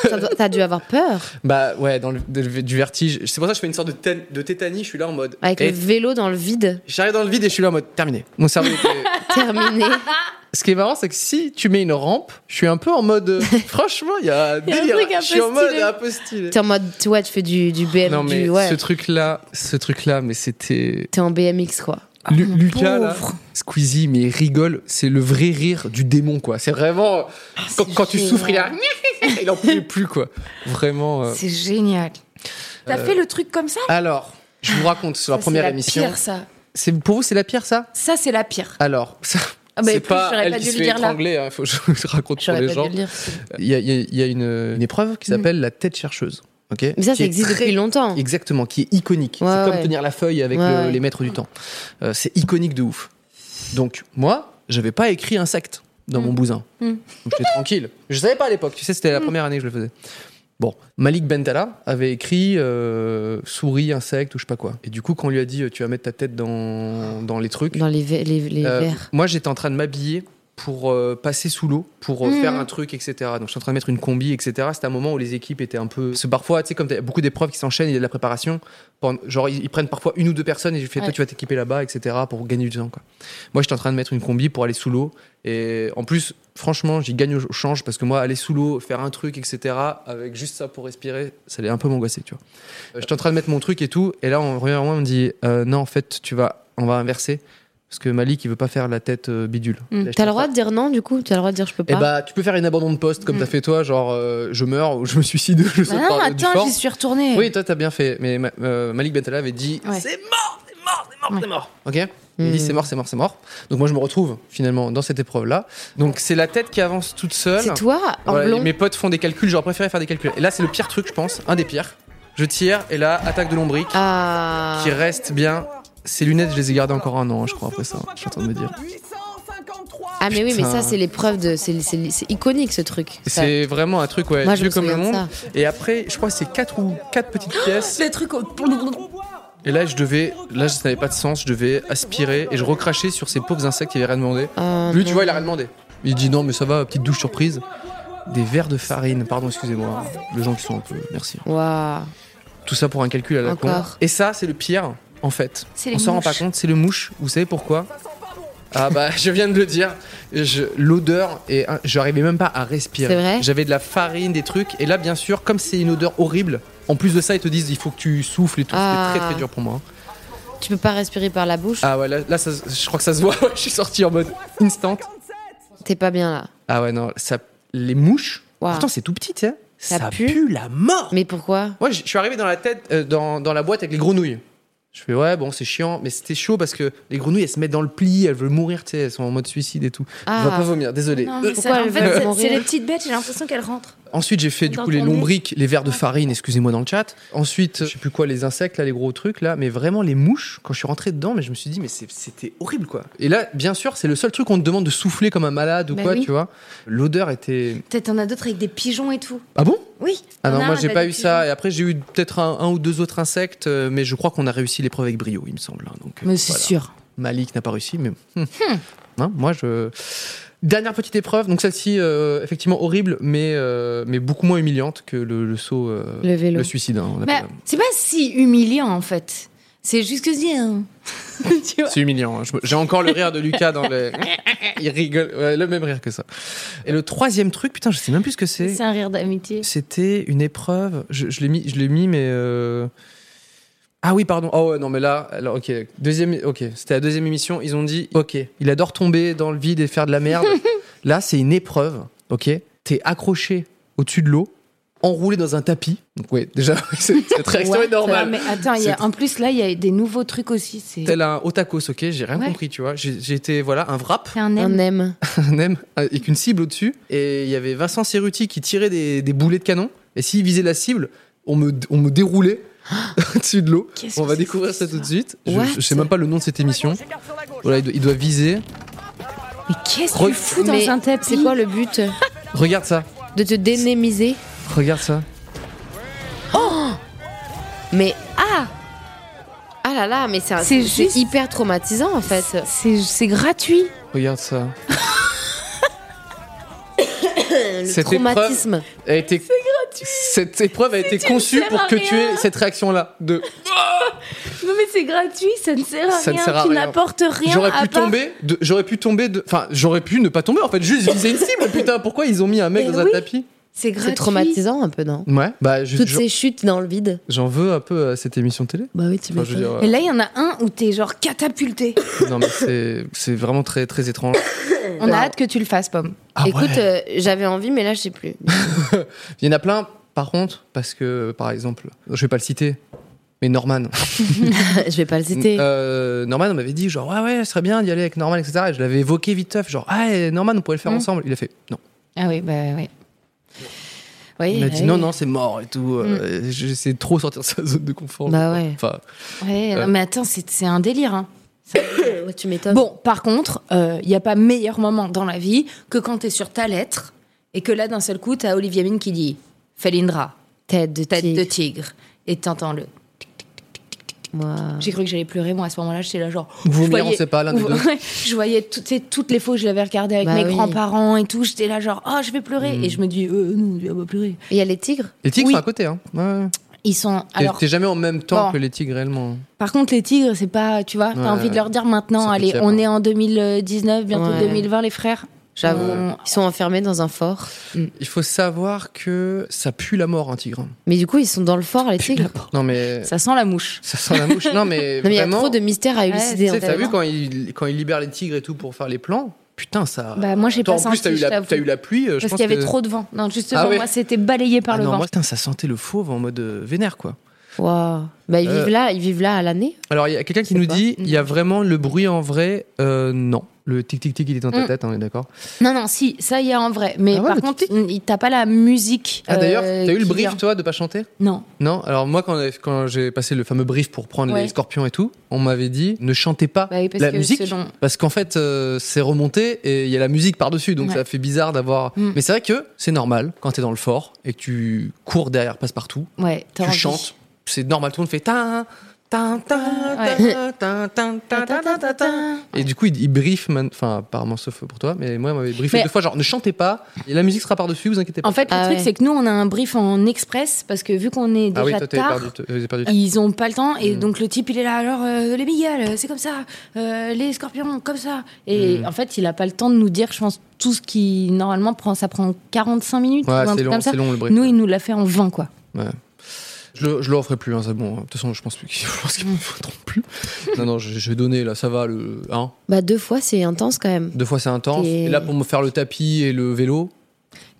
S2: Ça doit- T'as dû avoir peur
S1: bah ouais, dans le, de- du vertige. C'est pour ça que je fais une sorte de, tén- de tétanie. Je suis là en mode.
S2: avec
S1: et
S2: le vélo dans le vide
S1: J'arrive dans le vide et je suis là en mode terminé. Mon cerveau. était-
S2: terminé.
S1: Ce qui est marrant, c'est que si tu mets une rampe, je suis un peu en mode. euh, Franchement, il y a un
S3: y a un
S1: délire.
S3: truc
S1: je
S3: un peu
S1: suis en mode
S3: stylé.
S1: un peu stylé.
S2: T'es en mode, tu vois, tu fais du, du BM,
S1: Non mais
S2: du, ouais.
S1: ce truc là, ce truc là, mais c'était
S2: T'es en BMX, quoi.
S3: Ah,
S1: Lu- Lucas là, Squeezie, mais il rigole, c'est le vrai rire du démon quoi. C'est vraiment
S3: Ah,
S1: quand, quand tu souffres, il a il en peut plus quoi. Vraiment. euh.
S3: C'est génial. T'as fait le truc comme ça
S1: Alors, je vous raconte sur Euh, la
S3: Ça,
S1: première
S3: c'est
S1: émission.
S3: La pire, ça.
S1: C'est pour vous c'est la pire ça
S3: Ça, c'est la pire.
S1: Alors, ça,
S3: Ah bah,
S1: c'est
S3: plus,
S1: pas
S3: j'aurais
S1: elle
S3: pas
S1: qui
S3: dû
S1: se
S3: le
S1: fait
S3: dire là.
S1: étrangler, hein, faut que je, je raconte pour
S3: J'aurais
S1: les
S3: pas
S1: gens.
S3: dû le dire. Mm.
S1: Il y a, il y a- il y a une, une épreuve qui s'appelle la tête chercheuse. ok
S2: Mais ça,
S1: Qui
S2: ça
S1: est
S2: existe
S1: très-
S2: depuis longtemps.
S1: Exactement, qui est iconique.
S2: Ouais,
S1: c'est comme
S2: ouais.
S1: tenir la feuille avec
S2: Ouais,
S1: le-
S2: ouais.
S1: les maîtres du temps. Euh, c'est iconique de ouf. Donc, moi, j'avais pas écrit insecte dans
S2: Mm.
S1: mon bousin. Donc, j'étais tranquille. Je savais pas à l'époque. Tu sais, c'était la première année que je le faisais. Bon, Malik Bentala avait écrit euh, souris, insecte ou je sais pas quoi. Et du coup, quand on lui a dit euh, tu vas mettre ta tête dans, dans les trucs,
S2: Dans les, ve- les, les
S1: euh,
S2: verres.
S1: moi j'étais en train de m'habiller pour euh, passer sous l'eau, pour euh, faire
S2: Mm.
S1: un truc, etc. Donc je suis en train de mettre une combi, etc. C'était un moment où les équipes étaient un peu. Parce que parfois, tu sais, comme il y a beaucoup d'épreuves qui s'enchaînent, il y a de la préparation. Pendant- Genre, ils, ils prennent parfois une ou deux personnes et je fais, toi,
S3: Ouais.
S1: tu vas t'équiper là-bas, etc. pour gagner du temps, quoi. Moi, j'étais en train de mettre une combi pour aller sous l'eau. Et en plus, franchement, j'y gagne au change parce que moi, aller sous l'eau, faire un truc, etc., avec juste ça pour respirer, ça allait un peu m'angoisser, tu vois. Euh, J'étais en train de mettre mon truc et tout. Et là, on revient à moi, on me dit, euh, non, en fait, tu vas, on va inverser. Parce que Malik, il veut pas faire la tête euh, bidule.
S2: Mm. T'as le droit de dire non, du coup T'as le droit de dire Hmm. je peux
S1: Eh
S2: pas
S1: bah, tu peux faire une abandon de poste comme t'as fait toi, genre euh, je meurs ou je me suicide, je saute
S3: Bah
S1: par
S3: non,
S1: le- du
S3: attends,
S1: fort.
S3: j'y suis
S2: Eh.
S3: retournée.
S1: Oui, toi t'as bien fait, mais Ma- euh, Malik Bentala avait dit
S3: Ouais.
S1: c'est mort, c'est mort, c'est mort, c'est mort. Ok Il
S2: Mm.
S1: dit c'est mort, c'est mort, c'est mort. Donc moi je me retrouve finalement dans cette épreuve là. Donc c'est la tête qui avance toute seule.
S2: C'est toi, en
S1: Ouais,
S2: blond.
S1: mes potes font des calculs, j'aurais préféré faire des calculs. Et là c'est le pire truc je pense, un des pires. Je tire et là attaque de lombric
S2: Ah.
S1: qui reste bien. Ces lunettes je les ai gardées encore un an hein, je crois après ça. Je suis en train de me dire.
S2: Ah, mais oui, mais
S1: Putain.
S2: ça, c'est l'épreuve de. C'est c'est- c'est iconique, ce truc. Ça-
S1: C'est vraiment un truc ouais,
S2: Moi, je
S1: vieux
S2: me
S1: comme le
S2: souviens
S1: monde.
S2: de
S1: Et après, je crois que c'est quatre ou quatre petites pièces.
S3: Le truc au-
S1: Et là, je devais, là, ça n'avait pas de sens. Je devais aspirer et je recrachais sur ces pauvres insectes qui avaient rien demandé.
S2: Ah,
S1: Lui, tu
S2: non.
S1: vois, il a rien demandé. Il dit non, mais ça va, petite douche surprise. Des verres de farine, pardon, excusez-moi. Les gens qui sont un peu, merci.
S2: Waouh.
S1: Tout ça pour un calcul à la con.
S2: Encore.
S1: Et ça, c'est le pire, en fait.
S3: C'est
S1: On
S3: les
S1: s'en rend pas
S3: mouches.
S1: compte, c'est le mouche. Vous savez pourquoi Ah bah, je viens de le dire. Je- L'odeur, et hein, j'arrivais même pas à respirer.
S2: C'est vrai
S1: J'avais de la farine, des trucs. Et là, bien sûr, comme c'est une odeur horrible, en plus de ça, ils te disent il faut que tu souffles et tout.
S2: Ah.
S1: C'était très très dur pour moi. hein.
S2: Tu peux pas respirer par la bouche
S1: Ah ouais, là, là, ça- je crois que ça se voit. Ouais, je suis sorti en mode instant.
S2: T'es pas bien là.
S1: Ah ouais, non, ça, les mouches.
S2: Waouh.
S1: Pourtant, c'est tout petit, hein.
S2: Ça pue.
S1: la mort.
S2: Mais pourquoi
S1: Moi, je je suis arrivé dans la tête, euh, dans, dans la boîte avec les grenouilles. Je fais ouais, bon, c'est chiant, mais c'était chaud parce que les grenouilles, elles se mettent dans le pli, elles veulent mourir, tu sais, elles sont en mode suicide et tout.
S2: Ah.
S1: Je vais pas vomir, désolé.
S3: Non,
S1: Euh,
S3: mais
S2: Pourquoi
S3: ça- en
S2: elle
S3: fait,
S2: veut
S3: c'est-
S2: mourir
S3: c'est les petites bêtes, j'ai l'impression qu'elles rentrent.
S1: Ensuite, j'ai fait du
S3: Dans
S1: coup les
S3: ton nez.
S1: lombriques, les vers de farine, excusez-moi dans le chat. Ensuite, je sais plus quoi, les insectes, là, les gros trucs, là, mais vraiment les mouches, quand je suis rentré dedans, mais je me suis dit, mais c'est- c'était horrible, quoi. Et là, bien sûr, c'est le seul truc qu'on te demande de souffler comme un malade ou
S3: Bah
S1: quoi,
S3: oui.
S1: tu vois. L'odeur était.
S3: Peut-être t'en as d'autres avec des pigeons et tout.
S1: Ah bon
S3: Oui.
S1: Ah
S3: t'en
S1: non,
S3: as
S1: moi
S3: un
S1: j'ai
S3: avec
S1: pas
S3: des
S1: eu ça. Et après, j'ai eu peut-être un, un ou deux autres insectes, euh, mais je crois qu'on a réussi l'épreuve avec brio, il me semble. hein, Donc, euh,
S3: Mais c'est
S1: voilà.
S3: sûr.
S1: Malik n'a pas réussi, mais. hmm. Hein, moi, je. Dernière petite épreuve, donc celle-ci, euh, effectivement horrible, mais, euh, mais beaucoup moins humiliante que le, le saut. euh,
S2: Le vélo.
S1: le suicide, hein, on
S3: Bah,
S1: appelle.
S3: c'est pas si humiliant en fait. C'est juste que c'est un- tu vois.
S1: C'est humiliant. hein. Je me- J'ai encore le rire de Lucas dans le. Il rigole. Ouais, le même rire que ça. Et le troisième truc, putain, je sais même plus ce que c'est.
S3: C'est un rire d'amitié.
S1: C'était une épreuve. Je, je l'ai mis, je l'ai mis, mais. euh, Ah oui, pardon. Oh ouais, non, mais là, alors, ok. Deuxième, ok. C'était la deuxième émission. Ils ont dit, ok, il adore tomber dans le vide et faire de la merde. là, c'est une épreuve, ok. T'es accroché au-dessus de l'eau enroulé dans un tapis. Donc, ouais, déjà, c'est- cette réaction est normale.
S3: Mais attends, il y a-
S1: C'est-
S3: en plus, là, il y a des nouveaux trucs aussi. C'est
S1: Tel un otakos, ok, j'ai rien
S3: Ouais.
S1: compris, tu vois. J'ai j'ai été, voilà, un wrap,
S3: c'est un
S2: On
S3: M.
S2: aime.
S1: un M, avec une cible au-dessus. Et il y avait Vincent Cerruti qui tirait des, des boulets de canon. Et s'il visait la cible, on me, on me déroulait au-dessus de l'eau.
S3: Qu'est-ce
S1: On
S3: que
S1: va
S3: c'est
S1: découvrir ça tout de suite. Je,
S2: What
S1: je sais même pas le nom de cette émission. Voilà, il doit, il doit viser.
S3: Mais qu'est-ce que
S1: Re-
S3: tu fous dans
S2: Mais
S3: un tapis
S2: C'est quoi le but
S1: Regarde ça,
S2: De te dénémiser
S1: regarde ça.
S2: Mais ah Ah là là, mais c'est un-
S3: C'est
S2: c'est
S3: juste-
S2: hyper traumatisant en fait.
S3: C'est c'est gratuit.
S1: Regarde ça.
S2: Le
S1: Cette épreuve
S2: traumatisme.
S1: a été... Cette épreuve a été conçue
S3: sert
S1: pour
S3: à
S1: que tu
S3: rien.
S1: aies cette réaction-là. De...
S3: Non mais c'est gratuit, ça ne sert à
S1: Ça ne
S3: rien.
S1: sert à
S3: tu
S1: rien.
S3: n'apportes rien.
S1: J'aurais
S3: à
S1: pu
S3: part-
S1: tomber, de... j'aurais pu tomber de. Enfin, j'aurais pu ne pas tomber en fait, juste viser une cible. Putain, pourquoi ils ont mis un mec
S3: Mais
S1: dans un
S3: oui.
S1: tapis
S3: C'est gratuit.
S2: C'est traumatisant un peu, non
S1: Ouais, bah, je-
S2: Toutes
S1: je-
S2: ces chutes dans le vide.
S1: j'en veux un peu à cette émission télé.
S2: Bah oui, tu
S1: Enfin, je veux
S2: m'étonnes.
S1: dire, euh,
S3: Et là, il y en a un où t'es genre catapulté.
S1: non, mais c'est- c'est vraiment très, très étrange.
S3: On a hâte que tu le fasses, Pomme.
S1: Ah
S2: Écoute,
S1: ouais.
S2: euh, j'avais envie, mais là, je sais plus.
S1: Il y en a plein, par contre, parce que, par exemple, je vais pas le citer, mais Norman.
S2: je vais pas le citer.
S1: Euh, Norman m'avait dit, genre, ouais, ouais, ce serait bien d'y aller avec Norman, etc. Et je l'avais évoqué vite teuf, genre, ah, eh, Norman, on pourrait le faire
S2: Mmh.
S3: Mm.
S1: ensemble. Il a fait, non.
S3: Ah oui, bah oui. Oui,
S1: Il m'a dit,
S3: oui.
S1: non, non, c'est mort et tout. euh, J'essaie de trop sortir de sa zone de confort.
S2: Mmh. Bah ouais.
S1: Enfin,
S3: Ouais,
S1: Euh.
S3: non, mais attends, c'est c'est un délire. hein.
S2: Ouais, tu m'étonnes.
S3: Bon, par contre, il n'y a pas meilleur moment dans la vie que quand t'es sur ta lettre et que là, d'un seul coup, t'as Olivier Mine qui dit Felindra,
S2: tête de
S3: tête
S2: tigre.
S3: de tigre. Et t'entends le.
S2: Moi.
S3: J'ai cru que j'allais pleurer, moi, à ce moment-là, j'étais là, genre.
S1: vomir,
S3: je voyais-
S1: on sait pas, l'un des deux.
S3: Ouais, je voyais tout- tu sais, toutes les fois où je l'avais regardé avec
S2: Bah
S3: mes
S2: oui.
S3: grands-parents et tout. J'étais là, genre, oh, je vais
S1: Hmm.
S3: pleurer. Et je me dis, euh, non, je vais pas pleurer.
S2: Il y a les tigres
S1: Les tigres
S3: Oui.
S1: sont à côté, hein. Ouais.
S3: Ils sont.
S1: T'es-
S3: Alors,
S1: T'es jamais en même temps
S3: bon.
S1: que les tigres réellement.
S3: par contre, les tigres, c'est pas. Tu vois,
S1: Ouais,
S3: t'as envie de leur dire maintenant,
S1: ça
S3: allez,
S1: pique,
S3: on
S1: hein.
S3: est en 2019, bientôt
S2: Ouais.
S3: 2020, les frères.
S2: J'avoue,
S3: Euh,
S2: ils sont enfermés dans un fort.
S1: Il faut savoir que ça pue la mort, un tigre.
S2: Mais du coup, ils sont dans le fort, les tigres.
S1: Non, mais. Ça,
S3: Ça sent la mouche.
S1: sent la mouche. Non, mais.
S2: Non, mais il y a
S1: vraiment,
S2: trop de mystères à
S3: Ouais,
S2: élucider.
S1: Tu sais,
S2: en fait.
S1: t'as vu quand il, quand il libère les tigres et tout pour faire les plans Putain, ça.
S3: Bah, moi, j'ai
S1: Toi,
S3: pas
S1: en plus,
S3: senti.
S1: t'as eu,
S3: je
S1: la-
S3: t'avoue.
S1: t'as eu la pluie. euh, je
S3: Parce
S1: pense
S3: qu'il y avait
S1: que-
S3: trop de vent. Non, justement,
S1: Ah ouais.
S3: moi, c'était balayé par
S1: Ah
S3: le
S1: non,
S3: vent.
S1: moi, putain, ça sentait le fauve en mode euh, vénère, quoi.
S2: Waouh. Bah, ils,
S1: Euh.
S2: vivent là, ils vivent là à l'année.
S1: Alors, il y a quelqu'un qui
S2: sais
S1: nous
S2: pas.
S1: dit il
S3: Mm.
S1: y a vraiment le bruit en vrai. Euh, non. Le tic-tic-tic, il est dans ta
S3: Mm.
S1: tête, hein, on est d'accord.
S3: Non, non, si, ça y est en vrai. Mais
S1: Ah ouais,
S3: par
S1: mais
S3: contre, il- t'as pas la musique.
S1: Ah, d'ailleurs,
S3: euh,
S1: t'as eu le
S3: qui
S1: brief,
S3: vient.
S1: toi, de pas chanter
S3: Non.
S1: Non Alors, moi, quand, quand j'ai passé le fameux brief pour prendre
S3: Ouais.
S1: les scorpions et tout, on m'avait dit ne chantez pas
S3: Bah oui, parce
S1: la
S3: que
S1: musique.
S3: selon-
S1: Parce qu'en fait, euh, c'est remonté et il y a la musique par-dessus, donc
S3: Ouais.
S1: ça fait bizarre d'avoir.
S3: Mm.
S1: Mais c'est vrai que c'est normal quand t'es dans le fort et que tu cours derrière passe-partout,
S3: Ouais, t'as
S1: tu
S3: envie.
S1: chantes, c'est normal, tout le monde fait ta ta ta
S3: Ouais.
S1: ta ta ta ta ta ta ta ta.
S3: Ta-ta-ta-ta-ta.
S1: Et du coup, il, il briefe, man- enfin, apparemment, sauf pour toi, mais moi, il m'avait briefé
S3: Mais-
S1: deux fois, genre, ne chantez pas, et la musique sera par-dessus, vous inquiétez pas.
S3: En fait, le
S2: Ah
S3: truc,
S2: ouais.
S3: c'est que nous, on a un brief en express parce que vu qu'on est déjà
S1: ah oui, toi, t'avais
S3: tard,
S1: perdu, t'avais perdu.
S3: ils ont pas le temps et
S1: Mm.
S3: donc le type, il est là. Alors, euh, les migales, c'est comme ça. euh, les scorpions, comme ça. Et
S1: Mm.
S3: en fait, il a pas le temps de nous dire, je pense, tout ce qui normalement prend, ça prend 45 minutes ou un
S1: Ouais, c'est
S3: truc
S1: long,
S3: comme ça.
S1: c'est long le brief.
S3: Nous, il nous l'a fait en 20, quoi.
S1: Je, le- je le referai plus, hein, c'est bon. De toute façon, je pense plus qu'ils- je pense qu'ils me foutront plus. non, non, je, je vais donner, là, ça va, le. Hein,
S2: Bah, deux fois, c'est intense quand même.
S1: Deux fois c'est intense.
S2: Et-
S1: Et là pour me faire le tapis et le vélo.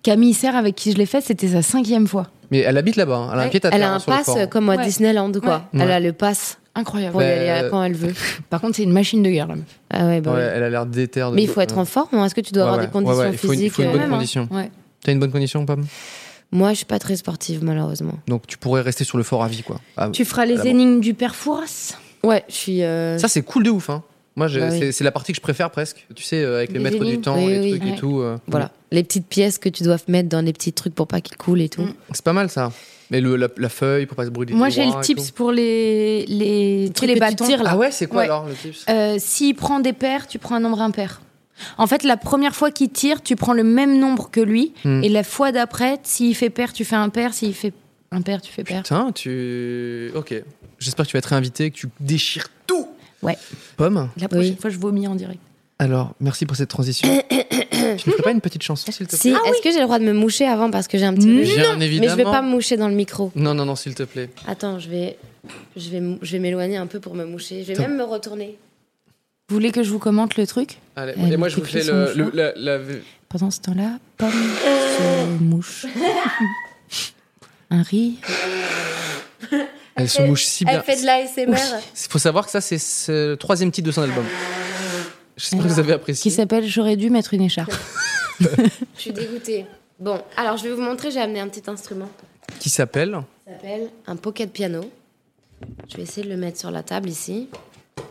S3: Camille Serre, avec qui je l'ai fait, c'était sa cinquième fois.
S1: Mais elle habite là-bas. hein. Elle a un
S3: Ouais.
S1: pied à
S2: Elle
S1: terre,
S2: a
S1: hein,
S2: un
S1: sur le
S2: pass
S1: fort.
S2: euh, comme à
S3: Ouais.
S2: Disneyland, quoi.
S1: Ouais.
S2: Elle a le pass
S3: Incroyable.
S2: pour y
S1: Bah,
S2: aller à- quand elle veut.
S3: Par contre, c'est une machine de guerre, là.
S2: Ah ouais, bah
S1: Ouais,
S2: oui.
S1: Elle a l'air déterre. de-
S2: Mais il faut être en
S1: Ouais.
S2: forme. hein. Est-ce que tu dois
S1: Ouais,
S2: avoir
S1: ouais,
S2: des conditions
S1: ouais, il faut une- il
S2: physiques
S1: faut une
S2: euh,
S1: bonne condition.
S3: Ouais.
S1: T'as une bonne condition, Pam
S2: Moi, je suis pas très sportive, malheureusement.
S1: Donc tu pourrais rester sur le fort à vie, quoi. Ah,
S3: Tu feras
S1: Ah
S3: les
S1: bon.
S3: énigmes du père Fouras
S2: Ouais, je suis. euh,
S1: Ça c'est cool de ouf, hein. Moi, j'ai-
S2: Bah oui.
S1: c'est c'est la partie que je préfère presque. Tu sais, euh, avec les
S3: Les
S1: maîtres du
S3: énigmes.
S1: temps,
S2: Oui,
S1: les
S2: oui,
S1: trucs et
S3: ouais.
S1: tout. euh,
S2: Voilà. Les petites pièces que tu dois mettre dans les petits trucs pour pas qu'ils coulent et tout.
S3: Mm.
S1: C'est pas mal ça. Mais le, la, la feuille pour pas se brûler.
S3: Moi,
S1: les
S3: j'ai
S1: doigts
S3: le
S1: et
S3: tips
S1: tout.
S3: pour les, les, tu sais,
S2: trucs
S3: les
S2: que tu
S3: bâtons.
S2: tires, là.
S1: Ah ouais, c'est quoi
S3: Ouais.
S1: alors le tips
S3: Euh, S'il prend des paires, tu prends un nombre impair. En fait, la première fois qu'il tire, tu prends le même nombre que lui.
S1: Hmm.
S3: Et la fois d'après, s'il fait paire, tu fais un pair. S'il fait un pair, tu fais pair.
S1: Putain, tu. Ok. J'espère que tu vas être réinvité, que tu déchires tout.
S3: Ouais.
S1: Pomme.
S3: La prochaine
S2: Oui.
S3: fois, je vomis en direct.
S1: Alors, merci pour cette transition. tu ne ferais pas une petite chanson, s'il te plaît
S2: Si, est-ce que j'ai le droit de me moucher avant parce que j'ai un petit. rhume
S1: Bien
S2: Mais je vais
S1: évidemment.
S2: pas me moucher dans le micro.
S1: Non, non, non, s'il te plaît.
S2: Attends, je vais, je vais, mou- je vais m'éloigner un peu pour me moucher. Je vais
S1: Attends.
S2: même me retourner.
S3: Vous voulez que je vous commente le truc
S1: Allez,
S3: Elle
S1: et moi, je vous
S3: t'écrit
S1: fais
S3: son
S1: le, le-
S3: choix.
S1: la, la-
S3: Pendant ce temps-là, pomme se mouche. un rire.
S1: Elle se mouche si bien.
S2: Elle fait de l'ASMR.
S1: Il faut savoir que ça, c'est ce- le troisième titre de son album. J'espère que vous avez apprécié.
S3: Qui s'appelle J'aurais dû mettre une écharpe.
S2: Je suis dégoûtée. Bon, alors je vais vous montrer, j'ai amené un petit instrument.
S1: Qui s'appelle
S2: Ça s'appelle un pocket piano. Je vais essayer de le mettre sur la table ici.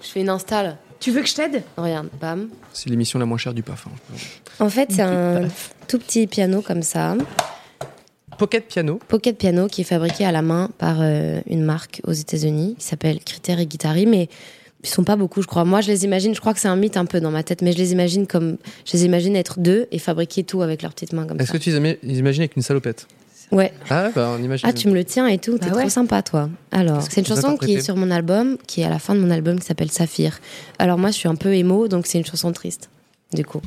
S2: Je fais une install.
S9: Tu veux que je t'aide
S2: Regarde, bam.
S1: C'est l'émission la moins chère du PAF. hein.
S2: En fait, c'est un tout petit piano comme ça.
S1: Pocket Piano.
S2: Pocket piano qui est fabriqué à la main par euh, une marque aux États-Unis qui s'appelle Criteria et Guitari, mais ils sont pas beaucoup, je crois. Moi, je les imagine, je crois que c'est un mythe un peu dans ma tête, mais je les imagine comme. Je les imagine être deux et fabriquer tout avec leurs petites mains comme
S1: Est-ce
S2: ça.
S1: que tu les ima- les imagines avec une salopette
S2: Ouais.
S1: Ah, bah on imagine.
S2: Ah, tu me le tiens et tout, t'es
S3: Bah ouais.
S2: trop sympa, toi. Alors,
S1: Qu'est-ce que
S2: c'est une
S1: tu nous as
S2: chanson qui
S1: interprété
S2: est sur mon album, qui est à la fin de mon album, qui s'appelle Saphir. Alors, moi, je suis un peu émo, donc c'est une chanson triste, du coup.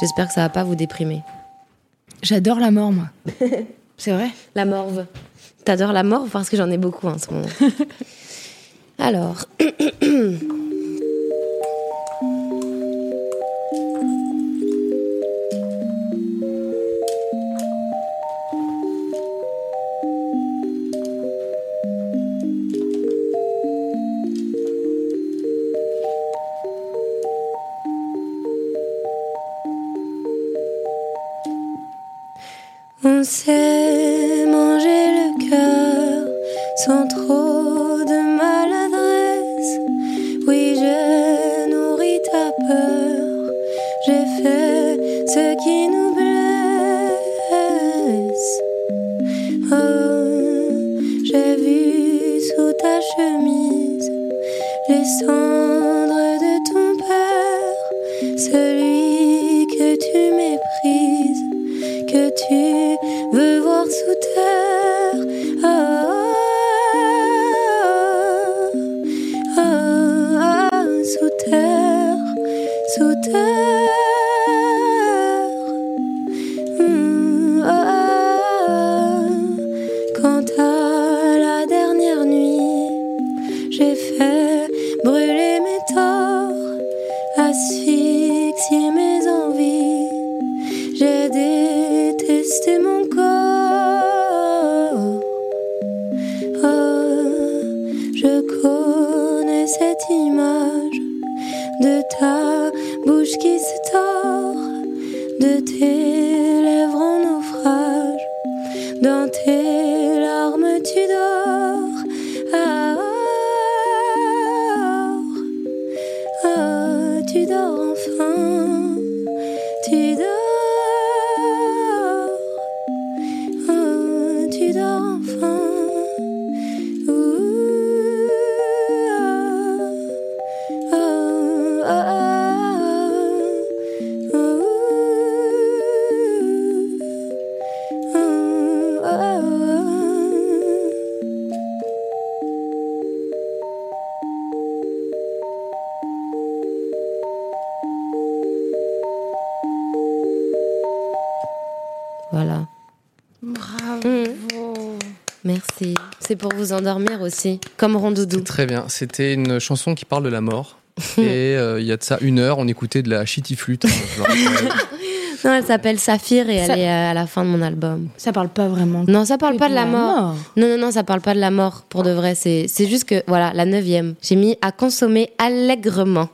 S2: J'espère que ça va pas vous déprimer.
S3: J'adore la mort, moi. C'est vrai
S2: La morve. T'adores la morve parce que j'en ai beaucoup en ce moment. Alors. On s'est mangé le cœur sans trop de maladresse. Oui, j'ai nourri ta peur. J'ai fait ce qui nous blesse. Oh, j'ai vu sous ta chemise les cendres de ton père, celui que tu méprises que tu veux voir sous terre. Ah, ah, ah, ah, ah, sous terre, sous terre. Hum, ah, ah, ah. Quand à la dernière nuit, j'ai fait brûler mes torts, asphyxier mes envies. J'ai détesté mon corps. Oh, je connais cette image de ta bouche qui se tord, de tes lèvres en naufrage. Dans tes larmes, tu dors. Ah, ah, ah, ah, tu dors enfin. Tu dors, Ah, tu dors enfin. Ouh, ah, ah, ah, ah. Ouh, ah, ah, ah. Voilà. Mmh.
S9: Bravo.
S2: Merci. C'est pour vous endormir aussi, comme Rondoudou.
S1: C'est très bien. C'était une chanson qui parle de la mort. Et euh, il y a de ça une heure, on écoutait de la chitiflute. hein, genre, euh,
S2: Non, elle s'appelle Saphir et
S3: Ça-
S2: elle est euh, à la fin de mon album.
S3: Ça parle pas vraiment.
S2: Non, ça parle
S3: que
S2: pas
S3: de
S2: de la
S3: la
S2: mort.
S3: mort.
S2: Non, non, non, ça parle pas de la mort, pour de vrai. C'est c'est juste que, voilà, la neuvième. J'ai mis à consommer allègrement.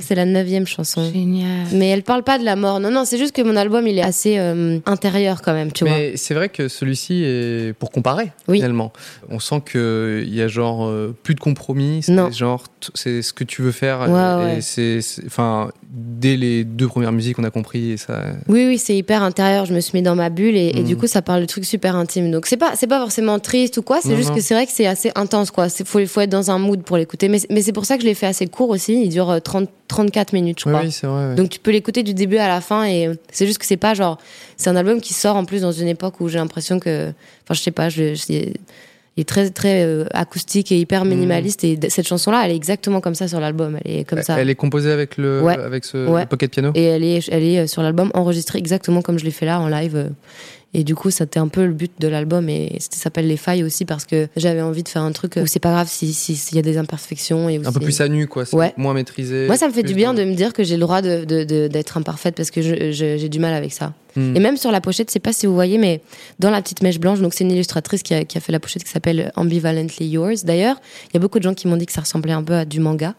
S2: c'est la neuvième chanson.
S3: Génial.
S2: Mais elle parle pas de la mort. Non, non, c'est juste que mon album, il est assez euh, intérieur quand même, tu vois.
S1: Mais c'est vrai que celui-ci est pour comparer
S2: Oui.
S1: finalement. On sent que il y a genre euh, plus de compromis. C'est
S2: Non.
S1: genre t- c'est ce que tu veux faire.
S2: Ouais,
S1: euh,
S2: ouais.
S1: Et c'est c'est- enfin dès les deux premières musiques on a compris et ça.
S2: Oui, oui, c'est hyper intérieur. Je me suis mis dans ma bulle et, et
S1: Mhm.
S2: du coup, ça parle de trucs super intimes. Donc, c'est pas, c'est pas forcément triste ou quoi. C'est
S1: Non,
S2: juste
S1: non.
S2: que c'est vrai que c'est assez intense, quoi. Il faut, faut être dans un mood pour l'écouter. Mais, mais c'est pour ça que je l'ai fait assez court aussi. Il dure euh, 30, 34 minutes, je
S1: Oui,
S2: crois.
S1: oui, c'est vrai. ouais.
S2: Donc tu peux l'écouter du début à la fin et euh, c'est juste que c'est pas genre c'est un album qui sort en plus dans une époque où j'ai l'impression que enfin je sais pas je, je- il est très très euh, acoustique et
S1: Mm.
S2: hyper minimaliste et d- cette chanson là elle est exactement comme ça sur l'album elle est comme ça
S1: Elle est composée avec le
S2: Ouais.
S1: avec ce
S2: Ouais.
S1: le pocket piano.
S2: et elle est elle est euh, sur l'album enregistrée exactement comme je l'ai fait là en live euh, Et du coup, c'était un peu le but de l'album et ça s'appelle Les Failles aussi parce que j'avais envie de faire un truc où c'est pas grave s'il si, s'il y a des imperfections. Et où
S1: Un peu
S2: c'est-
S1: plus à nu, quoi. C'est
S2: Ouais.
S1: moins maîtrisé.
S2: Moi, ça me fait
S1: plus
S2: du bien
S1: dans-
S2: de me dire que j'ai le droit de- de- de- d'être imparfaite parce que je- je- j'ai du mal avec ça.
S1: Hmm.
S2: Et même sur la pochette, je sais pas si vous voyez, mais dans la petite mèche blanche, donc c'est une illustratrice qui a, qui a fait la pochette qui s'appelle Ambivalently Yours. D'ailleurs, il y a beaucoup de gens qui m'ont dit que ça ressemblait un peu à du manga.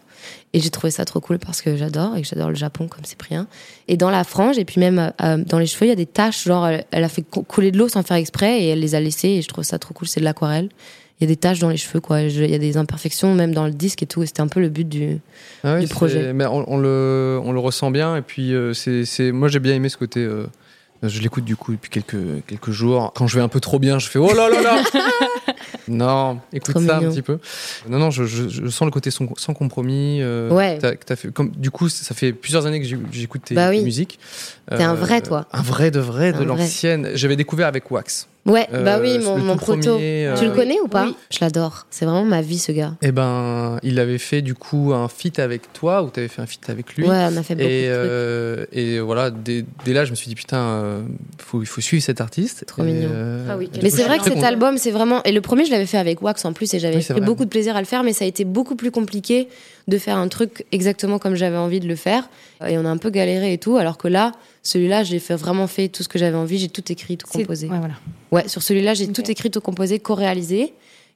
S2: Et j'ai trouvé ça trop cool parce que j'adore et que j'adore le Japon comme Cyprien. Et dans la frange, et puis même euh, dans les cheveux, il y a des taches. Genre, elle, elle a fait cou- couler de l'eau sans faire exprès et elle les a laissées. Et je trouve ça trop cool. C'est de l'aquarelle. Il y a des taches dans les cheveux, quoi. Je- Il y a des imperfections même dans le disque et tout. Et c'était un peu le but du.
S1: Ah oui,
S2: du
S1: c'est-
S2: projet.
S1: Mais on, on le, on le ressent bien. Et puis, euh, c'est, c'est- moi, j'ai bien aimé ce côté. euh, je l'écoute du coup depuis quelques, quelques jours. Quand je vais un peu trop bien, je fais Oh là là là Non, écoute
S2: Trop
S1: ça un
S2: mignon.
S1: petit peu. Non, non, je, je- je sens le côté sans, sans compromis. euh,
S2: Ouais.
S1: que t'as- que t'as fait, comme, du coup, ça fait plusieurs années que j'ai- j'écoute tes
S2: Bah oui.
S1: musiques. Euh,
S2: T'es un vrai, toi.
S1: Un vrai de vrai,
S2: Un
S1: de
S2: vrai.
S1: l'ancienne. J'avais découvert avec Wax.
S2: Ouais,
S1: Euh,
S2: bah oui,
S1: c'est
S2: mon,
S1: le
S2: mon
S1: tout
S2: proto.
S1: premier, euh,
S2: Tu le connais ou pas
S3: Oui.
S2: Je l'adore. C'est vraiment ma vie, ce gars.
S1: Eh ben, il avait fait du coup un feat avec toi, ou t'avais fait un feat avec lui.
S2: ouais, on a fait beaucoup
S1: Et,
S2: de trucs.
S1: euh, et voilà, dès, dès là, je me suis dit, putain, euh, faut, il faut suivre cet artiste.
S2: Trop
S1: Et,
S2: mignon.
S1: euh,
S3: Ah oui,
S1: et du
S2: Mais c'est
S1: coup,
S2: vrai
S1: je
S2: que
S1: suis
S2: cet
S1: très content.
S2: album, c'est vraiment. Et le premier, je l'avais fait avec Wax en plus, et j'avais
S1: Oui, c'est
S2: pris
S1: vrai.
S2: beaucoup de plaisir à le faire, mais ça a été beaucoup plus compliqué de faire un truc exactement comme j'avais envie de le faire. Et on a un peu galéré et tout, alors que là, celui-là, j'ai fait, vraiment fait tout ce que j'avais envie, j'ai tout écrit, tout
S3: C'est-
S2: composé.
S3: ouais, voilà.
S2: Ouais, sur celui-là, j'ai
S3: Ok.
S2: tout écrit, tout composé, co-réalisé.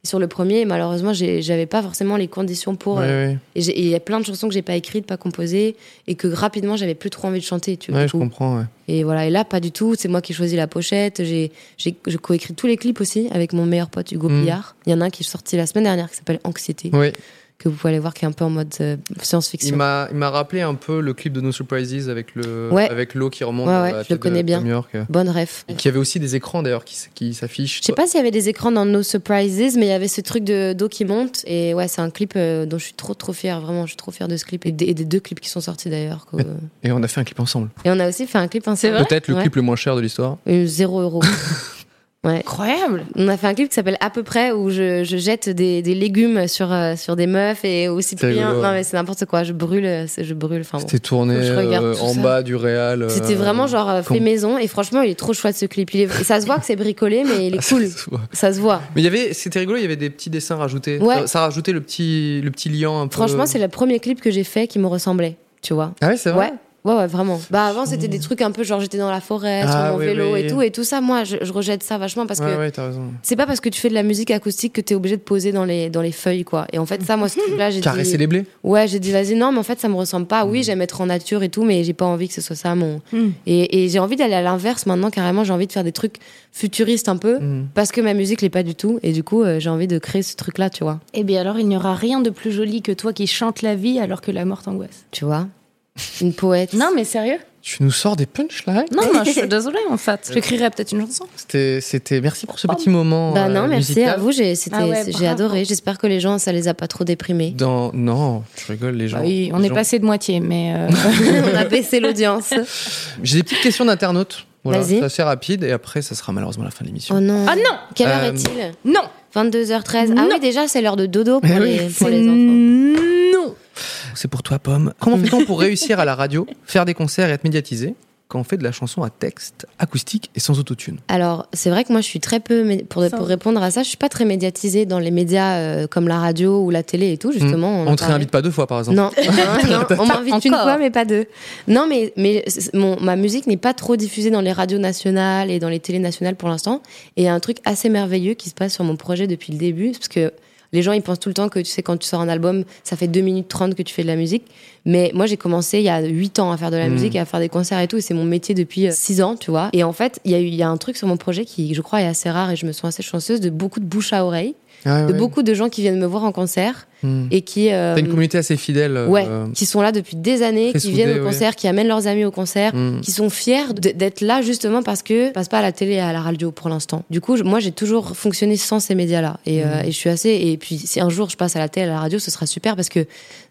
S2: Et sur le premier, malheureusement, j'ai- j'avais pas forcément les conditions pour. euh,
S1: Ouais, ouais.
S2: Et j'ai- et il y a plein de chansons que j'ai pas écrites, pas composées, et que rapidement, j'avais plus trop envie de chanter, tu vois.
S1: Ouais,
S2: du
S1: je
S2: coup.
S1: comprends. ouais.
S2: Et voilà, et là, pas du tout. C'est moi qui choisis la pochette. J'ai, j'ai, je coécris tous les clips aussi avec mon meilleur pote Hugo
S1: Mm.
S2: Pillard. Il y en a un qui est sorti la semaine dernière qui s'appelle Anxiété,
S1: Oui.
S2: que vous pouvez aller voir, qui est un peu en mode euh,
S1: Il
S2: science-fiction.
S1: m'a, il m'a rappelé un peu le clip de No Surprises avec le,
S2: Ouais.
S1: avec l'eau qui remonte
S2: Ouais,
S1: à
S2: ouais,
S1: la
S2: je le
S1: tête de- de
S2: connais bien.
S1: New York. euh.
S2: Bonne ref.
S1: Et qui avait aussi des écrans d'ailleurs qui, s- qui s'affichent.
S2: Je sais pas s'il y avait des écrans dans No Surprises, mais il y avait ce truc de, d'eau qui monte. Et ouais, c'est un clip euh, dont je suis trop, trop fière. Vraiment, je suis trop fière de ce clip. Et des, et des deux clips qui sont sortis d'ailleurs. quoi.
S1: Et on a fait un clip ensemble.
S2: Et on a aussi fait un clip ensemble.
S1: Peut-être le
S2: Ouais.
S1: clip le moins cher de l'histoire.
S2: Euh, Zéro euro. ouais.
S3: Incroyable.
S2: On a fait un clip qui s'appelle À peu près où je, je jette des, des légumes sur, euh, sur des meufs et aussi bien.
S1: rigolo,
S2: Non
S1: ouais.
S2: mais c'est n'importe quoi, je brûle, euh, c'est- je brûle. Enfin, bon.
S1: C'était tourné
S2: Faut que je regarde
S1: euh,
S2: tout
S1: en
S2: ça.
S1: bas du Real. euh,
S2: C'était vraiment genre euh,
S1: quand-
S2: fait maison et franchement il est trop chouette ce clip. Il est- Ça se voit que c'est bricolé mais il est cool, ça se voit.
S1: Mais il y avait, c'était rigolo, il y avait des petits dessins rajoutés.
S2: Ouais.
S1: Ça, ça rajoutait le petit, le petit liant un peu.
S2: Franchement c'est le premier clip que j'ai fait qui me ressemblait, tu vois.
S1: Ah ouais, c'est vrai.
S2: Ouais. Ouais, ouais, vraiment. Bah, avant, c'était des trucs un peu genre j'étais dans la forêt,
S1: Ah,
S2: sur mon
S1: oui,
S2: vélo
S1: oui.
S2: et tout. Et tout ça, moi, je, je rejette ça vachement parce que
S1: ouais, ouais, t'as raison.
S2: c'est pas parce que tu fais de la musique acoustique que t'es obligé de poser dans les, dans les feuilles, quoi. Et en fait, ça, moi, ce truc-là, j'ai dit-
S1: Caresser les blés.
S2: Ouais, j'ai dit vas-y, non, mais en fait, ça me ressemble pas.
S1: Mm.
S2: Oui, j'aime être en nature et tout, mais j'ai pas envie que ce soit ça mon.
S3: Mm.
S2: Et, et j'ai envie d'aller à l'inverse maintenant, carrément, j'ai envie de faire des trucs futuristes un peu,
S1: Mm.
S2: parce que ma musique l'est pas du tout, et du coup, euh, j'ai envie de créer ce truc-là, tu vois.
S3: Eh bien alors, il n'y aura rien de plus joli que toi qui chantes la vie alors que la mort t'angoisse.
S2: Tu vois Une poète.
S3: Non, mais sérieux
S1: Tu nous sors des punchlines
S3: Non, non, je suis désolée en fait. J'écrirais peut-être une chanson.
S1: C'était, c'était. Merci pour ce petit moment.
S2: Bah
S1: euh,
S2: non, merci
S1: musical.
S2: à vous, j'ai c'était-
S3: Ah ouais,
S2: c'est- j'ai
S3: bravo.
S2: adoré. J'espère que les gens, ça les a pas trop déprimés.
S1: Dans... Non, je rigole, les
S2: Ah
S1: gens.
S3: Bah oui, on
S1: les
S3: est
S1: gens-
S3: passé de moitié, mais euh,
S2: On a baissé l'audience.
S1: J'ai des petites questions d'internautes. Voilà,
S2: Vas-y.
S1: c'est assez rapide et après, ça sera malheureusement la fin de l'émission.
S2: Oh non.
S3: ah non,
S2: Quelle heure
S1: Euh,
S2: est-il
S3: non,
S2: 22h13. Ah
S3: Non.
S2: oui, déjà, c'est l'heure de dodo pour,
S1: Eh oui.
S2: les, pour
S3: c'est
S2: les enfants.
S3: non.
S1: C'est pour toi, Pomme. Comment fait-on pour réussir à la radio, faire des concerts et être médiatisé quand on fait de la chanson à texte, acoustique et sans autotune
S2: Alors, c'est vrai que moi, je suis très peu, mé- pour,
S3: Ça.
S2: pour répondre à ça, je suis pas très médiatisée dans les médias euh, comme la radio ou la télé et tout, justement.
S1: Hmm.
S2: en
S1: On te
S2: parlait.
S1: réinvite pas deux fois, par exemple.
S2: Non, Non, non, on m'invite une
S3: encore.
S2: fois, mais pas deux. Non, mais, mais c- c- mon, ma musique n'est pas trop diffusée dans les radios nationales et dans les télés nationales pour l'instant. Et il y a un truc assez merveilleux qui se passe sur mon projet depuis le début, parce que les gens, ils pensent tout le temps que, tu sais, quand tu sors un album, ça fait 2 minutes 30 que tu fais de la musique. Mais moi, j'ai commencé il y a 8 ans à faire de la
S1: Mhm.
S2: musique et à faire des concerts et tout. Et c'est mon métier depuis 6 ans, tu vois. Et en fait, il y, a eu- il y a un truc sur mon projet qui, je crois, est assez rare et je me sens assez chanceuse de beaucoup de bouche à oreille,
S1: Ah
S2: de
S1: ouais.
S2: beaucoup de gens qui viennent me voir en concert
S1: Hmm.
S2: et qui. euh,
S1: T'as une communauté assez fidèle. euh,
S2: Ouais, qui sont là depuis des années,
S1: très
S2: qui viennent
S1: soudés,
S2: au
S1: ouais.
S2: concert, qui amènent leurs amis au concert,
S1: hmm.
S2: qui sont fiers de- d'être là justement parce que je passe pas à la télé et à la radio pour l'instant. Du coup, je- moi j'ai toujours fonctionné sans ces médias-là et,
S1: Hmm.
S2: euh, et je suis assez. Et puis si un jour je passe à la télé, à la radio, ce sera super parce que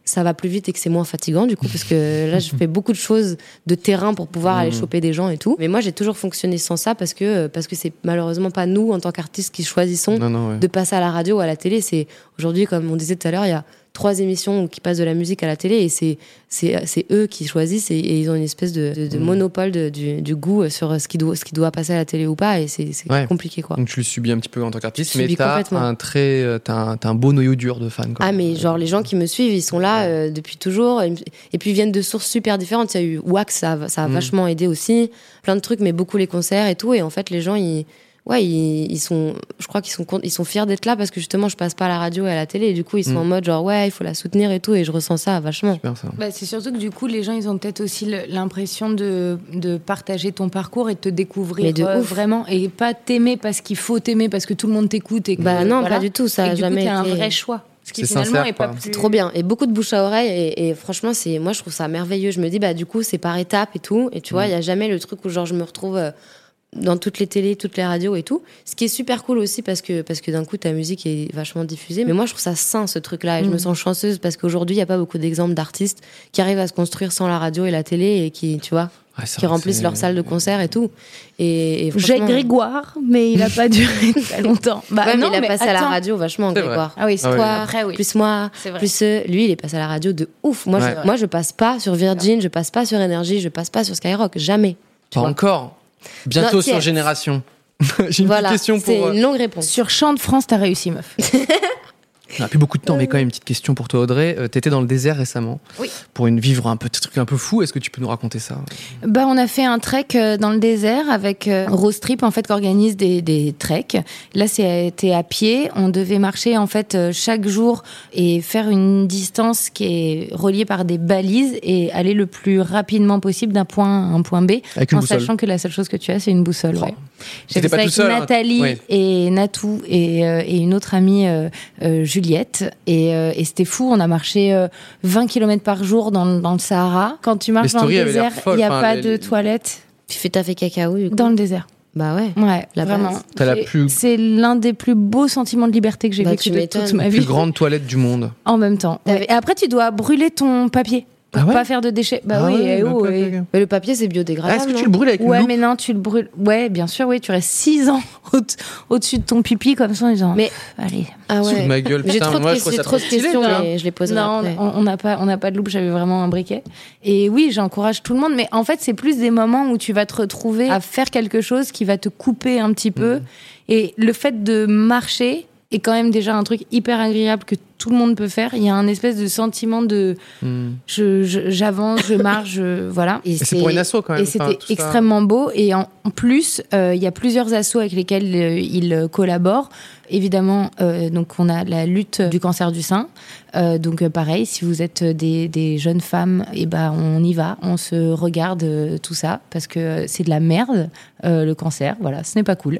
S2: ça va plus vite et que c'est moins fatigant du coup parce que là je fais beaucoup de choses de terrain pour pouvoir
S1: Hmm.
S2: aller choper des gens et tout. Mais moi j'ai toujours fonctionné sans ça parce que euh, parce que c'est malheureusement pas nous en tant qu'artistes qui choisissons
S1: Non, non, ouais.
S2: de passer à la radio ou à la télé. C'est aujourd'hui, comme on disait tout à l'heure, il y a trois émissions qui passent de la musique à la télé et c'est c'est c'est eux qui choisissent et, et ils ont une espèce de, de-
S1: Mm.
S2: de monopole de- du, du goût sur ce qui doit ce qui doit passer à la télé ou pas et c'est c'est
S1: Ouais.
S2: compliqué quoi.
S1: Donc tu le subis un petit peu en tant qu'artiste,
S2: Tu
S1: mais
S2: subis
S1: t'as
S2: complètement.
S1: un très, euh, t'as un, t'as un beau noyau dur de fans. quoi.
S2: Ah mais genre les gens qui me suivent ils sont là euh, depuis toujours et et puis ils viennent de sources super différentes. Il y a eu Wax ça a, ça a
S1: Mm.
S2: vachement aidé aussi, plein de trucs mais beaucoup les concerts et tout et en fait les gens ils ouais ils, ils sont je crois qu'ils sont cont- ils sont fiers d'être là parce que justement je passe pas à la radio et à la télé et du coup ils sont
S1: Mm.
S2: en mode genre ouais il faut la soutenir et tout et je ressens ça vachement.
S1: Super, ça.
S3: Bah, c'est surtout que du coup, les gens, ils ont peut-être aussi le- l'impression de, de partager ton parcours et de te découvrir
S2: Mais de
S3: euh,
S2: ouf.
S3: vraiment et pas t'aimer parce qu'il faut t'aimer parce que tout le monde t'écoute et que
S2: Bah non,
S3: voilà.
S2: pas du tout, ça
S3: Et
S2: a
S3: que du
S2: jamais
S3: coup, t'as
S2: été-
S3: un vrai choix. Ce qui
S1: C'est
S3: finalement
S1: sincère,
S3: est pas
S1: quoi.
S3: plus...
S2: C'est trop bien et beaucoup de bouche à oreille et, et franchement c'est moi je trouve ça merveilleux je me dis bah du coup c'est par étapes et tout et tu
S1: Mm.
S2: vois il y a jamais le truc où genre je me retrouve euh, dans toutes les télés toutes les radios et tout ce qui est super cool aussi parce que parce que d'un coup ta musique est vachement diffusée mais moi je trouve ça sain ce truc là et je
S1: Mm.
S2: me sens chanceuse parce qu'aujourd'hui il y a pas beaucoup d'exemples d'artistes qui arrivent à se construire sans la radio et la télé et qui tu vois
S1: Ouais, c'est
S2: qui
S1: vrai que
S2: remplissent
S1: c'est-
S2: leur salle de concert et tout et, et
S3: Jacques
S2: franchement-
S3: Grégoire, mais il a pas duré très longtemps. Bah,
S2: Ouais, mais
S3: non,
S2: il a passé à la
S3: attends.
S2: radio vachement
S1: C'est vrai.
S2: Grégoire
S3: Ah oui, c'est
S1: Ah oui.
S3: toi.
S2: toi,
S3: Après, oui.
S2: plus moi,
S3: C'est vrai.
S2: plus eux. lui, il est passé à la radio de ouf. Moi,
S1: Ouais.
S2: je, moi, je passe pas sur Virgin, je passe pas sur Énergie, je passe pas sur Skyrock, jamais.
S1: Pas encore. Bientôt
S2: Non,
S1: sur
S2: tiens.
S1: Génération. J'ai une
S2: Voilà,
S1: petite question
S2: c'est
S1: pour. euh,
S2: une longue réponse.
S3: Sur Chant de France, t'as réussi, meuf.
S1: On n'a plus beaucoup de temps, mais quand même une petite question pour toi, Audrey. Euh, T'étais dans le désert récemment.
S3: Euh, Oui.
S1: Pour une vivre un petit truc un peu fou. Est-ce que tu peux nous raconter ça
S3: Bah, on a fait un trek euh, dans le désert avec euh, Rose Trip, en fait, qui organise des, des treks. Là, c'était à pied. On devait marcher, en fait, euh, chaque jour et faire une distance qui est reliée par des balises et aller le plus rapidement possible d'un point A à un point B.
S1: Avec une
S3: en
S1: boussole.
S3: sachant que la seule chose que tu as, c'est une boussole.
S1: Oh.
S3: ouais. J'ai
S1: T'étais
S3: fait
S1: pas tout
S3: ça
S1: seul,
S3: avec
S1: hein.
S3: Nathalie
S1: Ouais.
S3: et Natou et, euh, et une autre amie, euh, euh, Juliette. Et, euh, et c'était fou. On a marché euh, 20 km par jour dans, le- dans le Sahara. Quand tu
S1: Les
S3: marches dans le
S1: stories avaient l'air
S3: désert, il
S1: folles.
S3: n'y a
S1: Enfin,
S3: pas
S1: les-
S3: de
S1: les-
S3: toilette
S2: Tu fais ta fait cacao, du coup.
S3: dans le désert.
S2: Bah ouais.
S3: Ouais,
S2: La
S3: vraiment.
S2: base.
S1: T'as la
S3: C'est-
S1: plus-
S3: C'est l'un des plus beaux sentiments de liberté que j'ai
S2: Bah,
S3: vécu
S2: tu
S3: de
S2: m'étonnes.
S3: toute ma vie.
S1: Plus grande toilette du monde.
S3: En même temps. ouais. Et après, tu dois brûler ton papier pour
S1: Ah ouais
S3: pas faire de déchets. Bah
S1: Ah
S3: oui,
S1: ouais,
S3: eh
S1: ok,
S3: oh,
S1: ok,
S3: et-
S1: ok.
S2: Mais le papier, c'est
S1: Ah,
S2: biodégradable. hein.
S1: Est-ce que
S2: non
S1: tu le brûles avec une
S3: Ouais,
S1: loupe
S3: mais non, tu le brûles. Ouais, bien sûr, oui, tu restes 6 ans au- au-dessus de ton pipi comme ça en disant.
S2: Mais-
S3: pff, allez.
S2: Ah
S1: Sous
S2: ouais.
S1: ma gueule,
S2: J'ai
S1: putain,
S2: trop, de,
S1: moi je
S2: questions-
S1: trouve ça
S2: trop de
S1: trop stylé,
S2: questions,
S1: tu vois.
S2: mais je les poserai
S3: Non,
S2: après.
S3: on on n'a pas, on n'a pas de loupe. J'avais vraiment un briquet. Et oui, j'encourage tout le monde. Mais en fait, c'est plus des moments où tu vas te retrouver à faire quelque chose qui va te couper un petit peu.
S2: Mm.
S3: Et le fait de marcher est quand même déjà un truc hyper agréable que tout le monde peut faire. Il y a un espèce de sentiment de
S1: Hmm.
S3: je- je- j'avance, je, marche, je- voilà.
S2: Et
S1: Et c'est pour une asso quand même.
S3: Et
S1: enfin,
S3: c'était
S1: tout ça.
S3: extrêmement beau. Et en en plus, euh, il y a plusieurs assos avec lesquels euh, ils euh, collaborent. Évidemment, euh, donc on a la lutte du cancer du sein. Euh, donc euh, pareil, si vous êtes des, des jeunes femmes, et ben on y va, on se regarde euh, tout ça parce que euh, c'est de la merde euh, le cancer. Voilà, ce n'est pas cool.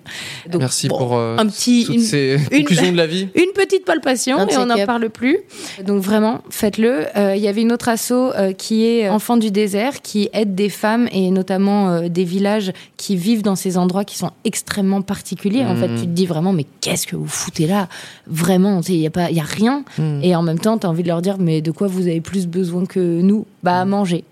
S3: Donc,
S1: Merci
S3: bon,
S1: pour euh,
S3: un petit
S1: toutes
S3: une-
S1: ces conclusions de la vie.
S3: une petite palpation
S2: Un
S3: et on n'en
S2: check-up.
S3: parle plus. Donc vraiment, faites-le. Euh, Il y avait une autre asso euh, qui est Enfants du désert, qui aide des femmes et notamment euh, des villages qui vivent dans ces endroits qui sont extrêmement particuliers. En
S2: Mm.
S3: fait, tu te dis vraiment, mais qu'est-ce que vous foutez là Vraiment, il n'y a, pas- y a rien.
S2: Mm.
S3: Et en même temps, tu as envie de leur dire, mais de quoi vous avez plus besoin que nous Bah,
S2: Mm.
S3: à manger.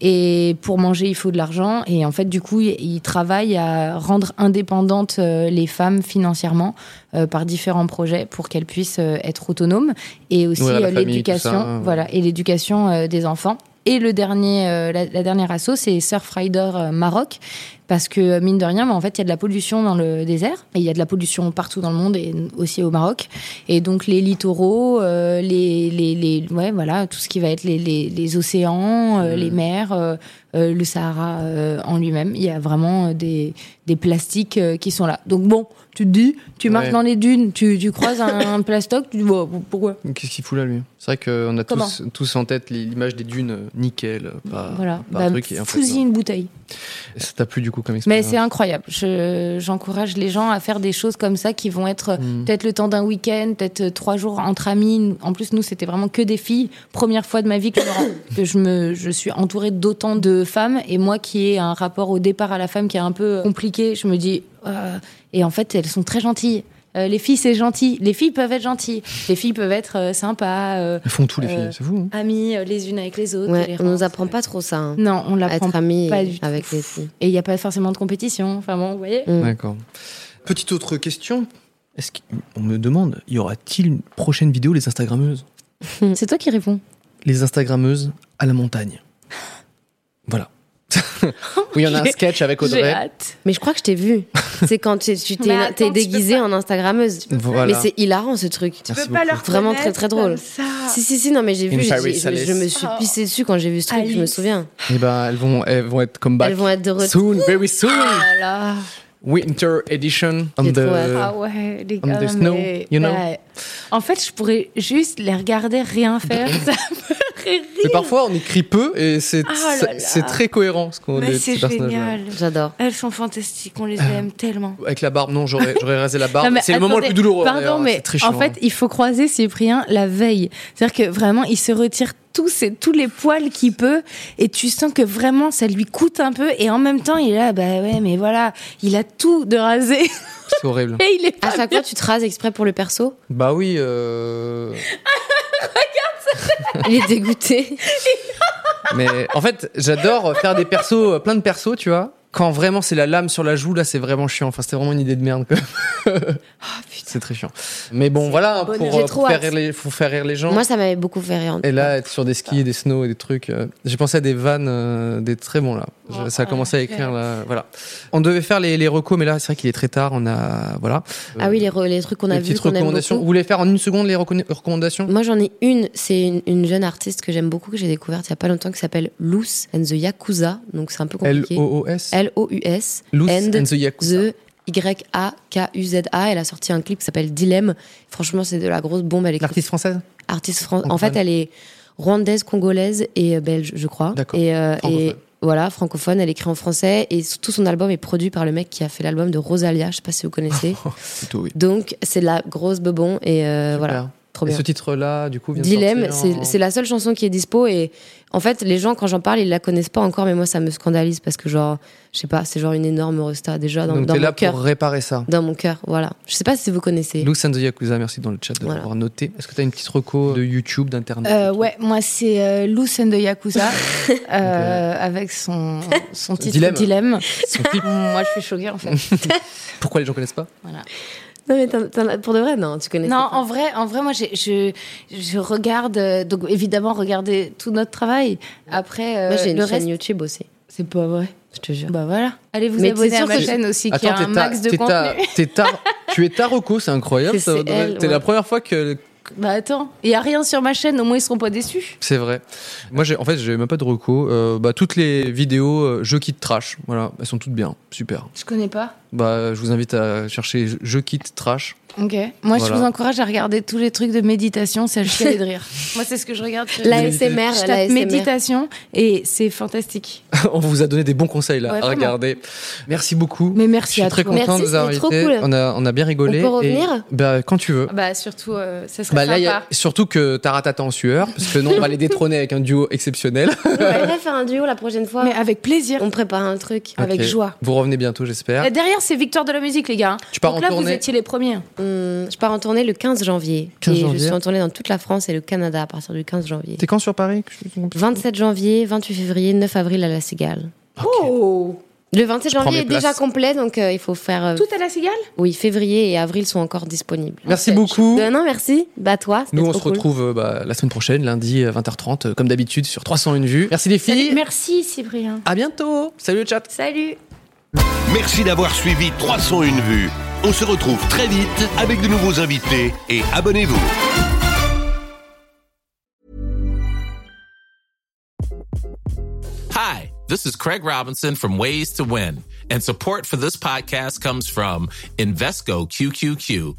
S3: Et pour manger, il faut de l'argent. Et en fait, du coup, ils ils travaillent à rendre indépendantes euh, les femmes financièrement euh, par différents projets pour qu'elles puissent euh, être autonomes et aussi
S1: Ouais, la
S3: euh,
S1: famille, tout
S3: l'éducation
S1: ça, hein.
S3: voilà et l'éducation euh, des enfants et le dernier euh, la, la dernière asso c'est Surf Rider euh, Maroc parce que euh, mine de rien bah, en fait il y a de la pollution dans le désert et il y a de la pollution partout dans le monde et aussi au Maroc et donc les littoraux euh, les, les, les ouais voilà tout ce qui va être les, les, les océans euh, les mers euh, euh, le Sahara euh, en lui-même il y a vraiment euh, des des plastiques euh, qui sont là donc bon tu te dis tu marches
S1: Ouais.
S3: dans les dunes tu, tu croises un, un plastoc tu te dis Bon, pourquoi
S1: Qu'est-ce qu'il fout là, lui C'est vrai qu'on a
S3: Comment
S1: tous, tous en tête l'image des dunes, euh, nickel, euh, pas,
S3: voilà
S1: pas
S3: Bah,
S1: un truc. Et en fait, euh,
S3: fous-y une
S1: non.
S3: bouteille
S1: ça t'a plu du coup comme
S3: Mais
S1: expérience
S3: c'est incroyable. Je- J'encourage les gens à faire des choses comme ça qui vont être
S11: Mm.
S3: peut-être le temps d'un week-end, peut-être euh, trois jours entre amis. En plus, nous, c'était vraiment que des filles. Première fois de ma vie que, je me- que je, me, je suis entourée d'autant de femmes. Et moi, qui ai un rapport au départ à la femme qui est un peu compliqué, je me dis. euh, et en fait, elles sont très gentilles. Euh, les filles, c'est gentil. Les filles peuvent être gentilles. Les filles peuvent être euh, sympas, euh,
S1: Elles font tout les filles,
S3: Euh,
S1: c'est fou. hein
S3: amies euh, les unes avec les autres.
S2: Ouais, on
S3: tolérantes.
S2: nous apprend pas trop ça. hein.
S3: Non, on l'apprend
S2: Être amis
S3: pas du tout.
S2: avec les filles.
S3: Et il n'y a pas forcément de compétition. Enfin bon, vous voyez.
S2: Mm.
S1: hein. D'accord. Petite autre question. Est-ce qu'on me demande, y aura-t-il une prochaine vidéo les Instagrammeuses
S2: Mm.
S11: C'est toi qui réponds.
S1: Les Instagrammeuses à la montagne. Voilà. oui, il y en a un sketch avec
S3: J'ai
S1: Audrey.
S3: hâte.
S2: Mais je crois que je t'ai vu. C'est quand tu tu t'es
S3: Mais attends,
S2: t'es
S3: tu peux
S2: déguisée
S3: pas-
S2: en Instagrammeuse.
S1: Voilà.
S2: Mais c'est hilarant ce truc.
S3: Tu
S1: Merci
S3: peux pas
S1: beaucoup.
S3: leur
S2: Vraiment très, très drôle. Si, si, si, non, mais j'ai
S1: In
S2: vu, j'ai-
S1: Paris,
S2: j'ai- je,
S1: Alice.
S2: je me suis pissée dessus quand j'ai vu ce truc, je me
S3: Alice.
S2: souviens.
S1: Et ben, elles vont, elles vont être comme back.
S2: Elles vont être de retour.
S1: Soon, very soon. Winter edition on
S2: J'ai
S1: the,
S2: trop hâte.
S3: Ah ouais, les
S1: On
S3: gars.
S1: the snow,
S3: mais-
S1: you know.
S3: Ouais. En fait, je pourrais juste les regarder, rien faire. ça me ferait
S1: Mais
S3: rire.
S1: parfois, on écrit peu et c'est
S3: Ah là là.
S1: c'est très cohérent ce qu'on
S3: Mais
S1: les-
S3: c'est
S1: ces personnages-là.
S3: génial.
S2: J'adore.
S3: Elles sont fantastiques, on les aime tellement.
S1: Avec la barbe, non, j'aurais j'aurais rasé la barbe.
S3: Non, mais
S1: Ah. C'est le moment le
S3: attendez,
S1: plus douloureux. hein, d'ailleurs,
S3: Pardon, mais
S1: c'est très
S3: en
S1: chiant. hein.
S3: fait, il faut croiser Cyprien la veille. C'est-à-dire que vraiment, il se retire tous, ses- tous les poils qu'il peut et tu sens que vraiment, ça lui coûte un peu et en même temps, il est là, bah ouais, mais voilà, il a tout de rasé et
S1: c'est horrible.
S3: il est
S2: À
S3: pas...
S2: chaque fois, tu te rases exprès pour le perso.
S1: Bah oui, euh,
S2: Il est dégoûté.
S1: mais en fait, j'adore faire des persos, euh, plein de persos, tu vois. Quand vraiment c'est la lame sur la joue, là, c'est vraiment chiant. Enfin, c'était vraiment une idée de merde. quoi.
S3: Ah,
S1: c'est très chiant. Mais bon, voilà, pour,
S2: J'ai
S1: euh,
S2: trop
S1: pour faire
S2: hâte.
S1: rire les, faut faire rire les gens.
S2: Moi, ça m'avait beaucoup fait rire. en tout
S1: Et
S2: cas.
S1: là, être sur des
S2: Ah.
S1: skis, des snows et des trucs. euh, J'ai pensé à des vannes, euh, des très bons là. Je-
S3: Oh,
S1: ça a
S3: ouais,
S1: commencé à écrire là. Voilà. On devait faire les, les recos, mais là, c'est vrai qu'il est très tard. On a. Voilà.
S2: Ah oui, les, re- les trucs qu'on a
S1: euh, Les
S2: vus,
S1: petites
S2: qu'on aime
S1: recommandations.
S2: beaucoup.
S1: Vous voulez faire en une seconde les reconna- recommandations
S2: Moi, j'en ai une. C'est une, une jeune artiste que j'aime beaucoup, que j'ai découverte il y a pas longtemps, qui s'appelle Loose and the Yakuza. Donc, c'est un peu compliqué.
S1: L-O-O-S.
S2: L-O-U-S.
S1: Loose
S2: and
S1: and the Yakuza.
S2: The Y-A-K-U-Z-A. Elle a sorti un clip qui s'appelle Dilemme. Franchement, c'est de la grosse bombe. Elle est
S1: L'artiste française
S2: artiste fran- En
S1: Francophone.
S2: fait, elle est rwandaise, congolaise et euh, belge, je crois.
S1: D'accord.
S2: Et, euh,
S1: Francophone.
S2: et voilà, francophone. Elle écrit en français et tout son album est produit par le mec qui a fait l'album de Rosalia. Je sais pas si vous connaissez.
S1: Plutôt, oui.
S2: Donc, c'est de la grosse bebon et euh, voilà. Trop
S1: Et
S2: bien.
S1: ce titre-là, du coup, vient de
S2: Dilemme,
S1: sortir
S2: c'est
S1: en-
S2: c'est la seule chanson qui est dispo et en fait les gens quand j'en parle ils la connaissent pas encore mais moi ça me scandalise parce que genre je sais pas c'est genre une énorme resta déjà dans,
S1: Donc,
S2: dans
S1: t'es
S2: mon
S1: là
S2: cœur
S1: pour réparer ça.
S2: dans mon cœur voilà je sais pas si vous connaissez
S1: Lou Sanzo Yakuza, merci dans le chat de
S2: Voilà.
S1: l'avoir noté. Est-ce que t'as une petite reco de YouTube, d'internet
S3: Euh, ouais, moi c'est euh, Lou Sen de Yakuza euh, avec son, son titre
S1: Dilemme.
S3: Dilemme.
S1: Son clip.
S3: moi je suis choquée en fait.
S1: Pourquoi les gens connaissent pas
S2: non mais t'en- t'en as- pour de vrai non tu connais
S3: Non, en vrai, en vrai, moi, j'ai- je, je regarde. euh, donc, évidemment, regarder tout notre travail. Après, euh,
S2: moi j'ai une
S3: le
S2: chaîne
S3: reste,
S2: YouTube aussi
S3: c'est pas vrai.
S2: je te jure
S3: Bah voilà. Allez vous
S2: Mais
S3: abonner
S2: c'est sûr
S3: à ma
S2: que je-
S3: chaîne Bah, aussi, qui a
S1: t'es
S3: un
S1: ta-
S3: max de
S1: t'es ta-
S3: contenu.
S1: t'es ta- tu es ta reco, c'est incroyable.
S2: C'est-
S1: ça,
S2: c'est
S1: Audrey.
S2: elle,
S1: T'es
S2: ouais.
S1: la première fois que
S3: Bah attends, il y a rien sur ma chaîne. Au moins, ils seront pas déçus.
S1: c'est vrai. Moi, j'ai en fait, j'ai même pas de reco. Euh, bah, toutes les vidéos euh, je quitte trash, voilà, elles sont toutes bien, super.
S3: Je connais pas.
S1: Bah, je vous invite à chercher je, Je quitte trash.
S3: Ok. Moi, je
S1: Voilà.
S3: vous encourage à regarder tous les trucs de méditation. Ça, je suis allée de rire. Moi, c'est ce que je regarde. sur-
S2: la
S1: Je
S2: SMR
S3: Je
S2: la
S3: tape
S2: ASMR.
S3: méditation et c'est fantastique.
S1: On vous a donné des bons conseils là
S3: Ouais,
S1: à
S3: vraiment.
S1: regarder. Merci beaucoup.
S3: Mais
S1: je
S3: merci
S1: suis
S3: à
S1: très
S3: toi.
S1: content
S2: Merci,
S1: de vous avoir
S2: c'était trop
S1: invité.
S2: cool.
S1: On a on a bien rigolé.
S2: On peut revenir
S1: Et- bah, quand tu veux.
S3: Bah surtout, euh, ça serait
S1: Bah là,
S3: sympa.
S1: il y a- surtout que Taratata en sueur, parce que non, on va les détrôner avec un duo exceptionnel.
S2: on devrait faire un duo la prochaine fois
S3: Mais avec plaisir,
S2: on prépare un truc
S3: avec
S1: Ok.
S3: joie.
S1: Vous revenez bientôt, j'espère.
S3: Et derrière, c'est Victoire de la musique, les gars. hein.
S1: Tu pars
S3: Donc
S1: en
S3: là,
S1: tournée.
S3: vous étiez les premiers.
S2: Hum, je pars en tournée le 15 janvier
S1: 15
S2: et
S1: janvier.
S2: je suis en tournée dans toute la France et le Canada à partir du 15 janvier
S1: T'es quand sur Paris
S2: 27 janvier 28 février 9 avril à la Cigale
S3: Oh
S2: Le 27
S1: prends
S2: janvier
S1: mes
S2: est déjà
S1: places.
S2: complet, donc euh, il faut faire. euh,
S3: Tout à la cigale
S2: Oui, février et avril sont encore disponibles.
S1: Merci beaucoup.
S2: Euh, non, merci. Bah, toi. c'était
S1: Nous, on
S2: trop
S1: se
S2: cool.
S1: retrouve euh, bah, la semaine prochaine, lundi euh, 20h30, euh, comme d'habitude, sur 301 vues. Merci les filles.
S3: Merci Cyprien.
S1: À bientôt. Salut le chat.
S3: Salut
S4: Merci d'avoir suivi 301 vues. On se retrouve très vite avec de nouveaux invités et abonnez-vous.
S12: Hi, this is Craig Robinson from Ways to Win, and support for this podcast comes from Invesco QQQ,